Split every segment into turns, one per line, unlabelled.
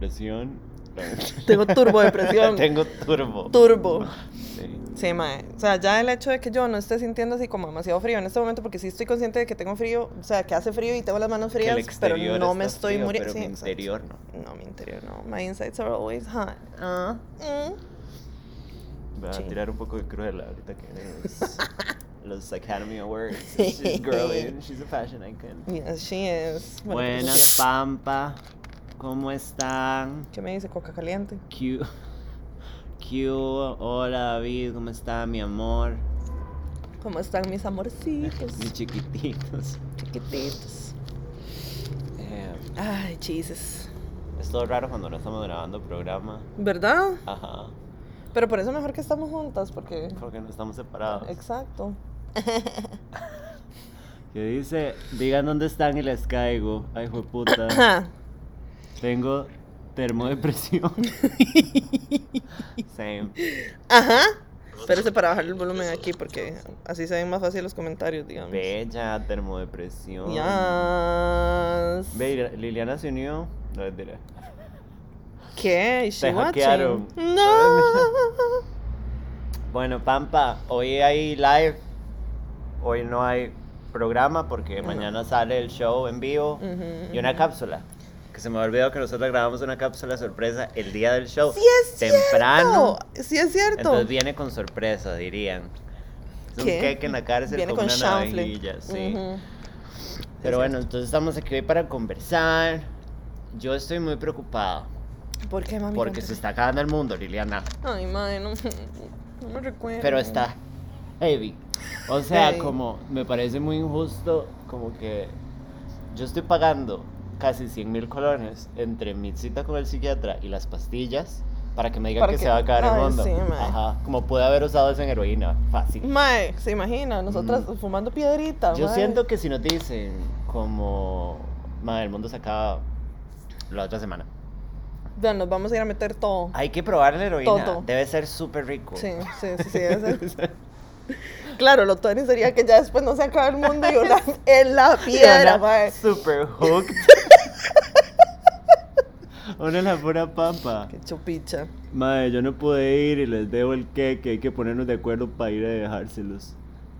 depresión.
Tengo turbo depresión.
Tengo turbo.
Turbo.
Ah. Sí.
Sí, mae. O sea, ya el hecho de que yo no esté sintiendo así como demasiado frío en este momento, porque sí estoy consciente de que tengo frío, o sea, que hace frío y tengo las manos
Que el
frías, pero
exterior
no me
está
estoy
frío,
muriendo.
pero
Sí,
mi
exacto.
interior no.
No, mi interior no. My insides are always hot. Ah, mm.
Voy
Sí.
a tirar un poco de cruel ahorita que es los Academy Awards. She's girly and she's a fashion icon.
Yes, she is. Bueno, pues,
Buenas, Pampa. ¿Cómo están?
¿Qué me dice coca caliente?
Q. Q. Hola, David. ¿Cómo está, mi amor?
¿Cómo están mis amorcitos
Mis chiquititos.
chiquititos?
Eh,
Ay, Jesus.
es todo raro cuando no estamos grabando programa.
¿Verdad?
Ajá.
Pero por eso mejor que estamos juntas, porque...
Porque no estamos separados.
Exacto.
Que dice, digan dónde están y les caigo. Ay, jueputa. Tengo termodepresión. Same.
Ajá. Espérese para bajar el volumen aquí porque así se ven más fácil los comentarios, digamos.
Bella termodepresión.
Yes.
Ve, Liliana se unió. No, mentira.
¿Qué? ¿Is she
Te
watching?
hackearon.
No.
Bueno, Pampa, hoy hay live. Hoy no hay programa porque
No.
mañana sale el show en vivo
Ujú,
y una cápsula. Que se me ha olvidado que nosotros grabamos una cápsula sorpresa el día del show.
Sí es
temprano.
cierto. Sí es cierto.
Entonces viene con sorpresa, dirían. Es
¿Qué?
un cake en la cárcel
Viene
con,
con
una
chanfle.
navajilla, sí.
Ujú.
Pero bueno, entonces estamos aquí hoy para conversar. Yo estoy muy preocupado
¿Por qué, mami?
porque
Cuéntame.
se está acabando el mundo, Liliana.
Ay, madre, no, no me recuerdo.
Pero está heavy. O sea,
Heavy.
como me parece muy injusto, como que yo estoy pagando casi 100 mil colones entre mi cita con el psiquiatra y las pastillas para que me digan
Para
que,
que-
se va a acabar
Ay,
el mundo.
sí, mae.
Ajá, como puede haber usado eso en heroína, fácil.
Mae, se imagina, nosotras
Mm.
fumando piedrita.
Yo
mae.
siento que si nos dicen como, madre, el mundo se acaba la otra semana.
Ya, nos vamos a ir a meter todo.
Hay que probar la heroína.
Todo.
Debe ser súper rico.
Sí, sí, sí, sí. ese. Claro, lo tuani sería que ya después no se acaba el mundo y una en la piedra, mae.
Super hooked. Ahora la pura pampa.
Qué chupicha.
Madre, yo no pude ir y les debo el que que hay que ponernos de acuerdo para ir a dejárselos.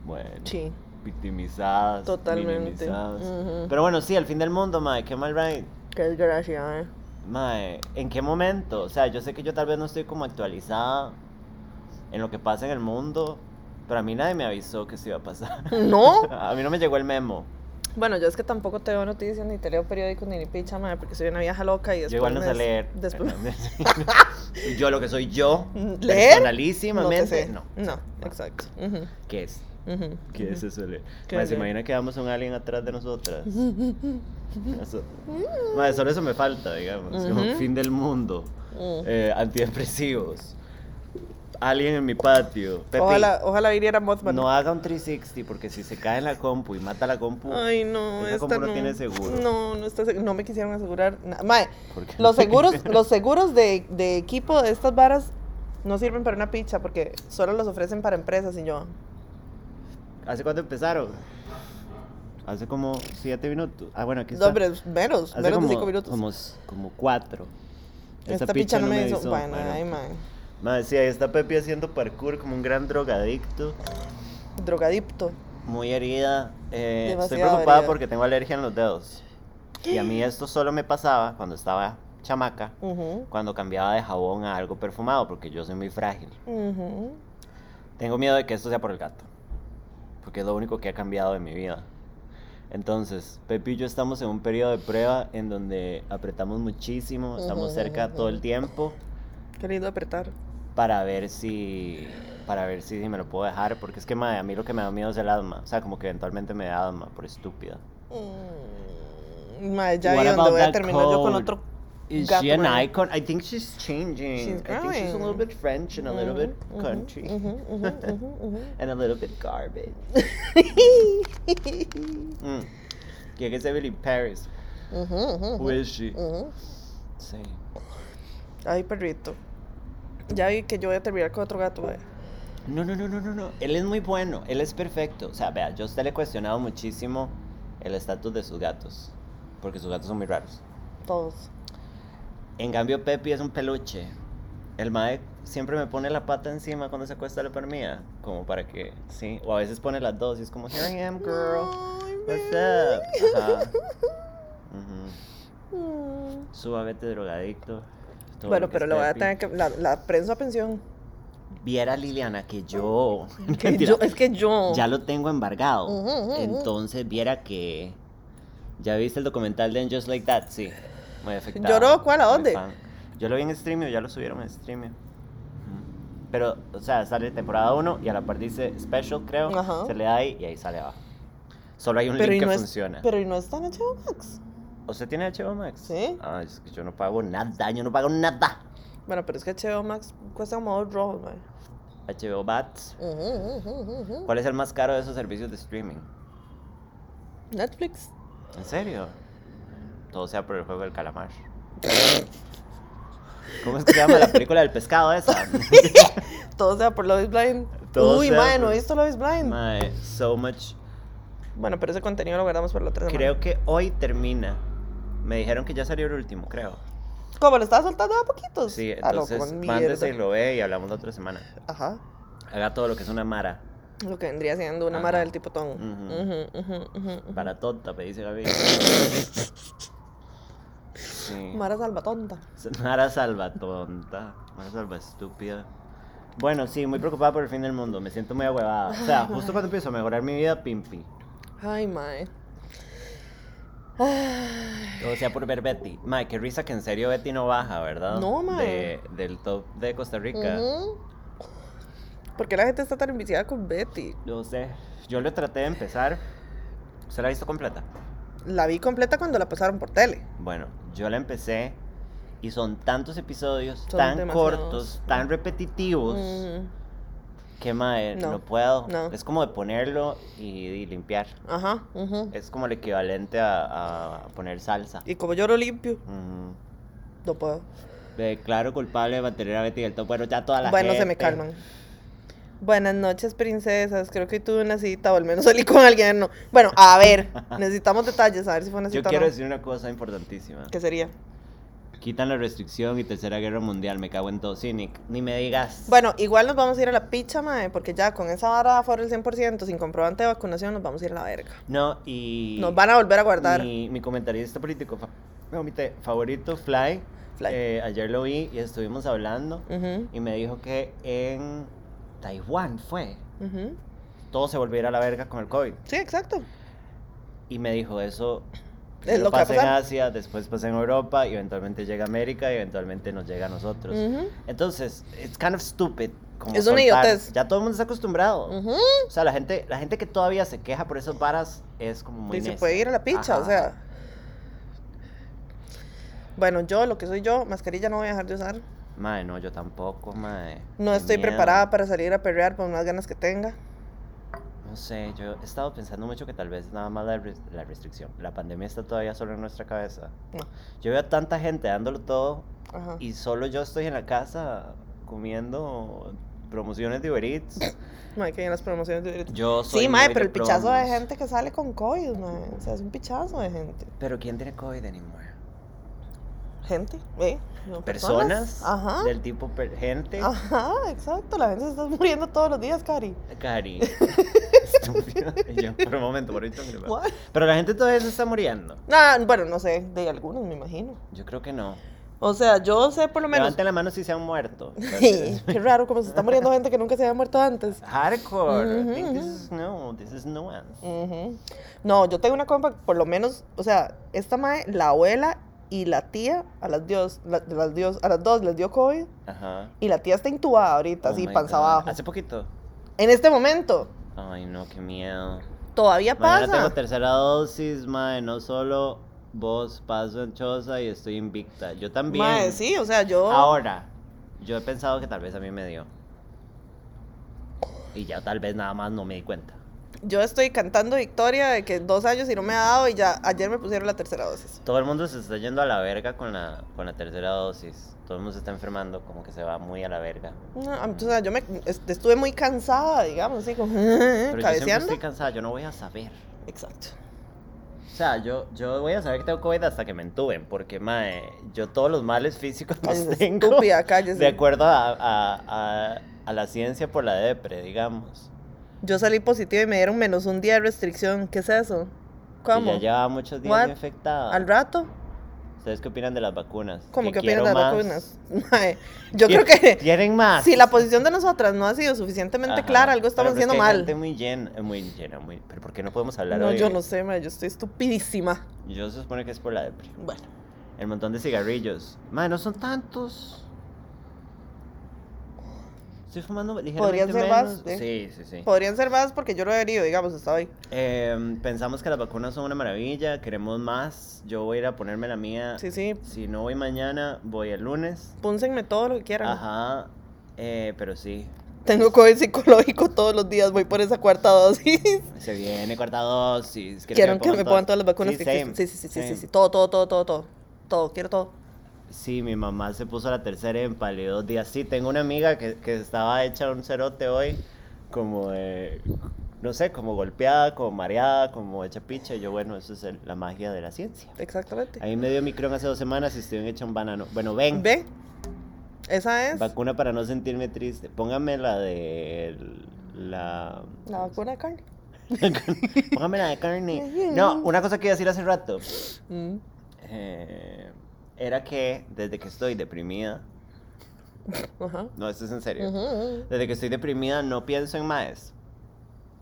Bueno.
Sí.
Victimizadas.
Totalmente.
minimizadas.
Ujú.
Pero bueno, sí, al fin del mundo, madre. Qué mal, right.
Qué desgracia, mae.
Mae, ¿en qué momento? O sea, yo sé que yo tal vez no estoy como actualizada en lo que pasa en el mundo, pero a mí nadie me avisó que eso iba a pasar.
¿No?
a mí no me llegó el memo.
Bueno, yo es que tampoco te veo noticias, ni te leo periódicos, ni ni picha, mae, porque soy una vieja loca y después.
yo igual no sé
me-
leer.
Después.
Y yo lo que soy yo,
¿Leer? te
personalísimamente,
sé.
no.
No, exacto. Ujú,
¿Qué es?
ujú,
¿Qué es eso de leer?
¿Qué
Mae,
es
se
leer?
imagina que vamos a un alien atrás de nosotras.
ujú.
Eso- Mae, solo eso me falta, digamos. Como
Ujú.
fin del mundo.
Mm.
eh, antidepresivos. Alguien en mi patio. Pepi,
Ojalá, ojalá viniera Mothman.
no haga un 360 porque si se cae en la compu y mata la compu.
Ay, no,
esa
esta
compu
no.
no tiene seguro.
No, no está seg- No me quisieron asegurar. na- Mae,
¿Por qué?
los seguros, los seguros de, de equipo de estas varas no sirven para una picha porque solo los ofrecen para empresas y yo.
¿Hace cuánto empezaron? Hace como 7 minutos. Ah, bueno, aquí está.
No, pero es menos,
Hace
menos
como,
de cinco minutos.
Como, como 4.
esta, picha, no me hizo. Bueno, ay, mae.
Madre, sí, ahí está Pepi haciendo parkour como un gran drogadicto.
Drogadicto.
Muy herida. eh, estoy
Demasiado
preocupada
herida.
porque tengo alergia en los dedos. Y a mí esto solo me pasaba cuando estaba chamaca,
Ujú,
cuando cambiaba de jabón a algo perfumado, porque yo soy muy frágil.
ujú.
Tengo miedo de que esto sea por el gato, porque es lo único que ha cambiado de mi vida. Entonces, Pepi y yo estamos en un periodo de prueba en donde apretamos muchísimo, estamos
Ujú,
cerca
ujú,
todo el tiempo
Qué lindo apretar.
para ver si para ver si, si me lo puedo dejar, porque es que madre, a mí lo que me da miedo es el asma, o sea, como que eventualmente me da asma por estúpida.
Mm, Mae, ya
What
vi donde
about
voy a
that
terminar yo con
code?
otro.
Is
gato,
she an
mae.
icon? I think she's changing.
She's
I think she's a little
growing. Mm-hmm.
bit French and a little bit
Ujú, ujú,
country
ujú, ujú, ujú, ujú.
and a little bit garbage. Mm. Quiere ser Billy Paris.
Ujú, ujú,
Who is she?
ujú.
Sí.
Ay, perrito. Ya vi que yo voy a terminar con otro gato, mae.
No, no, no, no, no, no. Él es muy bueno. Él es perfecto. O sea, vea, yo a usted le he cuestionado muchísimo el estatus de sus gatos, porque sus gatos son muy raros.
Todos.
En cambio, Pepi es un peluche. El mae siempre me pone la pata encima cuando se acuesta la par mía, como para que, sí. O a veces pone las dos y es como, here I am, girl.
Ay,
What's
baby.
up? Ajá. Ujú.
Mm.
Suavemente drogadicto. todo
Bueno,
que
pero
es
lo voy a
Pepi.
tener que. La, la prensa a pensión.
Viera Liliana que yo.
Que
Mentira.
yo- es que yo.
ya lo tengo embargado.
Ujú, ujú, ujú.
Entonces viera que. ¿Ya viste el documental de And Just Like That? Sí. Muy afectado.
¿Lloró? ¿Cuál? ¿A
Muy
dónde?
fan. Yo lo vi en streamio, ya lo subieron en streamio. Ujú. Pero, o sea, sale temporada 1 y a la par dice special, creo.
Ajá.
Se le da ahí y ahí sale abajo. Solo hay un
pero, y
link
no
que
es-
funciona.
pero y no está en HBO Max.
¿Usted tiene HBO Max?
Sí.
Ah, es que yo no pago nada, yo no pago nada.
Bueno, pero es que HBO Max cuesta como dos rolls, man.
HBO Bats.
Ujú, ujú, ujú, ujú.
¿Cuál es el más caro de esos servicios de streaming?
Netflix.
¿En serio? Todo sea por el juego del calamar. ¿Cómo es que se llama la película del pescado esa?
Todo sea por Love is Blind.
Todo
Uy,
sea
man,
por-
¿no he visto Love is Blind?
Mae, so much.
Bueno, pero ese contenido lo guardamos para la otra semana.
Creo que hoy termina. Me dijeron que ya salió el último, creo.
Como lo estaba soltando a poquitos.
Sí,
A lo
entonces
Pues, ah, con
mándese y
mierda.
lo ve eh, y hablamos la otra semana.
Ajá.
Haga todo lo que es una mara.
Lo que vendría siendo una
Ajá.
mara del tipotón.
Ujú.
Ujú, ujú, ujú, ujú.
Para tonta, me dice Gaby. Sí.
Mara salvatonta.
Mara salva tonta. Mara salva estúpida. Bueno, sí, muy preocupada por el fin del mundo. Me siento muy ahuevada. O sea, justo cuando empiezo a mejorar mi vida, pimpi.
Ay, mae. Ay.
O sea, por ver Betty. Mae, qué risa que en serio Betty no baja, ¿verdad?
No, mae.
De- del top de Costa Rica.
Ujú. ¿Por qué la gente está tan enviciada con Betty?
No sé. Yo lo traté de empezar. ¿Se la ha visto completa?
La vi completa cuando la pasaron por tele.
Bueno, yo la empecé. Y son tantos episodios,
Son
tan
demasiados.
cortos, tan repetitivos.
Ujú.
Que mae,
No,
no, puedo.
no.
Es como de ponerlo y- y limpiar.
Ajá. ujú.
Es como el equivalente a, a poner salsa.
Y como lloro limpio,
Ujú.
no puedo.
Declaro culpable de mantener a Betty del top. Bueno, ya toda la
Bueno, se
gente-
me calman. Buenas noches, princesas. Creo que tuve una cita, o al menos salí con alguien. No. Bueno, a ver, necesitamos detalles, a ver si fue una
Yo
cita o
quiero
no.
decir una cosa importantísima.
¿Qué sería?
Quitan la restricción y tercera guerra mundial. Me cago en todo. Sí, Nick, ni me digas.
Bueno, igual nos vamos a ir a la picha, mae, porque ya con esa vara afuera el 100%, sin comprobante de vacunación, nos vamos a ir a la verga.
No, y.
Nos van a volver a guardar.
Mi, mi comentarista político fa- no, mi te- favorito, Fly.
Fly. Mm.
eh, ayer lo vi y estuvimos hablando.
Ujú,
Y me dijo que en Taiwán fue.
ujú.
Todo se volviera a la verga con el COVID.
Sí, exacto.
Y me dijo eso.
Es
lo
lo que va a
pasa en
pasar.
Asia, después pasa en Europa y eventualmente llega a América y eventualmente nos llega a nosotros.
Ujú.
Entonces, it's kind of stupid. Como
Es una
soltar.
idiotez.
Ya todo el mundo está acostumbrado.
Ujú.
O sea, la gente, la gente que todavía se queja por esas varas es como muy
Y se
necia.
puede ir a la picha,
Ajá.
o sea. Bueno, yo, lo que soy yo, mascarilla no voy a dejar de usar.
Mae, no, yo tampoco, mae.
No
Qué
estoy
miedo.
preparada para salir a perrear por más ganas que tenga.
No sé, yo he estado pensando mucho que tal vez nada más la, res- la restricción. La pandemia está todavía solo en nuestra cabeza.
No.
Yo veo a tanta gente dándolo todo
Ajá.
y solo yo estoy en la casa comiendo promociones de Uber Eats.
Mae, que bien las promociones de Uber Eats.
Yo soy
Sí, mae,
muy
pero
de
el pichazo de
promos.
gente que sale con COVID, mae. O sea, es un pichazo de gente.
Pero ¿quién tiene COVID anymore?
Gente, ¿eh? No,
Personas,
Ajá. Ah.
del tipo per- gente.
Ajá, exacto. La gente se está muriendo todos los días, Cari.
Cari. Estúpida. Y yo, por un momento, por ahorita me lo-
What?
Pero la gente todavía se está muriendo.
Nah, bueno, no sé, de algunos me imagino.
Yo creo que no.
O sea, yo sé por lo menos.
Levanten la mano si se han muerto.
Qué raro, como se está muriendo gente que nunca se había muerto antes.
Hardcore. I think
Ujú,
this is no, this is no one.
Ujú. No, yo tengo una compa, por lo menos, o sea, esta madre, la abuela y la tía, a las, dios, la- las dios, a las dos les dio COVID
Ajá.
y la tía está intubada ahorita,
Oh
así,
my
panza
God.
abajo.
Hace poquito.
En este momento,
Ay, no, qué miedo.
todavía
Mañana
pasa.
tengo tercera dosis, mae. No solo vos paso en choza y estoy invicta. Yo también.
Mae, sí, o sea, yo.
Ahora, yo he pensado que tal vez a mí me dio. Y ya tal vez nada más no me di cuenta.
Yo estoy cantando victoria de que dos años y no me ha dado y ya ayer me pusieron la tercera dosis.
Todo el mundo se está yendo a la verga con la, con la tercera dosis. Todo el mundo se está enfermando, como que se va muy a la verga.
No, a- o sea, yo me est- estuve muy cansada, digamos, así como
Pero yo siempre
cabeceando.
estoy cansada, yo no voy a saber.
Exacto.
O sea, yo, yo voy a saber que tengo COVID hasta que me entuben, porque, mae, yo todos los males físicos los
Cállese,
Pues tengo.
estúpida, cállese.
De acuerdo a, a- a- a la ciencia por la depre, digamos.
Yo salí positiva y me dieron menos un día de restricción. ¿Qué es eso?
Y
¿Cómo?
ya llevaba muchos días
What?
infectada.
¿Al rato?
¿Ustedes qué opinan de las vacunas?
¿Cómo que
quiero
opinas de las
más.
vacunas? Mae, yo
¿Qui-
creo que
¿Quieren más?
si la posición de nosotras no ha sido suficientemente
Ajá,
clara, algo estamos
pero es que
haciendo
hay
mal.
gente muy llena, eh, muy llena, muy... ¿Pero por qué no podemos hablar
No,
hoy?
yo no sé, mae, yo estoy estupidísima.
Yo se supone que es por la depre.
Bueno,
El montón de cigarrillos. Mae, no son tantos. Estoy fumando ligeramente
Oh. Podrían ser
menos.
más, ¿eh?
Sí, sí, sí.
podrían ser más porque yo lo he herido, digamos, hasta hoy.
Em, pensamos que las vacunas son una maravilla, queremos más. Yo voy a ir a ponerme la mía.
Sí, sí,
Si no voy mañana, voy el lunes.
Pónsenme todo lo que quieran.
Ajá. Eh, pero sí,
Tengo COVID psicológico todos los días, voy por esa cuarta dosis.
se viene cuarta dosis.
Quiero que me pongan todas las vacunas
Sí,
que
same,
existen. Sí, sí, sí, sí, sí,
same.
sí, todo, todo, todo, todo, todo. Todo, quiero todo.
Sí, mi mamá se puso la tercera en palio dos días. Sí, tengo una amiga que, que estaba hecha un cerote hoy, como de, no sé, como golpeada, como mareada, como hecha picha. Y yo, bueno, eso es el- la magia de la ciencia.
Exactamente.
Ahí me dio micrón hace dos semanas y estoy hecha un banano. Bueno, ven,
¿Ve? Esa es
vacuna para no sentirme triste. Póngame la de la...
la vacuna de carne.
Póngame la de carne. No, una cosa que iba a decir hace rato.
Mm.
eh, era que desde que estoy deprimida...
Ajá.
No, esto es en serio.
Ujú.
Desde que estoy deprimida no pienso en maes.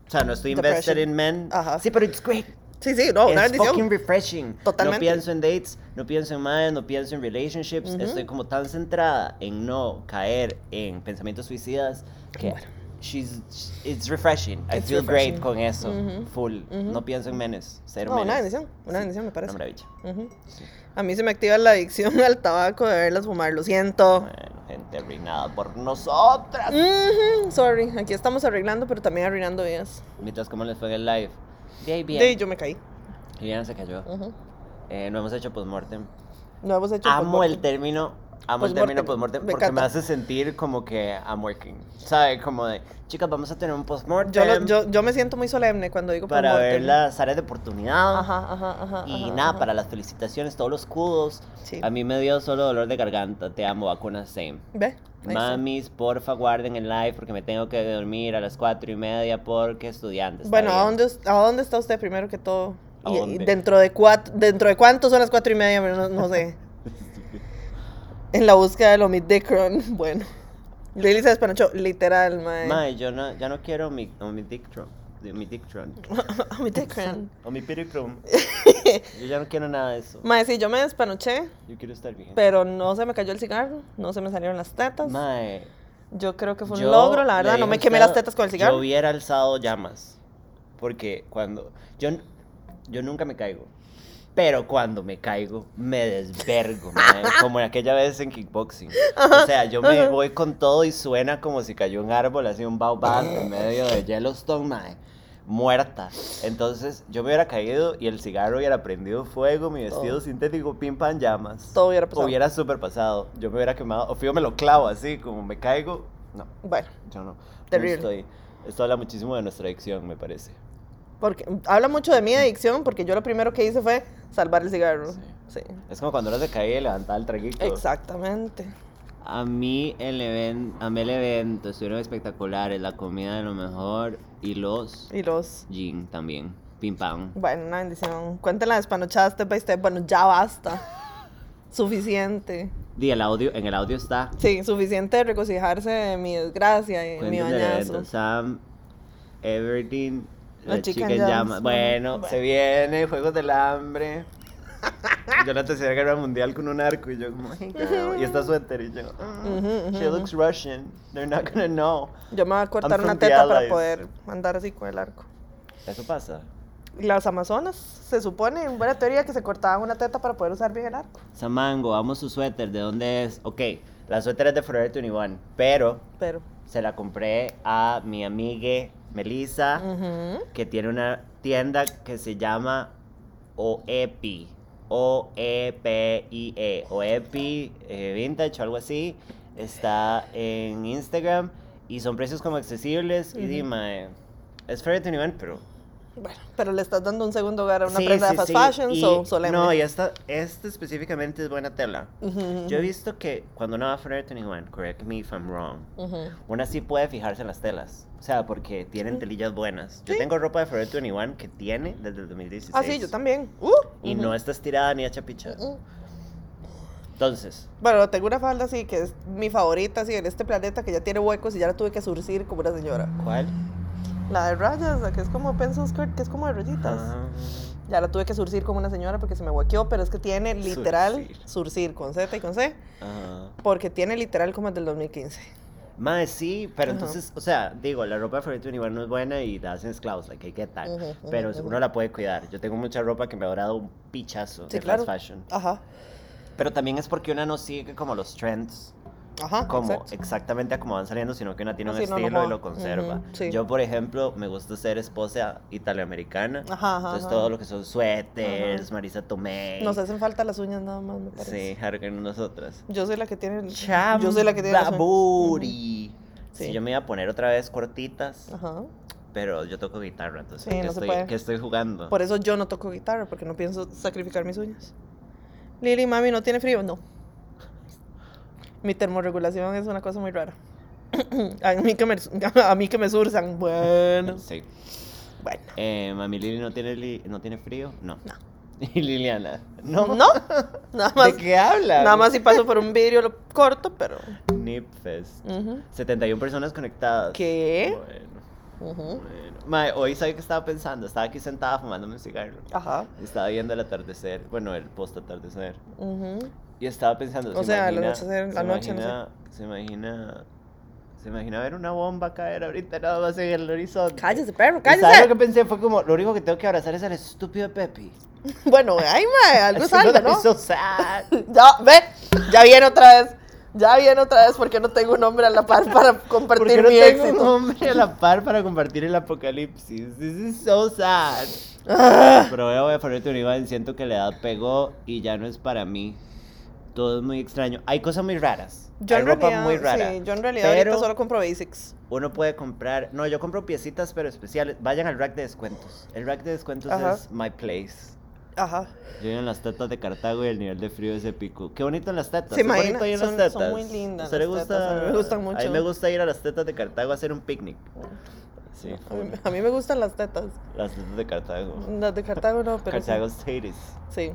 O sea, no estoy invested
Depression.
in men.
Ajá.
Sí, pero it's great.
Sí, sí, no, una
it's fucking
bendición.
refreshing. No
"Oh". Totalmente.
pienso en dates, no pienso en maes, no pienso en relationships.
Ujú.
Estoy como tan centrada en no caer en pensamientos suicidas que
Bueno.
she's, it's refreshing. I
It's
feel
refreshing.
great con eso.
Ujú.
Full.
Ujú.
No pienso en menes. Cero
No, una
menes.
bendición, una bendición me
Una
parece.
maravilla.
Ujú.
Sí.
A mí se me activa la adicción al tabaco de verlas fumar, lo siento.
Bueno, gente arruinada por nosotras.
Ujú, Sorry, aquí estamos arreglando, pero también arruinando vidas.
Mientras, ¿cómo les fue en el live? Bien, bien.
Sí, Mm. yo Mm. me caí.
Y ya no se cayó.
Ujú.
Eh, no hemos hecho postmortem.
No hemos hecho.
Amo el
post-mortem.
término. Amo el
Postmortem,
término postmortem
me
porque me
encanta.
hace sentir como que I'm working. ¿Sabes? Como de, chicas, vamos a tener un postmortem
Yo, lo- yo, yo me siento muy solemne cuando digo
Em, para
post-mortem.
ver las áreas de oportunidad.
Ajá, ajá, ajá.
Y
ajá,
nada,
ajá.
para las felicitaciones, todos los escudos.
Sí.
A mí me dio solo dolor de garganta. Te amo, vacuna same.
Ve. ahí está.
Mamis, porfa, guarden el live porque me tengo que dormir a las cuatro y media porque estudiantes.
Bueno, ¿a dónde, us- ¿a dónde está usted primero que todo?
¿A
Y- y
dónde?
dentro de cuatro, dentro de cuánto son las cuatro y media, no, no sé. en la búsqueda del Omidicron, bueno. Lily se despanachó, literal, mae.
Mae, yo no, ya no quiero mi, o mi Dictron. Mi Dictron.
Tá Omidicron.
É O mi Piricrum. Yo ya no quiero nada de eso.
Mae, sí, yo me despanoché,
Yo quiero estar bien.
pero no se me cayó el cigarro, no se me salieron las tetas.
Mae,
Yo creo que fue un
yo
logro, la
le
verdad, no
dije
me
a
quemé
usted,
las tetas con el
Yo
cigarro.
hubiera alzado llamas. Porque cuando. Yo, n- yo nunca me caigo. Pero cuando me caigo, me desvergo, mae, como en aquella vez en kickboxing. O sea, yo me voy con todo y suena como si cayó un árbol, así un baobab en medio de Yellowstone, mae, muerta. Entonces, yo me hubiera caído y el cigarro hubiera prendido fuego, mi vestido
Todo.
sintético, pim pam, llamas.
Todo hubiera pasado.
Hubiera super pasado. Yo me hubiera quemado. O fijo, me lo clavo así, como me caigo. No,
Bueno,
yo no.
Terrible.
No estoy- Esto habla muchísimo de nuestra adicción, me parece.
porque habla mucho de mi adicción, porque yo lo primero que hice fue salvar el cigarro.
Sí.
sí.
Es como cuando uno se caía y levantaba el traguito.
Exactamente.
A mí el, evento, a mí el evento estuvieron espectaculares. La comida de lo mejor y los
Y los.
gin también. Pim pam.
Bueno, una bendición. Cuenten la despanochada step by step. Bueno, ya basta. Suficiente.
Di, el audio, en el audio está.
Sí, suficiente de regocijarse de mi desgracia y mi
Cuéntenle el
bañazo.
evento. Sam, Everdeen,
La
la,
chica
chica
en
en
llamas.
llamas. Bueno,
Bueno.
se viene, Juegos del Hambre. Yo la tercera guerra mundial con un arco y yo como, "Ay, girl", y está suéter y yo, "Ah,
Ujú, ujú,
she looks Russian, they're not gonna know.
Yo me voy a cortar
I'm
una
from the
teta para
Allies.
poder andar así con el arco.
Eso pasa.
Las amazonas, se supone, en buena teoría, que se cortaban una teta para poder usar bien el arco.
Samango, amo su suéter, ¿de dónde es? Ok, la suéter es de Forever 21, pero
Pero.
se la compré a mi amiga Melissa.
ujú.
que tiene una tienda que se llama OEPI. E O-E-P-I-E. E, OEPI eh, Vintage o algo así. Está en Instagram y son precios como accesibles. Y
Ujú.
dime, es Forever 21, pero
Bueno, pero le estás dando un segundo hogar a una prenda de fast fashion,
y-
so, solemne.
No, y esta, este específicamente es buena tela.
Ujú,
Yo he visto que cuando uno va a Forever 21, correct me if I'm wrong,
ujú.
una sí puede fijarse en las telas. O sea, porque tienen telillas buenas. Yo
Sí.
tengo ropa de Forever 21 que tiene desde el 2016.
Ah, sí, yo también. Uh,
Y
ujú.
no está estirada ni hecha picha.
Uh.
Entonces,
Bueno, tengo una falda así que es mi favorita así en este planeta que ya tiene huecos y ya la tuve que surcir como una señora.
¿cuál?
La de rayas, la que es como pencil skirt, que es como de rayitas.
Ah,
Ya la tuve que surcir como una señora porque se me huequeó, pero es que tiene literal
Surcir.
surcir, con Z y con C,
ah.
porque tiene literal como el del 2015.
Mae, sí, pero
Ajá.
entonces, o sea, digo, la ropa de Forever 21 no es buena y that's in esclavos, like, I get that.
Ujú, ujú,
pero
ujú.
uno la puede cuidar. Yo tengo mucha ropa que me ha dado un pichazo
Sí,
de
claro.
fast fashion.
Ajá,
Pero también es porque una no sigue como los trends,
ajá.
como
exacto.
exactamente a como van saliendo, sino que una tiene un
Así no, no
estilo y
joda.
lo conserva.
Ujú, sí.
Yo, por ejemplo, me gusta ser esposa italoamericana.
Ajá, ajá,
entonces,
ajá.
todo lo que son suéteres, Marisa Tomei.
Nos hacen falta las uñas nada más, me parece.
Eh. Sí, Hargan nosotras.
Yo soy la que tiene. el-
Cham,
Yo soy la que tiene. las uñas.
baburi. Si
Sí.
yo me iba a poner otra vez cortitas,
Ajá.
pero yo toco guitarra, entonces
Sí,
¿qué,
no se
estoy,
puede.
qué estoy jugando?
Por eso yo no toco guitarra, porque no pienso sacrificar mis uñas. Lili, mami, ¿no tiene frío? No. Mi termorregulación es una cosa muy rara. a, mí que me, a mí que me surzan. Bueno.
Sí.
Bueno.
Eh, mami Lili no tiene, li- no tiene frío, no.
No.
Y Liliana, no.
¿No? Nada más.
¿De qué habla?
Nada más si paso por un vidrio lo corto, pero.
Nipfest.
Ujú.
71 personas conectadas.
¿Qué? ¿Eh?
Bueno,
Ujú.
bueno. Mae, hoy sabía que estaba pensando. Estaba aquí sentada fumándome un cigarro.
Ajá.
Estaba viendo el atardecer, bueno, el post atardecer.
Ujú.
Y estaba pensando.
O
¿se
sea, el
imagina-
anochecer, la
se
noche, no
Imagina, Se imagina. Se imagina ver una bomba caer ahorita nada más en el horizonte.
Cállese, perro,
¿Y ¿Sabes
cállese.
lo que pensé? Fue como, lo único que tengo que abrazar es al estúpido Pepe.
Bueno, ay, mae, algo
Eso no
salga,
lo
¿no?
hizo sad.
Ya, ve, ya viene otra vez. Ya viene otra vez porque no tengo un hombre a la par para
¿Por
compartir
qué no
mi
tengo un
éxito.
hombre a la par para compartir el apocalipsis? This is so sad.
Ah.
Pero voy a ponerte un Iván, siento que la edad pegó y ya no es para mí. Todo es muy extraño. Hay cosas muy raras.
Yo
Hay
en,
ropa
realidad,
muy rara.
sí, yo en realidad
pero
ahorita solo compro basics.
uno puede comprar... No, yo compro piecitas, pero especiales. Vayan al rack de descuentos. El rack de descuentos
Ajá.
es my place.
Ajá.
Yo vivo en las tetas de Cartago y el nivel de frío es épico. Qué bonito en las tetas.
¿Se
qué
imagina?
bonito ahí en
Son-
las tetas.
son muy
¿A
lindas
usted le
las
gusta?
tetas, a mí me gustan
A mí
mucho.
me gusta ir a las tetas de Cartago a hacer un picnic. Sí,
A mí, a mí me gustan las tetas.
las tetas de Cartago.
Las de Cartago no, pero. sí.
Cartago's titties.
Sí.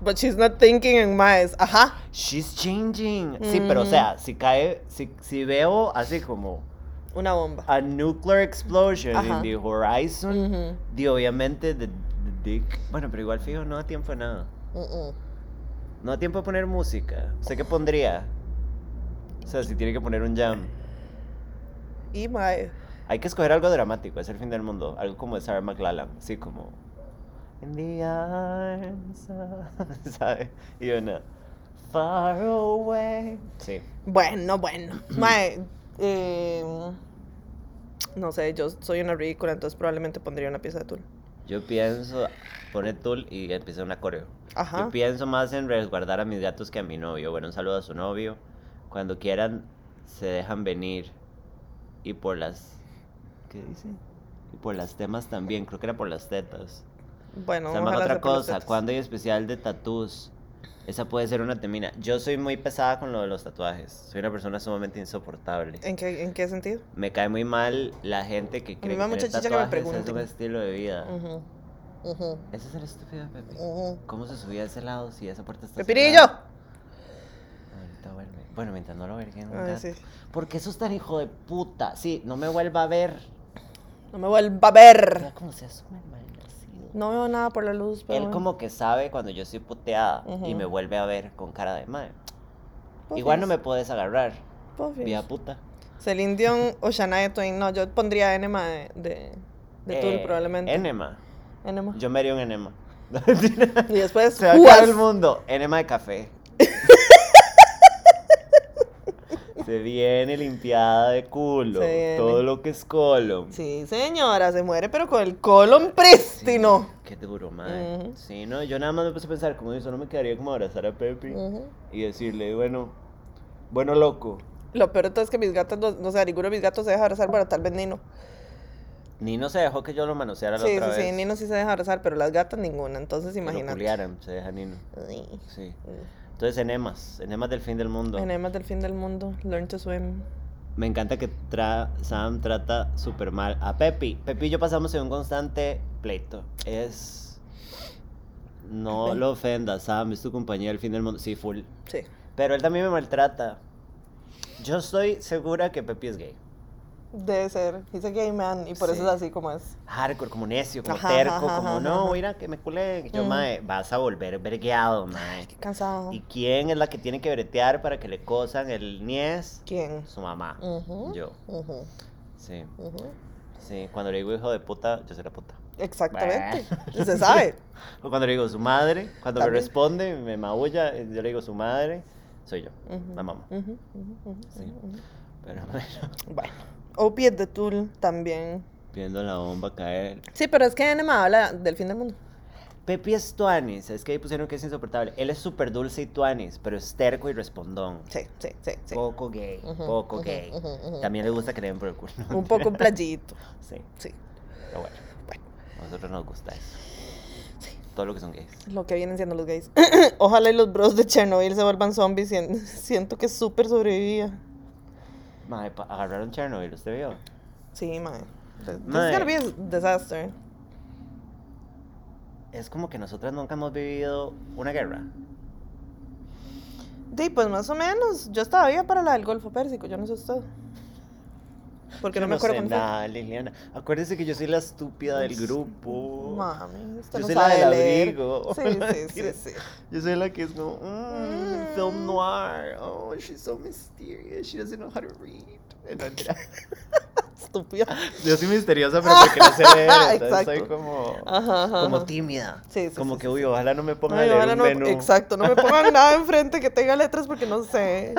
But she's not thinking in maes. Ajá.
She's changing. Sí, pero o
Mm.
sea, si cae, si, si veo así como
Una bomba.
a nuclear explosion in
Ajá.
the horizon,
Ujú,
di obviamente the, the dick. Bueno, pero igual fijo, no da tiempo a nada.
ujú.
No da tiempo a poner música. ¿Usted qué pondría? O sea, si tiene que poner un jam.
Y mae.
Hay que escoger algo dramático, es el fin del mundo. Algo como de Sarah McLachlan, así como... In the arms of- ¿Sabe? Y una... Far away. Sí.
Bueno, bueno. Mae, eh, no sé, yo soy una ridícula, entonces probablemente pondría una pieza de tul.
Yo pienso... Pone Tool y empieza una coreo. Yo
Ajá.
pienso más en resguardar a mis gatos que a mi novio. Bueno, un saludo a su novio. Cuando quieran, se dejan venir. Y por las... ¿Qué dice? Y por las temas también. Creo que era por las tetas.
Bueno,
Salma,
ojalá
otra
sea por las
cosa,
tetas.
cuando hay especial de tatús, esa puede ser una temina. Yo soy muy pesada con lo de los tatuajes. Soy una persona sumamente insoportable.
¿En qué, ¿En qué sentido?
Me cae muy mal la gente que cree
me da
que
mucha
tener
chicha que me
tatuajes es
pregunten.
un estilo de vida.
Ujú, Oh. ujú,
Ese es el estúpido de Pepe.
ujú. Pues
¿Cómo se subía a ese lado si esa puerta está
¡Pepirillo!
cerrada? Ahorita duerme. Bueno, mientras no lo verguen un gato.
Ay, Ah, sí.
Porque eso es tan hijo de puta. Sí, no me vuelva a ver.
No me vuelva a ver.
Vea cómo se asume el malnacido.
No veo nada por la luz, pero.
Él como que sabe cuando yo estoy puteada y
Ujú.
me vuelve a ver con cara de madre.
Pues
Igual no me puedes agarrar, vía puta.
Celine Dion o Shania Twain. No, yo pondría Enema de, de, de
Eh,
Tool, probablemente.
Enema.
Enema.
Yo me haría un enema.
Y después.
Se va a
Judas.
acabar el mundo. Enema de café. Se viene limpiada de culo.
Se viene.
Todo lo que es colon.
Sí, señora, se muere, pero con el colon prístino.
Qué duro, madre.
Ujú.
Sí, no, yo nada más me puse a pensar, como eso no me quedaría como abrazar a Pepe
Ujú.
y decirle, bueno, bueno, loco.
Lo peor de todo es que mis gatos, no, no sé, ninguno de mis gatos se deja abrazar, pero tal vez Nino.
Nino se dejó que yo lo manoseara la
Sí,
otra
sí, sí,
vez.
Nino sí se deja abrazar, pero las gatas ninguna, entonces
Que lo
imagínate.
culiaran, se deja Nino.
Ay,
Sí.
ay.
Entonces, enemas. Enemas del fin del mundo.
Enemas del fin del mundo, learn to swim.
Me encanta que tra- Sam trata súper mal a Pepi. Pepi y yo pasamos en un constante pleito. Es. No
Pepe.
lo ofendas, Sam, es tu compañía del fin del mundo. Sí, full.
Sí.
Pero él también me maltrata. Yo estoy segura que Pepi es gay.
Debe ser. He's a gay man y por
Sí.
eso es así como es.
Hardcore, como necio, como
Ajá,
terco,
ajá,
como
ajá,
no,
ajá.
mira que me culé. Yo,
Mm.
mae, vas a volver vergueado, mae.
Qué cansado.
¿Y quién es la que tiene que bretear para que le cosan el niés?
¿Quién?
Su mamá.
Ujú.
Yo.
Ujú,
Sí.
ujú.
Sí. Cuando le digo hijo de puta, yo soy la puta.
Exactamente.
Bueno.
Se sabe.
O cuando le digo su madre, cuando me
También.
responde, me maulla, eh, yo le digo su madre, soy yo,
Ujú,
la mamá.
ujú, ujú, ujú,
Sí.
ujú, ujú.
Pero bueno,
Bueno. Opie de Tool también.
viendo la bomba caer.
Sí, pero es que Enema habla del fin del mundo.
Pepi es tuanis, es que ahí pusieron que es insoportable. Él es súper dulce y tuanis, pero es terco y respondón.
Sí, sí, sí, sí.
Poco gay,
Ujú,
poco
ujú,
gay.
ujú, ujú.
También le gusta que le den por el culo.
Un poco playito.
Sí,
Sí.
pero bueno,
Bueno.
a nosotros nos gusta eso. Todo lo que son gays.
Lo que vienen siendo los gays. Ojalá y los bros de Chernobyl se vuelvan zombies. sien- Siento que súper sobrevivía.
Mae, pa- agarraron Chernobyl, ¿usted vio?
Sí, mae. This
Mae.
is gonna be a disaster.
Es como que nosotras nunca hemos vivido una guerra.
Sí, pues más o menos. Yo estaba viva para la del Golfo Pérsico, yo no sé usted. Porque
Yo
no me acuerdo
sé
cuándo fue.
nada, Liliana. Acuérdese que yo soy la estúpida del grupo.
Mami, usted
Yo
no
soy la
sabe
del
leer.
abrigo.
Sí, sí,
Mentira.
sí, sí.
Yo soy la que es como,
Mm.
mmm, film noir. Oh, she's so mysterious. She doesn't know how to read. Eh, no, mentira.
Estúpida.
Yo soy misteriosa, pero porque no sé leer. Entonces
Exacto.
soy como,
Ajá, ajá.
como
ajá.
tímida.
Sí, sí,
como
sí,
que,
sí,
uy, ojalá no me pongan a
Ay,
leer
ojalá
un
no me-
menú.
Exacto, no me pongan nada enfrente que tenga letras porque no sé.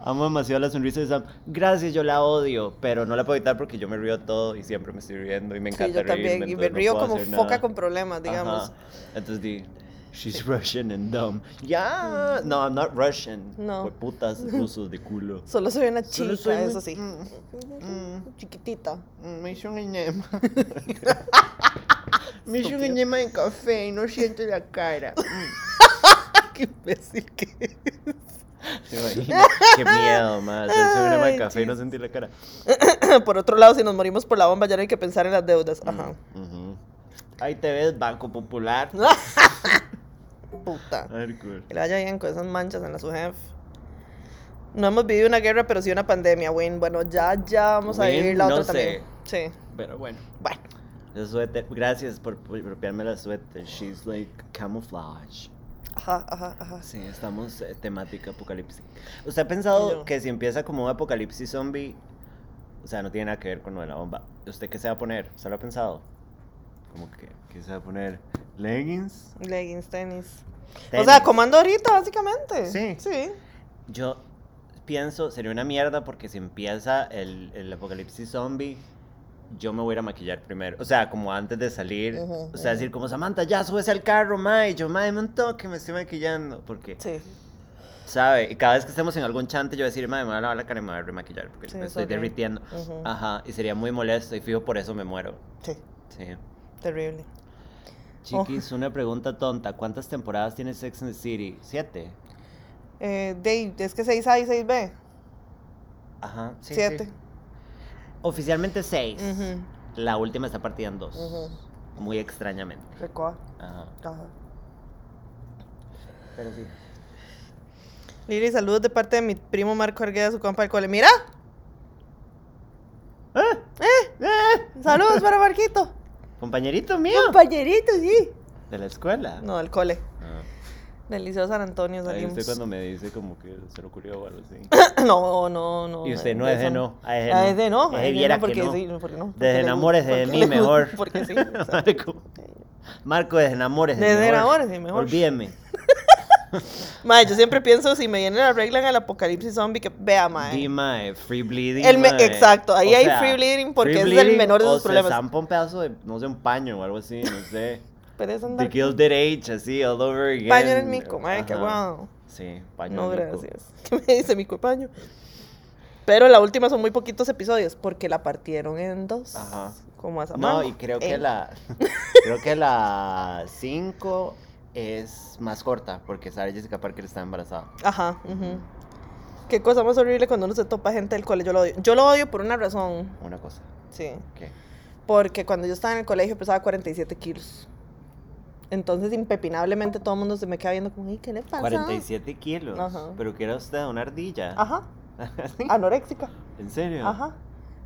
Amo demasiado la sonrisa de Sam. Gracias, yo la odio, pero no la puedo evitar porque yo me río todo y siempre me estoy riendo y me encanta
Sí, yo
reírme,
también. Y me
entonces no
río
puedo
como
hacer
foca
nada.
con problemas, digamos.
Ajá. Entonces di, she's Russian and dumb. Yeah, no, I'm not Russian.
No.
Pues putas rusos de culo.
Solo soy una
Solo
chica,
soy muy-
eso sí.
Mm, mm,
Chiquitita.
mm, me hizo un enema. me hizo un enema en café y no siento la cara.
Qué imbécil que es.
Qué miedo, madre. Hacerse un enema
Ay,
de café y no
Jesus.
sentir la cara.
Por otro lado, si nos morimos por la bomba, ya no hay que pensar en las deudas. Ajá.
Ujú. Ahí te ves, Banco Popular. Mm.
Puta.
Hardcore.
Que le vaya bien con esas manchas en la SUGEF. No hemos vivido una guerra, pero sí una pandemia, Win. Bueno, ya, ya vamos a
Win,
vivir la
no sé.
otra también. Sí.
Pero bueno.
Bueno.
El suéter. Gracias por por apropiarme la suéter. She's like camouflage.
Ajá, ajá, ajá.
Sí, estamos eh, temática apocalipsis. ¿Usted ha pensado
Yo.
que si empieza como un apocalipsis zombie, o sea, no tiene nada que ver con lo de la bomba? ¿Usted qué se va a poner? ¿Usted lo ha pensado? Como que, ¿qué se va a poner? ¿Leggings?
Leggings, tenis. O
Tenis.
sea, comando ahorita, básicamente.
Sí.
Sí.
Yo pienso, sería una mierda porque si empieza el, el apocalipsis zombie, yo me voy a ir a maquillar primero. O sea, como antes de salir.
Ujú,
o sea,
ujú.
decir como, Samantha, ya súbese al carro, mae. Y Yo, mae, me un toque, me estoy maquillando. Porque,
Sí.
¿sabe? Y cada vez que estemos en algún chante, yo voy a decir, mae, me voy a lavar la cara y me voy a remaquillar porque
Sí,
me
es
estoy
ok.
derritiendo.
Ujú.
Ajá, y sería muy molesto y fijo, por eso me muero.
Sí.
Sí.
Terrible. Oh.
Chiquis, una pregunta tonta. ¿Cuántas temporadas tiene Sex and the City? ¿Siete?
Eh, Dave, es que 6A y 6B.
Ajá, sí, sí.
7.
Oficialmente seis.
Ujú.
La última está partida en dos.
Ujú.
Muy extrañamente.
Recoa.
Ajá.
Ajá.
Pero sí.
Lili, saludos de parte de mi primo Marco Argueda, su compa del cole. ¡Mira!
Ah,
¡Saludos para Marquito!
Compañerito mío.
¡Compañerito, sí!
De la escuela.
No, del cole.
Ah.
Del Liceo San Antonio
Ahí
salimos.
usted cuando me dice como que se lo ocurrió o algo así.
no, no, no.
Y usted
de-
no
de
es de
eso
no. Ah,
Ah, es de no.
Es
es
de
de
viera
no,
que
porque
no.
sí, porque no. porque le-
Desenamores de
porque
mí
le-
mejor.
Porque sí. exacto.
Marco. Marco, desenamores de
Desenamores de mejor.
Olvídeme.
Mae, yo siempre pienso, si me vienen arreglan el apocalipsis zombie, que vea, mae.
Dima, eh, free bleeding.
El me-
mae.
exacto, ahí hay free bleeding porque es el menor de
o
sus problemas.
Se zampa un pedazo de, no sé, un paño o algo así, no sé. The
Pereza andar
Kills Dead Age, así, all over again.
con paño en el mico, mae, qué
Ajá.
guau.
Sí, paño
No,
en el mico.
gracias. ¿Qué me dice mico y paño? Pero la última son muy poquitos episodios porque la partieron en dos.
Ajá.
Como a
No,
Samango.
y creo
Eh,
que la. creo que la 5 es más corta porque Sarah Jessica Parker está embarazada.
Ajá. ujú. Qué cosa más horrible cuando uno se topa gente del cole. Yo lo odio. Yo lo odio por una razón.
Una cosa.
Sí.
¿Qué?
Porque cuando yo estaba en el colegio pesaba 47 kilos. Entonces, impepinablemente todo el mundo se me queda viendo como, "Ay, ¿qué le pasa?
47 kilos.
Ajá.
Pero que era usted una ardilla.
Ajá. Anoréxica.
¿En serio?
Ajá.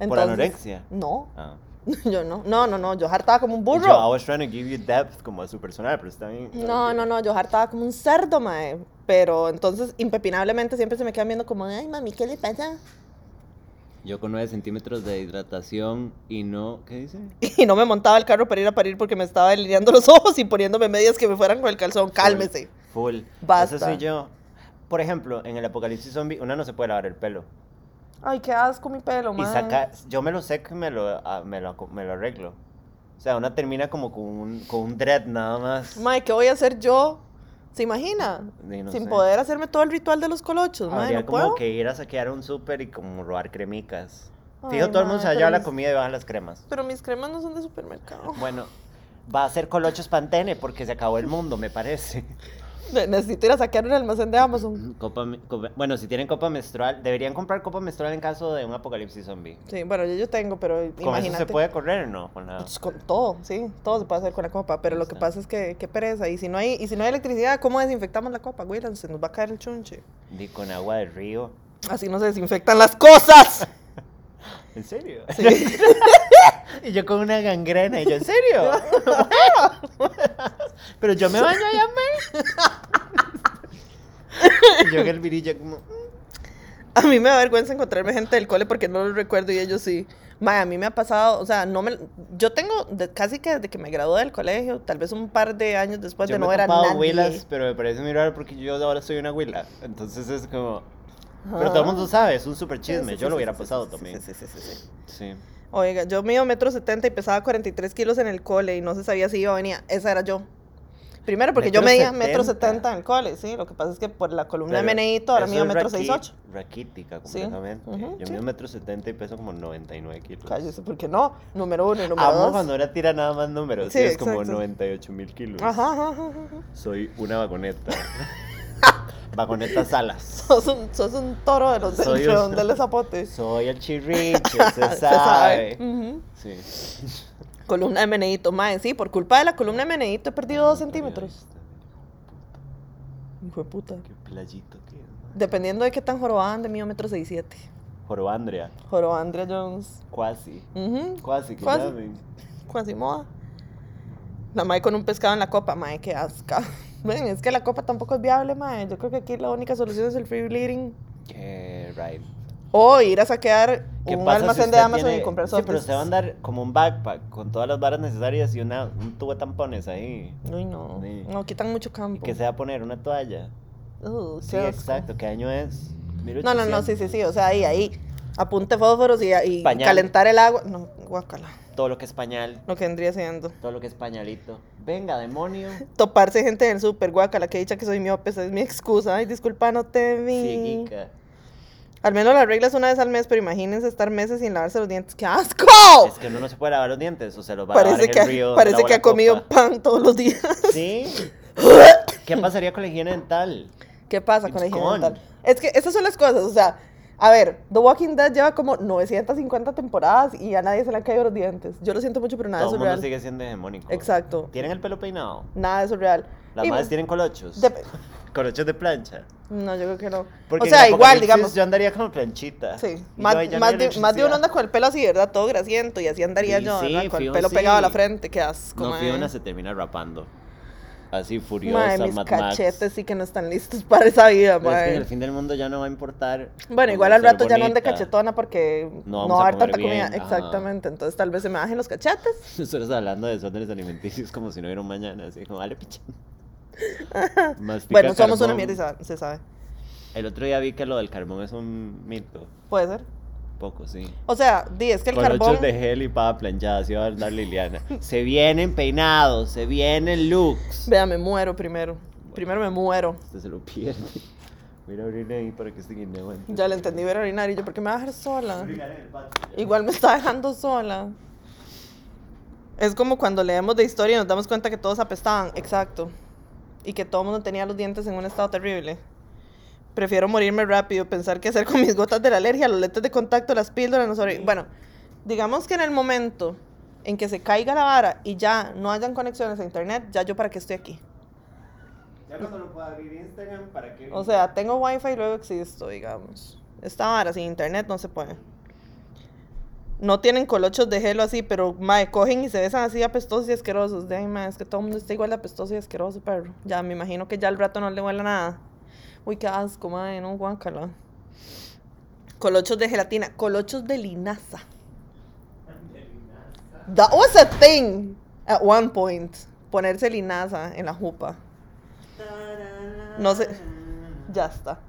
¿Por anorexia?
No,
Ah.
yo no. No, no, no. Yo hartaba como un
Y
burro.
Yo, I was trying to give you depth como a su personal, pero está bien.
No, no, no, yo hartaba como un cerdo, mae. Pero entonces, impepinablemente, siempre se me quedan viendo como, ay, mami, ¿qué le pasa?
Yo con 9 centímetros de hidratación y no. ¿Qué dice?
Y no me montaba el carro para ir a parir porque me estaba delineando los ojos y poniéndome medias que me fueran con el calzón. Cálmese.
Full.
Basta.
Eso soy yo. Por ejemplo, en el apocalipsis zombie, una no se puede lavar el pelo.
Ay, qué asco mi pelo,
Y
mae.
saca, yo me lo seco y me lo, ah, me lo, me lo arreglo. O sea, una termina como con un, con un dread nada más.
Mae, ¿qué voy a hacer yo? ¿Se imagina?
Ni no
Sin
sé.
poder hacerme todo el ritual de los colochos, mae.
Habría
No
como
puedo.
que ir a saquear un súper y como robar cremicas.
Ay,
Fijo, todo el mundo
mae,
se va a
pero
llevar la
mis-
comida y bajan las cremas.
Pero mis cremas no son de supermercado.
Bueno, va a ser Colochos Pantene porque se acabó el mundo, me parece.
Ne- Necesito ir a saquear un almacén de Amazon.
Copa me- copa- bueno, si tienen copa menstrual, deberían comprar copa menstrual en caso de un apocalipsis zombie.
Sí, bueno, yo, yo tengo, pero
¿Con eso
imagínate.
se puede correr o no? Con la-
Pues, con todo, sí, todo se puede hacer con la copa, pero lo que
Exacto.
pasa es que qué pereza, y si no hay y si no hay electricidad, ¿cómo desinfectamos la copa, güey? Se nos va a caer el chunche.
di- con agua de río.
Así no se desinfectan las cosas.
¿En serio?
Sí.
Y yo con una gangrena. Y yo, ¿en serio? Pero yo me baño allá, me. Y yo que el virillo como...
A mí me da vergüenza encontrarme gente del cole porque no lo recuerdo y ellos sí. Ma, a mí me ha pasado, o sea, no me yo tengo de- casi que desde que me gradué del colegio, tal vez un par de años después
yo
Pues de
me
no
he
ver a
topado
nadie.
huilas, pero me parece muy raro porque yo ahora soy una huila. Entonces es como... Pero
Ah.
todo el mundo sabe, es un super
Sí,
chisme. yo
sí, sí,
lo
sí,
hubiera
sí,
pasado
sí, sí,
también.
sí, sí, sí, sí.
Sí.
Oiga, yo mido metro setenta y pesaba 43 kilos en el cole y no se sabía si iba o venía. Esa era yo. Primero porque yo
Metro
medía metro
70.
setenta en el cole, sí. Lo que pasa es que por la columna de
Pero
Meneíto ahora
eso
mido
es
metro
raqui-
seis ocho.
Raquítica
Sí,
completamente.
ujú,
yo
sí.
mido metro setenta y peso como 99 kilos.
Cállese, porque no. Número uno y número
Amo
dos.
cuando ahora tira nada más números.
Sí,
Sí, es como
exacto.
98 mil kilos.
Ajá, ajá, ajá, ajá.
Soy una vagoneta. vagoneta Salas.
Sos un, sos un toro de los del
Soy
redondel
un-
de los zapotes.
Soy el chirriche, se
Se
sabe.
Ujú.
Sí.
Columna de Meneíto, mae, sí. Por culpa de la columna de Meneíto he perdido dos centímetros. Hijo de puta.
Qué playito que es. ¿no?
Dependiendo de qué tan jorobaban de mío metro seis siete.
Jorobandria.
Joroba Andrea Jones.
Cuasi.
Ujú.
Cuasi, que
Cuasi.
llamen.
Quasimoda. La mae con un pescado en la copa, mae, qué asca. Ven, es que la copa tampoco es viable, mae. Yo creo que aquí la única solución es el free bleeding.
Qué right.
O ir a saquear
¿Qué
un
pasa si
almacén
usted
de Amazon
tiene-
y comprar
Sí, pero
softs.
usted va a andar como un backpack con todas las varas necesarias y una, un tubo de tampones ahí.
Uy, no.
Sí.
No, quitan mucho
¿Y
campo.
qué se va a poner? ¿Una toalla?
Uh, qué
Sí,
asco.
exacto. ¿Qué año es?
No, no, no, sí,
1800.
sí, sí. O sea, ahí, ahí. Apunte fósforos y, y
Pañal.
calentar el agua. No, guácala.
Todo lo que es pañal,
Lo que vendría siendo.
todo lo que es pañalito. Venga, demonio.
Toparse gente en el súper, guácala, que dicha que soy miope, esa es mi excusa. Ay, disculpa, no te vi.
Sí, Kika.
Al menos la regla es una vez al mes, pero imagínense estar meses sin lavarse los dientes. ¡Qué asco!
Es que uno no se puede lavar los dientes, o se los va a lavar
Oh. Parece
en
que,
el río. de la
parece que
buena
ha comido
copa.
pan todos los días.
Sí. ¿Qué pasaría con la higiene dental?
¿Qué pasa con la
It's
higiene
gone.
dental? Es que esas son las cosas, o sea, a ver, The Walking Dead lleva como 950 temporadas y a nadie se le han caído los dientes. Yo lo siento mucho, pero nada
Todo el
es
mundo
real.
sigue siendo hegemónico.
Exacto. pues,
¿Tienen el pelo peinado?
Nada es real.
¿Las madres tienen colochos? ¿Colochos de plancha?
No, yo creo que no.
Porque
o
en
sea, igual,
Apocalipsis
digamos.
Yo andaría como planchita.
Sí,
Y
más,
yo, ay, ya no
más
hay
de, más de uno
electricidad.
anda con el pelo así, ¿verdad? Todo grasiento y así andaría
Sí,
yo,
sí,
¿verdad? Con el
fijo,
pelo pegado a la
sí.
frente, qué asco.
No,
mae.
Fiona se termina rapando. Así furiosa,
Mae, mis
Mad Max.
cachetes sí que no están listos para esa vida,
Pero es que
mae.
en el fin del mundo ya no va a importar.
Bueno,
con
igual al
ser
rato ya no ande
bonita.
cachetona porque
No
no,
vamos
va a
a
haber
comer
tanta comida.
bien, ajá.
Exactamente, entonces tal vez se me bajen los cachetes.
Nosotros hablando de desórdenes alimenticios como si no hubiera un mañana, así como, vale, picha. Mastica
bueno, somos una
carbón.
mierda y sa- se sabe.
El otro día vi que lo del carbón es un mito.
Puede ser.
Poco, sí.
O sea, di, es que el
Colochos
carbón.
de gel y pava planchada, así va a andar Liliana. se vienen peinados, se vienen looks.
Vea, me muero primero. Primero me muero.
Usted se lo Este pierde. Voy a ir a abrir ahí para que este guineo entre.
Ya le entendí ver orinar y yo, ¿por qué me va a dejar sola?
Orinar en el patio.
Igual me está dejando sola. Es como cuando leemos de historia y nos damos cuenta que todos apestaban, exacto. Y que todo el mundo tenía los dientes en un estado terrible. Prefiero morirme rápido, pensar qué hacer con mis gotas de la alergia, los lentes de contacto, las píldoras, no sobre... Bueno, digamos que en el momento en que se caiga la vara y ya no hayan conexiones a internet, ya yo para qué estoy aquí.
Ya cuando no pueda abrir Instagram, ¿para qué?
O sea, tengo wifi y luego existo, digamos. Esta vara sin internet no se puede. No tienen colochos de gelo así, pero mae, cogen y se besan así apestosos y asquerosos. De ahí, mae, es que todo el mundo está igual de apestoso y asqueroso, perro. Ya, me imagino que ya al rato no le huele nada. Uy, qué asco, mae, no, guácala. Colochos de gelatina, colochos de linaza. That was a thing at one point. Ponerse linaza en la jupa. No sé. Ya está.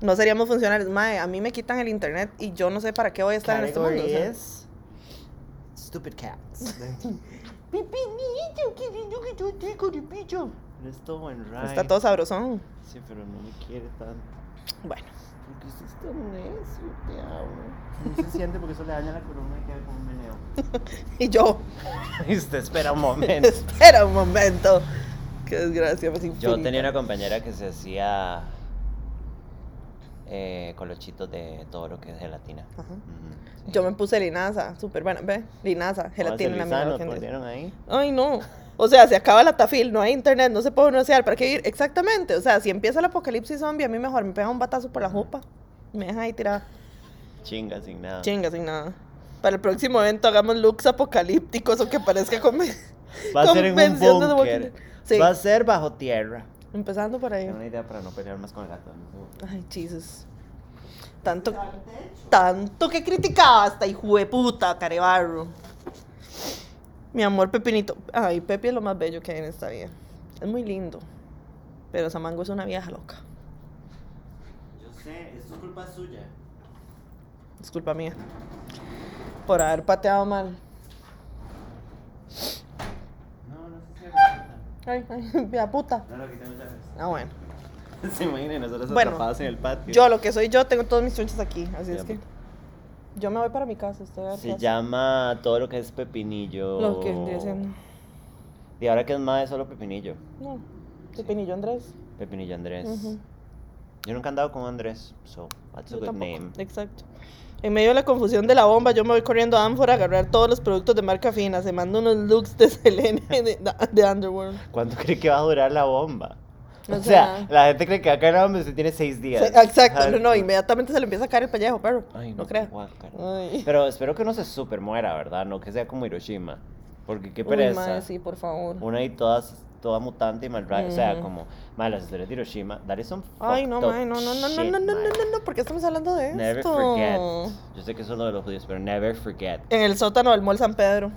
No seríamos funcionarios. Mae, a mí me quitan el internet y yo no sé para qué voy a estar en este
Category
mundo. o sea.
es Stupid Cats. No es todo en ride.
Está todo sabrosón.
Sí, pero no me quiere tanto.
Bueno,
Porque usted es tan necio, te amo. No se siente porque eso le daña la columna y queda como un meneo.
y yo,
Y usted espera un momento.
espera un momento. Qué desgracia, pues
Yo
infinita.
tenía una compañera que se hacía eh, colochitos de todo lo que es gelatina.
Ajá.
Ujú, sí.
Yo me puse linaza, súper buena. Ve,
Ah,
linaza, gelatina en la
Pónganse
misma
lisano,
gente.
ponieron ahí.
Ay, no. O sea, se acaba la tafil, no hay internet, no se puede pronunciar. ¿Para qué ir? Exactamente. O sea, si empieza el apocalipsis zombie, a mí mejor me pega un batazo por la jupa. Me deja ahí tirada.
Chinga, sin nada.
Chinga, sin nada. Para el próximo evento hagamos looks apocalípticos o que parezca con...
Va a ser en un
convención de The Walking
búnker.
Dead. Sí.
Va a ser bajo tierra.
Empezando por ahí.
Tengo una idea para no pelear más con el gato. dame un segundo.
Ay, Jesus. Tanto, tanto que criticaba hasta hijo de puta, Carebarro. Mi amor, Pepinito. Ay, Pepe es lo más bello que hay en esta vida. Es muy lindo. Pero Samango es una vieja loca.
Yo sé, esto es culpa suya.
Es culpa mía. Por haber pateado mal.
No, no sé si es culpa.
Ay, ay, vieja puta.
No lo quitamos ya ves.
Ah, bueno.
Se imaginen, nosotros
Bueno,
atrapados en el patio.
Yo, lo que soy yo, tengo todos mis chunches aquí. Así
Vieja
es que. Yo me voy para mi casa. Estoy
Se
harta.
llama todo lo que es pepinillo.
Lo que estoy haciendo.
Y ahora que es más es solo pepinillo.
No. Pepinillo Andrés.
Pepinillo Andrés.
Ujú.
Yo nunca he andado con Andrés, so that's a
Yo
good
tampoco.
name.
Exacto. En medio de la confusión de la bomba, yo me voy corriendo a Amphora a agarrar todos los productos de marca fina. Se manda unos looks de Selene de, de Underworld.
¿Cuánto cree que va a durar la bomba?
No
o
sé
sea,
nada.
la gente cree que acá en la bomba se tiene seis días.
Se- exacto,
Ajá.
no, no, inmediatamente se le empieza a caer el pellejo, pero
Ay,
no,
no,
creo.
guácala.
Ay.
Pero espero que no se super muera, ¿verdad? No que sea como Hiroshima. Porque qué
Uy,
pereza.
madre, sí, por favor.
Una y todas, toda mutante y malvada. O sea,
Ujú.
como, madre, las historias de Hiroshima. That is some
Ay,
fucked
no,
up
madre, no, no, no, no,
shit,
no, no, no,
madre.
no, no, ¿por qué estamos hablando de
Never
esto?
forget. Yo sé que eso es lo de los judíos, pero never forget.
En el sótano del Mall San Pedro.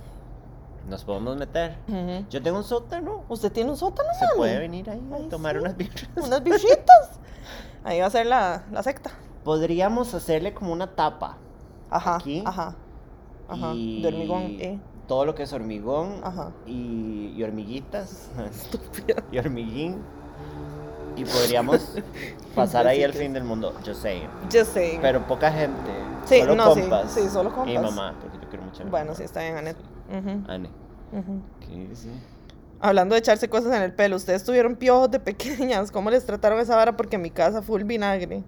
Nos podemos meter.
Ujú.
Yo tengo un sótano.
¿Usted tiene un sótano,
Se
mami?
puede venir ahí
Ay,
a tomar
sí.
unas birras.
Unas bichitas. Ahí va a ser la, la secta.
Podríamos hacerle como una tapa.
Ajá,
Aquí.
ajá. Ajá,
y
de hormigón, eh.
Todo lo que es hormigón.
Ajá.
Y, y hormiguitas.
Estúpida.
y hormiguín. Y podríamos pasar
Yo
ahí
sí
el
que
fin del mundo. Yo sé.
Yo sé.
Pero poca gente.
Sí,
solo
no, sí,
compas.
sí, solo
Y
compas.
mamá, porque yo quiero mucho a mi
Bueno,
mamá.
sí, está bien, Anet.
Sí.
Ujú,
Ane.
ujú.
¿Qué dice?
Hablando de echarse cosas en el pelo, ustedes tuvieron piojos de pequeñas, ¿cómo les trataron esa vara? Porque en mi casa fue el vinagre.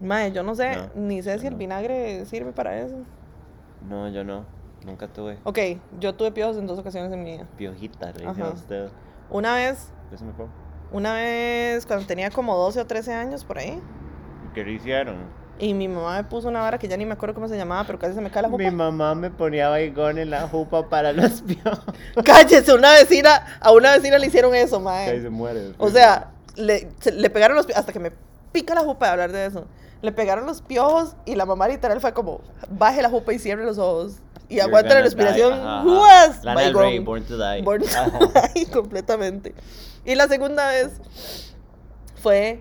Mae, yo no sé,
No,
ni sé
yo
si el
no.
vinagre sirve para eso.
No, yo no. Nunca tuve.
Ok, yo tuve piojos en dos ocasiones en mi vida.
Piojita, le dicen
Ajá.
a usted.
Una vez,
Eso me acuerdo.
una vez cuando tenía como 12 o 13 años por ahí,
¿Qué le hicieron?
y mi mamá me puso una vara que ya ni me acuerdo cómo se llamaba, pero casi se me cae la
Mi
jupa.
mamá me ponía baigón en la jupa para los piojos.
Cállese, una vecina, a una vecina le hicieron eso, mae.
Ahí se muere.
O sea, le, se- le pegaron los pi- hasta que me pica la jupa de hablar de eso. Le pegaron los piojos y la mamá literal fue como, baje la jupa y cierre los ojos. Y aguanta la respiración. ¡Juas!
Lana del
Bye,
Rey,
gone.
Born to Die.
Born to
Ajá.
die, completamente. Y la segunda vez fue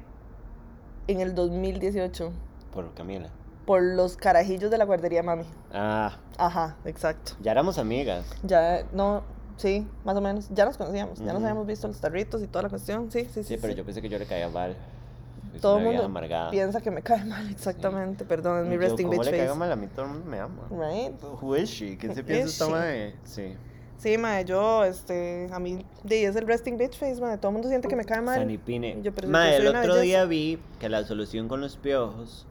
en el 2018
Por Camila.
por los carajillos de la guardería mami.
Ah,
Ajá, exacto.
ya éramos amigas.
Ya, no, sí, más o menos. Ya nos conocíamos, ya nos
Ujú.
habíamos visto los tarritos y toda la cuestión. Sí, sí, sí.
Sí, pero pues,
sí.
yo pensé que yo le caía mal. Es
Todo
una
el
vieja
mundo
amargada.
piensa que me cae mal, exactamente. Perdón, es mi
Yo,
resting
¿cómo
bitch
le
face.
caiga mal a mí? Todo el mundo me ama.
Right?
Who is she? ¿Quién se
Who
piensa
is
esta
she?
madre? Sí.
Sí, mae, yo, este, a mí, di, es el resting bitch face, mae. Todo el mundo siente que me cae mal.
Sanipine.
Yo, pero yo
Madre,
soy
el
una
otro
belleza.
día vi que la solución con los piojos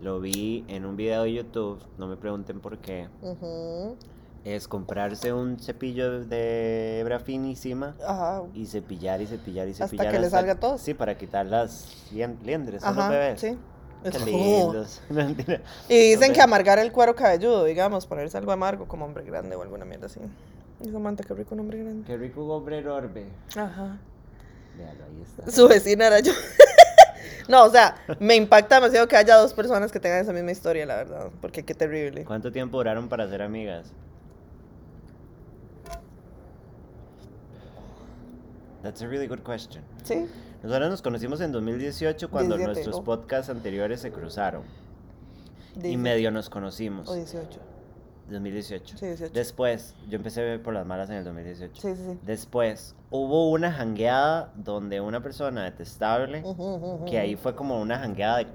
lo vi en un video de YouTube, no me pregunten por qué,
Ujú.
es comprarse un cepillo de brafinísima
Ajá.
y cepillar y cepillar y
Hasta
cepillar.
que le salga todo.
Sí, para quitar las lien- liendres, son los
Ajá,
bebés.
sí.
Qué
Oh.
lindos. No, mentira.
Y dicen
Ok.
que amargar el cuero cabelludo, digamos, ponerse algo amargo como hombre grande o alguna mierda así. Y Samantha, qué rico un hombre grande.
Qué rico obrero orbe.
Ajá.
Véalo, ahí está.
Su vecina era yo. no, o sea, me impacta demasiado que haya dos personas que tengan esa misma historia, la verdad. Porque qué terrible.
¿Cuánto tiempo duraron para ser amigas? That's a really good question.
Sí.
Nosotros nos conocimos en 2018 cuando
17,
nuestros
¿no?
podcasts anteriores se cruzaron y
Dice-
medio nos conocimos.
O 18.
2018.
Sí, 18.
Después, yo empecé a ver por las malas en el 2018.
Sí, sí, sí.
Después, hubo una jangueada donde una persona detestable,
Ujú, ujú, ujú.
que ahí fue como una jangueada de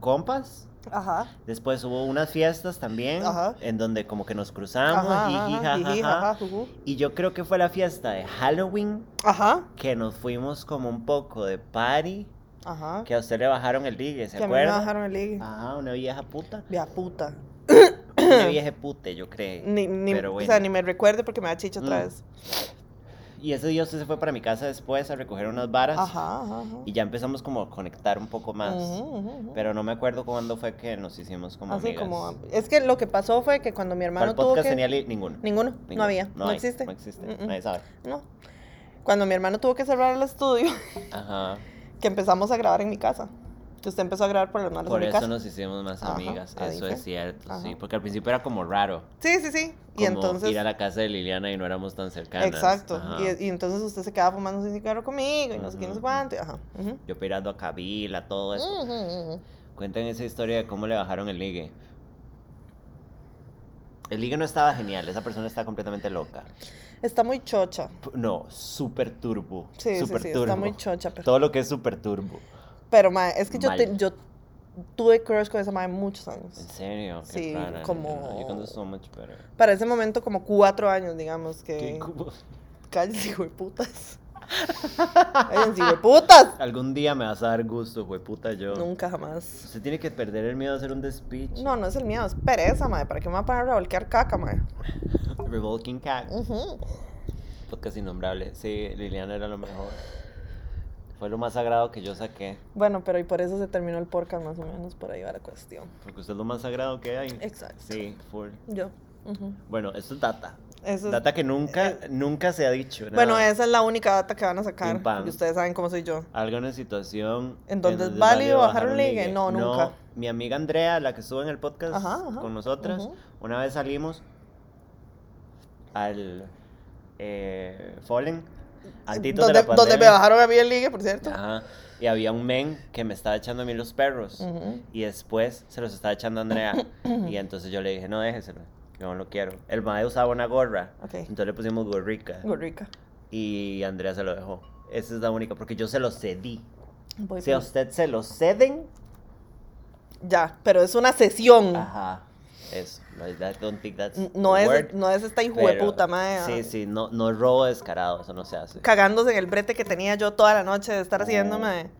compas.
Ajá.
Después hubo unas fiestas también,
Ajá.
en donde como que nos cruzamos,
Ajá.
jiji,
Ajá. jiji,
jajaja.
ajá, jujú.
Y yo creo que fue la fiesta de Halloween
Ajá.
que nos fuimos como un poco de party,
Ajá.
que a usted le bajaron el ligue, ¿se
Que a mí me
acuerda?
bajaron el ligue.
Ah, una vieja puta.
Vea puta.
Una vieja pute, yo creo.
Ni, ni,
Pero
O
bueno.
sea, ni me recuerde porque me da chicha otra
Mm.
vez.
Y ese día usted se fue para mi casa después a recoger unas varas
Ajá, ajá. ajá.
y ya empezamos como a conectar un poco más.
Ujú, ujú, ujú.
Pero no me acuerdo cuándo fue que nos hicimos como
Así
amigas.
como. Es que lo que pasó fue que cuando mi hermano
¿Cuál
tuvo
podcast
que.
tenía li- ninguno?
Ninguno,
Ninguno.
no había, no,
hay,
existe.
No existe,
Mm, mm,
nadie sabe.
no. Cuando mi hermano tuvo que cerrar el estudio,
Ajá.
que empezamos a grabar en mi casa. Que usted empezó a grabar por las manos
Por
en mi
eso
casa.
nos hicimos más
Ajá,
amigas,
ahí
eso
fue.
es cierto, sí,
Ajá.
porque al principio era como raro.
Sí, sí, sí.
Como
Y entonces.
ir a la casa de Liliana y no éramos tan cercanas.
Exacto.
Ajá.
Y, y entonces usted se quedaba fumando un cigarro conmigo y no sé qué, no sé
Ujú. Pues,
cuánto. y Ajá. ujú.
Yo pirando a Kabila, todo eso.
Ujú, ujú, ujú.
Cuenten esa historia de cómo le bajaron el ligue. El ligue no estaba genial, esa persona está completamente loca.
Está muy chocha.
P- No, súper turbo.
Sí, sí,
súper
sí,
turbo.
está muy chocha. Pero,
Todo lo que es súper turbo.
pero mae, es que yo, te-
Mal.
yo tuve crush con esa madre muchos años.
En serio, qué
Sí,
rara, no,
como-
no, Yo cuando so much better.
Para ese momento, como cuatro años, digamos, que.
Qué cubo.
Cállense, hijo de putas. Cállense, hijo de putas.
Algún día me vas a dar gusto, puta yo.
Nunca jamás.
Usted tiene que perder el miedo a hacer un despiche.
No, no es el miedo, es pereza, madre. ¿Para qué me va a parar a revolquear caca, madre?
Revolking Cat. Podcast innombrable. Sí, Liliana era lo mejor. Fue lo más sagrado que yo saqué.
Bueno, pero y por eso se terminó el podcast, más o menos, por ahí va la cuestión.
Porque usted es lo más sagrado que hay.
Exacto.
Sí, full.
Yo. ujú.
Bueno, esto es data.
Eso es- eh,
Data que nunca, nunca se ha dicho. nada.
Bueno, esa es la única data que van a sacar.
Pim, pam.
porque ustedes saben cómo soy yo.
Alguna situación.
¿En donde
donde
es válido bajar un ligue? No, nunca.
Mi amiga Andrea, la que estuvo en el podcast
Ajá, ajá,
con nosotras,
ujú.
una vez salimos al eh, Fallen. Antito de
Donde,
la
donde me
pandemia.
bajaron a mí el ligue, por cierto.
Ajá. Y había un men que me estaba echando a mí los perros.
Ujú.
Y después se los estaba echando a Andrea. y entonces yo le dije, no déjeselo. Yo no lo quiero. El mae usaba una gorra.
Ok.
Entonces le pusimos gorrica.
Gorrica.
Y Andrea se lo dejó. Esa es la única, porque yo se lo cedí.
Voy
Si a
por-
usted se lo ceden,
Ya, pero es una sesión.
ajá. Eso. No, that- don't think that's
N- No
the
es,
word,
no es esta hijo de
pero-
puta, madre. ah.
Sí, sí, no, no es robo descarado, eso no se hace.
cagándose en el brete que tenía yo toda la noche de estar haciéndome.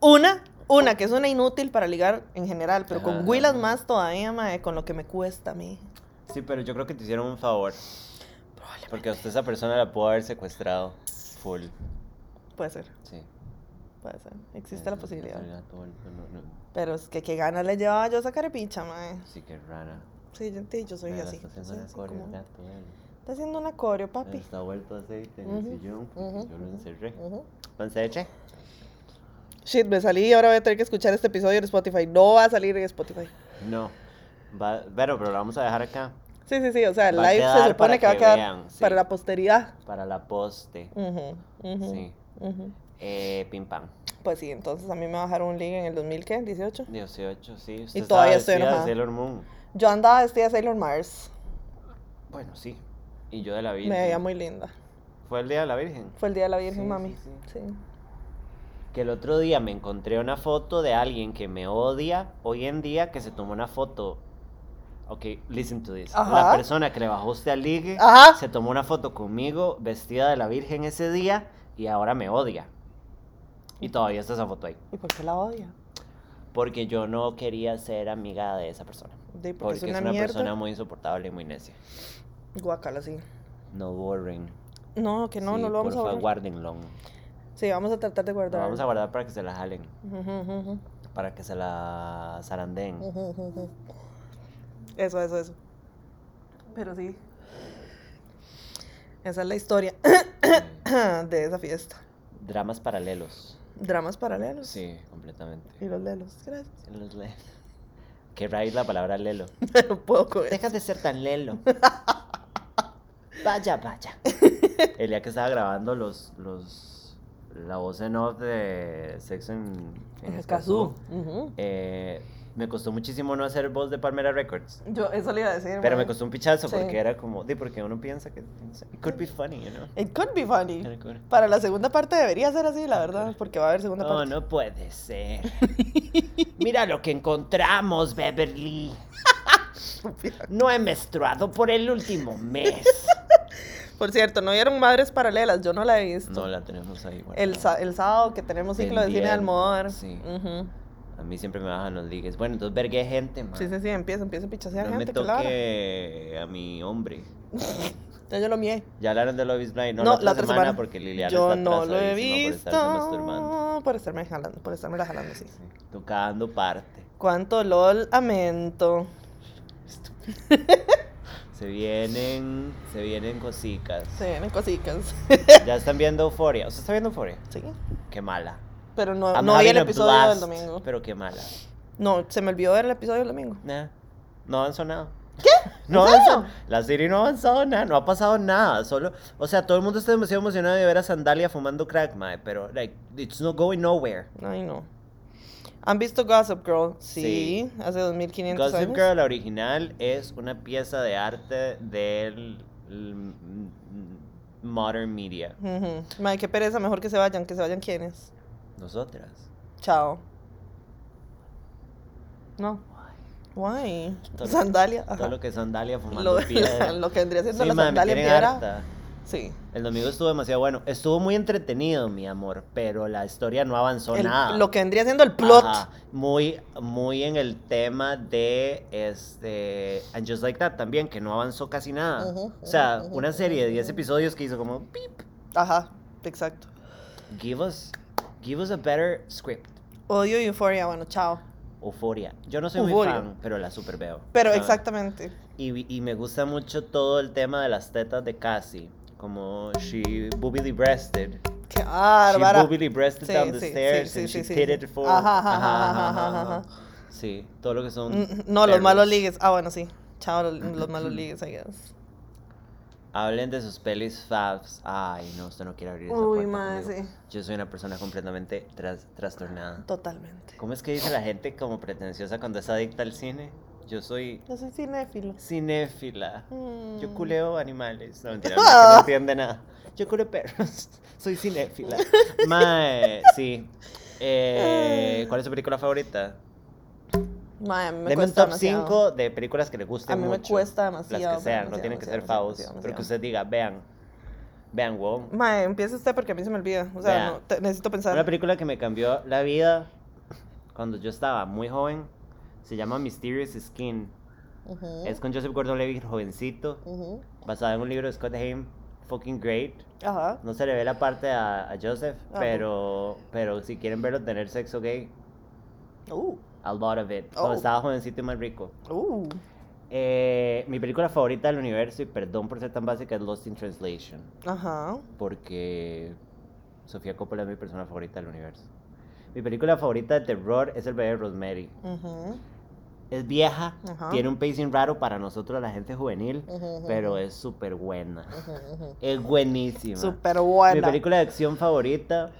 Una, una, que es una inútil para ligar en general, pero
Ajá,
con Willas
ajá.
más todavía, mae, con lo que me cuesta a mí.
Sí, pero yo creo que te hicieron un favor. Porque a usted esa persona la pudo haber secuestrado full.
Puede ser,
Sí.
puede ser. Existe la posibilidad.
todo Eh, el- no, no, no.
Pero es que qué ganas le llevaba yo a esa carepicha, mae.
Sí, qué rara.
Sí, yo, sí, yo soy
Mira,
así.
Está
yo
haciendo
soy
una
así
coreo,
como-
el gato, él.
Está haciendo una coreo,
Él
papi.
Está vuelto aceite en
Ujú,
el sillón. porque
ujú,
Yo lo
ujú,
encerré.
Ujú.
¿Lo encerré?
Shit, me salí y ahora voy a tener que escuchar este episodio en Spotify. No va a salir en Spotify.
No. Va, pero, pero lo vamos a dejar acá.
Sí, sí, sí. O sea, el
Va a
live
quedar
se supone
para
que, va a
que
quedar
vean, sí.
para la posteridad.
Para la poste.
Ujú, ujú,
Sí.
ujú.
Eh, pim pam.
Pues sí, entonces a mí me bajaron un ligue en el 2018.
18, sí. Usted
todavía estoy
estaba vestida
enojada.
de Sailor Moon.
Yo andaba vestida de Sailor Mars.
Bueno, sí. Y yo de la Virgen.
Me veía muy linda.
Fue el día de la Virgen.
Fue el día de la Virgen,
Sí,
mami.
sí,
Sí.
que el otro día me encontré una foto de alguien que me odia hoy en día que se tomó una foto. Ok, listen to this.
Ajá.
La persona que le bajó usted al ligue
Ajá.
se tomó una foto conmigo vestida de la Virgen ese día y ahora me odia. Y todavía está esa foto ahí.
¿Y por qué la odia?
Porque yo no quería ser amiga de esa persona.
De, porque,
Porque
es una, mierda.
persona muy insoportable y muy necia.
Guácala, sí.
No borren.
No, que no,
Sí,
no lo vamos a
porfa,
guardar.
guárdenlo.
Sí, vamos a tratar de
Lo
guardar.
vamos a guardar para que se la jalen.
Ujú, ujú, ujú.
Para que se la zarandeen.
Ujú, ujú, ujú. Eso, eso, eso. Pero sí. Esa es la historia de esa fiesta.
Dramas paralelos.
Dramas paralelos.
Sí, completamente.
Y los lelos. Gracias.
Los le- Qué raíz la palabra lelo.
no puedo con eso.
Deja de ser tan lelo. Vaya, vaya. El día que estaba grabando los, los, la voz en off de Sexo en, en Escazú,
Ujú.
eh, me costó muchísimo no hacer voz de Palmera Records.
Yo eso le iba a decir.
Pero
mae.
me costó un pichazo
Sí.
porque era como, di, porque uno piensa que no sé, it could be funny, you know.
It could be funny.
It could.
Para la segunda parte debería ser así, la verdad, porque va a haber segunda
No,
parte.
"Oh, no puede ser. Mira lo que encontramos, Beverly. No he menstruado por el último mes.
Por cierto, no vieron Madres Paralelas, yo no la he visto.
No la tenemos ahí. guardada.
el, sa- el sábado que tenemos ciclo de cine de
Pendiente,
Almodóvar.
sí.
Ujú.
A mí siempre me bajan los ligues. Bueno, entonces vergué gente, man.
Sí, sí, sí, empieza, empieza a pichasear
no me
gente, claro.
toque a mi hombre.
Ya yo lo mié.
Ya hablaron de Love is Blind, no,
No,
la otra, semana,
semana.
porque Liliana
Yo
está
no lo he
atrasadísima por estarse masturbando.
visto. Por estarme jalando, por estarme la jalando, sí.
Sí, Tocando parte.
Cuánto LOL amento.
Se vienen, se vienen cositas.
Se vienen cositas.
Ya están viendo Euforia. ¿Usted está viendo Euforia?
sí.
Qué mala.
Pero no,
I'm
no vi el
having a
episodio
blast,
del domingo.
Pero qué mala.
No, se me olvidó ver el episodio del domingo.
Nah, no han sonado. ¿Qué? No han sonado. La serie no ha avanzado nada, no ha pasado nada. Solo, o sea, todo el mundo está demasiado emocionado de ver a Sandalia fumando crack, mae, pero like it's not going nowhere.
Ay, no. ¿Han visto Gossip Girl? Sí,
Sí.
hace 2500
Gossip
años.
Girl la original es una pieza de arte del mm, mm, modern media.
Ujú. Mae, qué pereza, mejor que se vayan, que se vayan quienes.
Nosotras.
Chao. No. Why? Sandalia.
Todo
Ajá.
lo que es Sandalia fumando
Lo,
piedra.
lo que vendría siendo
Sí,
la
mae, me
sandalia en
tienen
piedra.
harta.
Sí.
El domingo estuvo demasiado bueno. Estuvo muy entretenido, mi amor, pero la historia no avanzó
El-
nada.
lo que vendría siendo el plot.
Ajá, muy, muy en el tema de este. And Just Like That también, que no avanzó casi nada.
Ujú,
o sea,
ujú,
una serie de 10 episodios que hizo como. "Pip,
Ajá, exacto.
Give us, give us a better script.
Odio y euforia, bueno, chao.
Euforia. Yo no soy muy
Euphoria.
fan, pero la super veo.
Pero
¿sabes?
exactamente.
Y, y me gusta mucho todo el tema de las tetas de Cassie. Como she boobily breasted.
Qué
She
bárbara.
boobily breasted
Sí,
down the
sí, sí,
stairs
sí,
and
sí,
she
sí,
titted
sí.
for.
Ajá, ajá, ajá, ajá, ajá.
Sí, todo lo que son.
Mm, No, los malos
perros.
ligues. Ah, bueno, sí. Chao, los, los malos ligues, I guess.
Hablen de sus pelis fabs. Ay, no, usted no quiere abrir esa
Uy,
puerta
mae,
conmigo.
sí.
Yo soy una persona completamente tras- trastornada.
Totalmente.
¿Cómo es que dice la gente como pretenciosa cuando es adicta al cine? Yo soy
Yo soy cinéfilo.
cinéfila. Yo
Mm.
culeo animales. No, mentira, no, no entiende nada. Yo culeo perros. Soy cinéfila. Mae, sí. Eh, ¿Cuál es su película favorita?
Mae, a mí me
Deme un
cuesta
top
demasiado.
5 de películas que le gusten
A mí me
mucho.
cuesta
Las
demasiado,
que sean, no
demasiado,
tienen que ser
demasiado,
favos.
demasiado,
Pero que
demasiado.
usted diga, vean. Vean, wow.
Mae, empieza usted porque a mí se me olvida. O sea,
Vea.
no, te- necesito pensar.
Una película que me cambió la vida cuando yo estaba muy joven se llama Mysterious Skin.
Ujú,
Es con Joseph Gordon-Levitt, jovencito,
ujú.
basada en un libro de Scott Haim, fucking great.
Ajá.
No se le ve la parte a, a Joseph,
Ajá.
pero pero si quieren verlo tener sexo gay,
Uh,
a lot of it.
Oh.
Cuando estaba jovencito y más rico.
uh.
Eh, mi película favorita del universo, y perdón por ser tan básica, es Lost in Translation.
Ajá.
porque Sofía Coppola es mi persona favorita del universo. Mi película favorita de terror es El bebé de Rosemary.
Ujú,
Es vieja,
Ajá.
tiene un pacing raro para nosotros, la gente juvenil,
Ujú, ujú,
pero es súper buena.
ujú, ujú.
Es buenísima.
Súper buena.
Mi película de acción favorita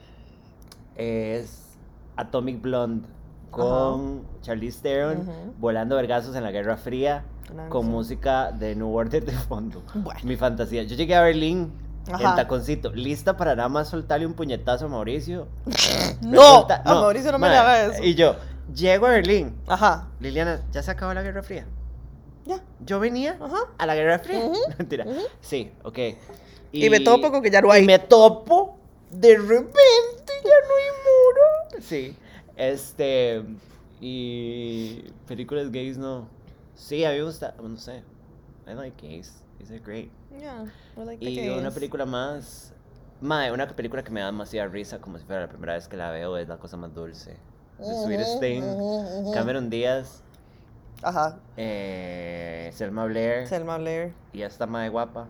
es Atomic Blonde con Charlize Theron
Ujú.
volando vergazos en la Guerra Fría
Claro que
con
sí.
música de New Order de fondo.
Bueno.
Mi fantasía. Yo llegué a Berlín en
Ajá.
taconcito, lista para nada más soltarle un puñetazo a Mauricio.
No,
Resulta-
a Mauricio no me le
mae,
haga eso.
Y yo, llego a Berlín.
Ajá,
Liliana, ya se acabó la Guerra Fría.
ya.
Yo venía
Ajá.
a la Guerra Fría.
Ujú,
Mentira.
ujú.
Sí, ok.
Y, me topo con que ya no
Y
hay.
me topo, de repente ya no hay muro. Sí, este. Y. Películas gays no. Sí, a mí me gusta. No sé. I like gays. These are great.
Yeah, we're like the
Y una
gays.
película más. Mae, una película que me da demasiada risa, como si fuera la primera vez que la veo, es La Cosa Más Dulce. The Sweetest
Ujú,
Thing.
ujú, ujú.
Cameron Díaz,
Ajá,
eh, Selma Blair
Selma Blair.
y esta mae guapa,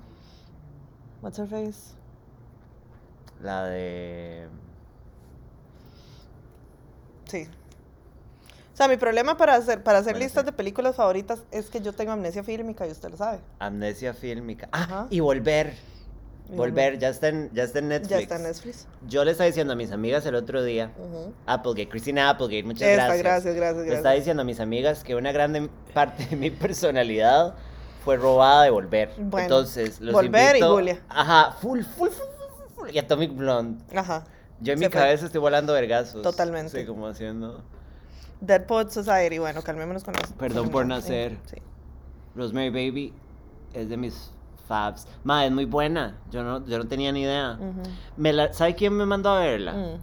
What's her face?
la de.
Sí. O sea, mi problema para hacer, para hacer
Bueno,
listas
sí.
de películas favoritas es que yo tengo amnesia fílmica y usted lo sabe.
Amnesia Fílmica.
Ajá.
Ah, y volver.
Y
Volver, ya está, en, ya está en Netflix.
Ya está en Netflix.
Yo le estaba diciendo a mis amigas el otro día,
Ujú.
Applegate, Cristina Applegate, muchas
Esta,
gracias.
gracias, gracias,
Le estaba
gracias.
diciendo a mis amigas que una grande parte de mi personalidad fue robada de volver.
Bueno,
Entonces, los
Volver y
invito-
Julia.
Ajá, full, full, full, full, full, full, Y Atomic Blonde.
Ajá.
Yo en
Se
mi
fue.
cabeza estoy volando vergazos.
Totalmente.
Sí, como haciendo.
Dead Poet Society, bueno, calmémonos con eso.
Perdón por nacer.
Sí.
Rosemary Baby es de mis faves. Ma, es muy buena. Yo no, yo no tenía ni idea.
Ujú.
Me la- ¿Sabe quién me mandó a verla?
Mm.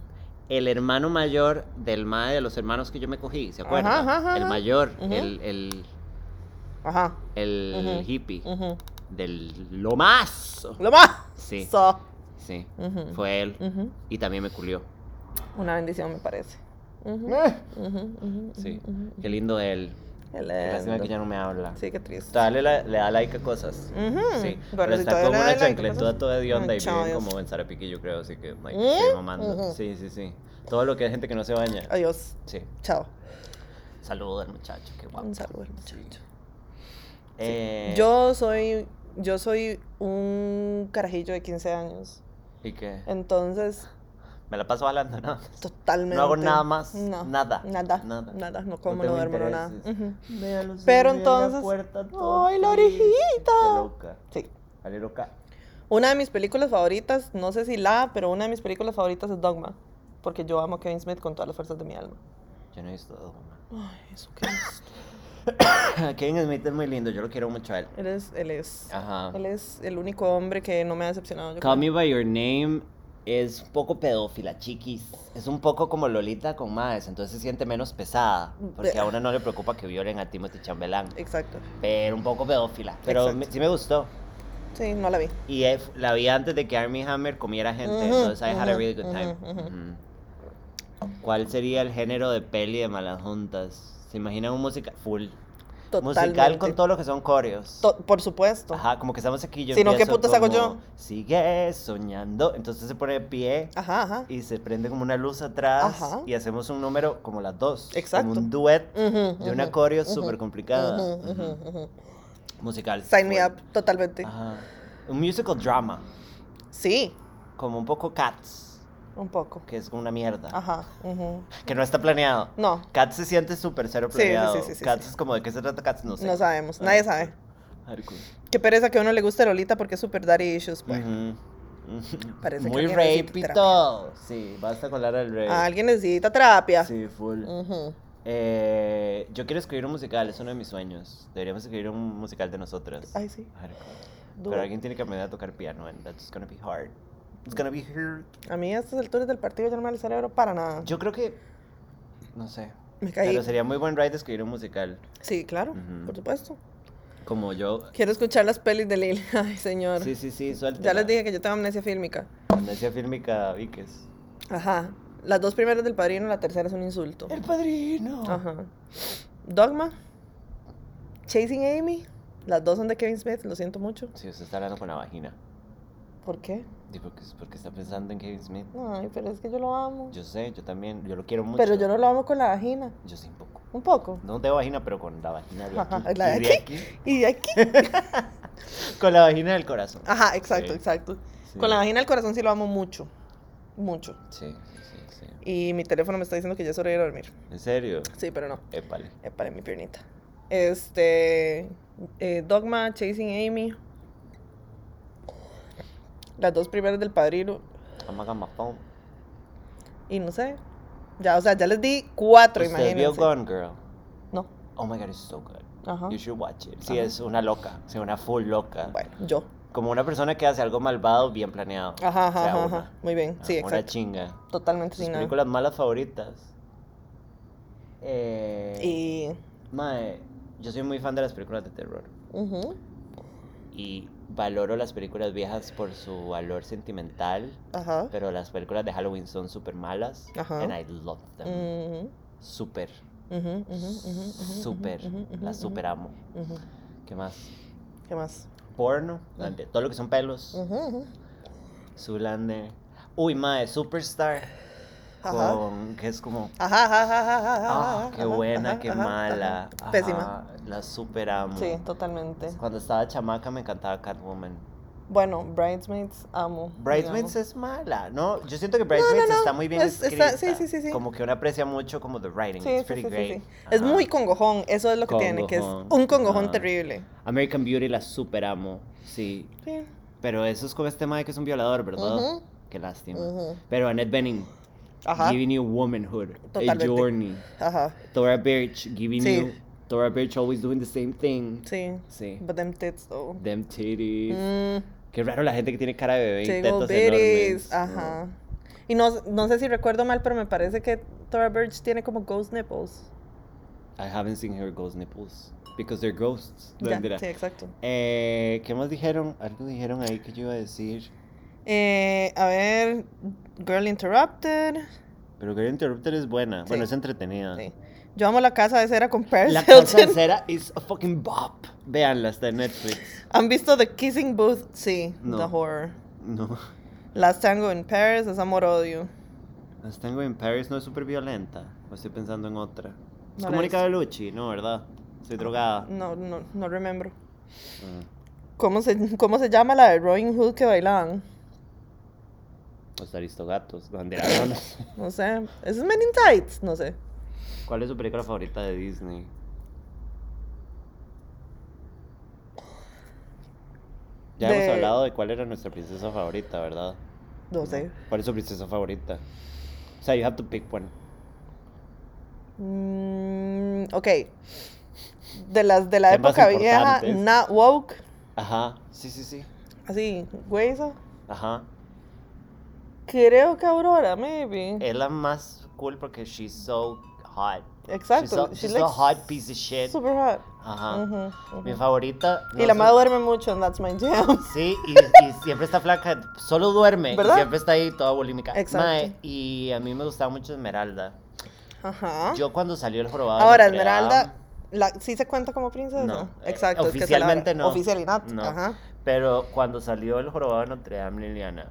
El hermano mayor del mae de los hermanos que yo me cogí, ¿se
Ajá,
acuerdan?
ajá, ajá,
El
ajá.
mayor,
Ujú.
el, el,
Ajá.
el
Ujú,
hippie.
ujú.
del lo más.
Lo más.
Sí.
So.
Sí,
Ujú.
fue él.
Ujú.
Y también me culió.
Una bendición, me parece. Ujú, ujú, ujú,
Sí,
ujú, ujú.
qué lindo él.
Qué
Qué lástima
lindo.
que ya no me habla.
Eh, Sí, qué triste.
Todavía le, la- le da like a cosas.
Ujú.
Sí,
Pero
pero
si
está
todavía
como
le da
una
like a
chancletuda
cosas.
toda de onda
Ay,
y viven
chavos.
como en Zarapiqui, yo creo, así que like,
¿Mm?
estoy mamando.
Ujú.
Sí, sí, sí. Todo lo que es gente que no se baña.
Adiós.
Sí.
Chao.
Saludos al muchacho, qué guapo.
Un saludo al
Sí.
muchacho.
Eh,
Yo soy. Yo soy un carajillo de 15 años.
¿Y qué?
Entonces,
Me la paso hablando, ¿no?
totalmente.
No hago nada más,
No,
nada,
Nada. Nada.
nada.
No como, no,
tengo
duermo, no nada.
intereses.
Ujú.
Véalos
Pero
ahí en
entonces-
puerta,
¡Ay,
triste.
la orejita!
Qué loca.
Sí.
Ale loca.
Una de mis películas favoritas, no sé si la, pero una de mis películas favoritas es Dogma. Porque yo amo a Kevin Smith con todas las fuerzas de mi alma.
Yo no he visto Dogma.
Ay, eso que es.
Kevin Smith es muy lindo, yo lo quiero mucho a él.
él es, él es.
Ajá.
Él es el único hombre que no me ha decepcionado. yo
Call Me
creo.
By Your Name es un poco pedófila, chiquis. Es un poco como Lolita con Maes, entonces se siente menos pesada. Porque a una no le preocupa que violen a Timothy Chambelán.
Exacto.
Pero un poco pedófila. Pero
Exacto.
me- sí me gustó.
Sí, no la vi.
Y eh, la vi antes de que Armie Hammer comiera gente,
Ujú,
entonces I had a
ujú,
really good time.
ujú, ujú.
Ujú. ¿Cuál sería el género de peli de malas juntas? ¿Se imaginan un musical? Full. Musical
Totalmente.
con todo lo que son coreos.
To- por supuesto.
Ajá, como que estamos aquí. Yo
Si no, ¿qué
empiezo
putas hago yo?
como, Sigue soñando. Entonces se pone de pie
Ajá, ajá.
y se prende como una luz atrás
Ah. Ajá.
y hacemos un número como las dos.
Exacto.
Como un duet
Ujú,
de una
ujú,
coreo
ujú,
súper complicada.
ujú, ujú,
Ujú.
ujú.
Musical.
Sign me
full.
up, totalmente.
Ajá. Un musical drama.
Sí,
como un poco Cats,
un poco.
que es como una mierda,
Ajá. ujú.
que no está planeado.
No,
Cats se siente súper cero
Sí, sí, sí,
planeado.
sí, sí,
Cats
sí.
es como de qué se trata Cats, no sé. Ah.
no sabemos. Nadie sabe. Qué pereza que a uno le guste Lolita porque es super daddy issues. pues. Parece que
Muy
alguien necesita
rape y
terapia. Ah,
todo. Sí, basta con Lara del Rey.
A Alguien necesita terapia.
Sí, full.
Ujú.
Eh, yo quiero escribir un musical, es uno de mis sueños. Deberíamos escribir un musical de nosotras.
Ay, sí.
Hardcore.
Duro.
Pero alguien tiene que aprender a tocar piano, and that's gonna be hard. It's gonna be hard.
A mí a estas alturas del partido ya no me da el cerebro para nada.
Yo creo que. No sé.
me caí.
Pero sería muy buen ride escribir un musical.
Sí, claro,
Ujú.
por supuesto.
Como yo.
Quiero escuchar las pelis de Lili. Ay, señor.
Sí, sí, sí, suelta.
ya les dije que yo tengo amnesia fílmica.
Amnesia fílmica Víquez.
Ajá. Las dos primeras del padrino, la tercera es un insulto.
padrino.
Ajá. Dogma. Chasing Amy. Las dos son de Kevin Smith, lo siento mucho.
Sí, usted está hablando con la vagina.
¿Por qué?
Digo porque, porque está pensando en Kevin Smith.
Ay, pero es que yo lo amo.
Yo sé, yo también, yo lo quiero mucho.
pero yo no lo amo con la vagina.
Yo sí, un poco.
Un poco.
No tengo vagina, pero con la vagina de
Ajá,
aquí.
la de
y
aquí. Y de aquí.
Con la vagina del corazón.
Ajá, exacto,
Sí.
exacto.
Sí.
Ah, Con la vagina del corazón sí lo amo mucho. Mucho.
Sí, sí, sí, sí.
Y mi teléfono me está diciendo que ya es hora de ir a dormir.
¿En serio?
Sí, pero no.
Épale.
Es para mi piernita. Este. eh, Dogma, Chasing Amy. las dos primeras del padrino.
Amagamapón.
Y no sé. Ya, o sea, ya les di cuatro,
¿Usted vio
imagínense.
Gone Girl?
No.
Oh my god, it's so good.
Ajá.
You should watch it. Sí,
Ajá.
es una loca. Sí, una full loca.
Bueno, yo.
Como una persona que hace algo malvado bien planeado.
Ajá,
O sea,
ajá, ajá,
una-
ajá. Muy bien. Sí,
ah, Una
exacto.
chinga.
Totalmente
Sus
sin nada.
películas malas favoritas. Eh,
Y.
Mae, yo soy muy fan de las películas de terror.
ujú,
Y valoro las películas viejas por su valor sentimental.
Ajá.
Pero las películas de Halloween son súper malas.
Ajá.
And I love them.
ujú,
Súper.
ujú, ujú, ujú, ujú,
Súper.
ujú, ujú,
Las
ujú,
súper amo.
ujú.
¿Qué más?
¿Qué más?
Porno. ante- Todo lo que son pelos.
Ah. Ujú, ujú.
Zulander. Uy, mae, Superstar.
Ajá.
Con, que es como.
Ajá, ajá, ajá, ajá, ajá,
Ah,
ajá,
qué
ajá,
buena,
ajá,
qué
ajá,
mala. Ah,
ajá. Pésima.
Ajá, la super amo.
Sí, totalmente.
Cuando estaba chamaca me encantaba Catwoman.
Bueno, Bridesmaids amo.
Bridesmaids
digamos.
es mala, ¿no? Yo siento que Bridesmaids
no, no,
está muy bien
es-
escrita.
está- sí, sí, sí, sí.
Como que uno aprecia mucho como the writing.
Sí,
It's
sí, sí,
pretty
sí,
great.
sí. Es
Ajá.
muy congojón, eso es lo que tiene, que es
Congojón,
un congojón
ajá.
terrible.
American Beauty la super amo, sí.
Sí.
Pero eso es como este tema de que es un violador, ¿verdad?
Ujú.
Qué lástima.
Ujú.
Pero Annette Bening,
Ajá.
giving you womanhood.
Totalmente.
A journey.
Ajá.
Tora Birch, giving
Sí.
you. Tora Birch always doing the same thing.
Sí.
Sí.
But them tits though.
Them titties.
Mm,
Qué raro la gente que tiene cara de bebé y
Tickle
tetas enormes.
bitties. Ajá. Y no, no sé si recuerdo mal, pero me parece que Tora Birch tiene como ghost nipples.
I haven't seen her ghost nipples because they're ghosts. No,
Ya,
mentira.
sí, exacto.
Eh, ¿Qué más dijeron? Algo dijeron ahí que yo iba a decir.
Eh, a ver, Girl Interrupted.
Pero Girl Interrupted es buena. Bueno,
Sí.
es entretenida.
Sí. Yo amo la casa de cera con Paris
Ah. La
Hilton.
casa de cera is a fucking bop. Veanla, está en Netflix.
¿Han visto The Kissing Booth? Sí,
No.
The Horror.
No.
Last Tango in Paris es amor-odio.
Las tengo en Paris, no es súper violenta. O estoy pensando en otra. Es como
No la he
Mónica Bellucci, no, ¿verdad? Soy drogada.
No, no, no remembro.
Ah,
¿Cómo se, ¿Cómo se llama la de Robin Hood que bailaban?
Los aristogatos. Los
No sé. ¿Eso es Men in Tights? No sé.
¿Cuál es su película favorita de Disney? Ya hemos
De-
hablado de cuál era nuestra princesa favorita, ¿verdad?
No sé.
¿Cuál es su princesa favorita? O sea, you have to pick one.
Mm, ok. De las de la
Temas
época vieja,
importantes.
Not Woke.
Ajá, sí, sí, sí.
Así, güeyza.
Ajá.
Creo que Aurora, maybe.
Es la más cool porque she's so hot. She's
Exacto.
so,
she
she's
looks
a hot piece of shit.
Super hot.
Ajá.
Ujú, ujú.
Mi favorita.
Y
no
la
sé-
madre duerme mucho en That's My Jam.
Sí, y, y siempre está flaca, solo duerme, y
¿Verdad?
siempre está ahí toda bulímica.
Exacto.
Mae, y a mí me gustaba mucho Esmeralda.
Ajá.
Yo cuando salió el jorobado de
¿Ah? Ahora,
Notre
Esmeralda,
Dame,
la, ¿sí se cuenta como princesa?
No, eh,
Exacto. es que se la-
oficialmente no.
Oficial y not.
No.
Ajá.
pero cuando salió el jorobado de Notre Dame, Liliana,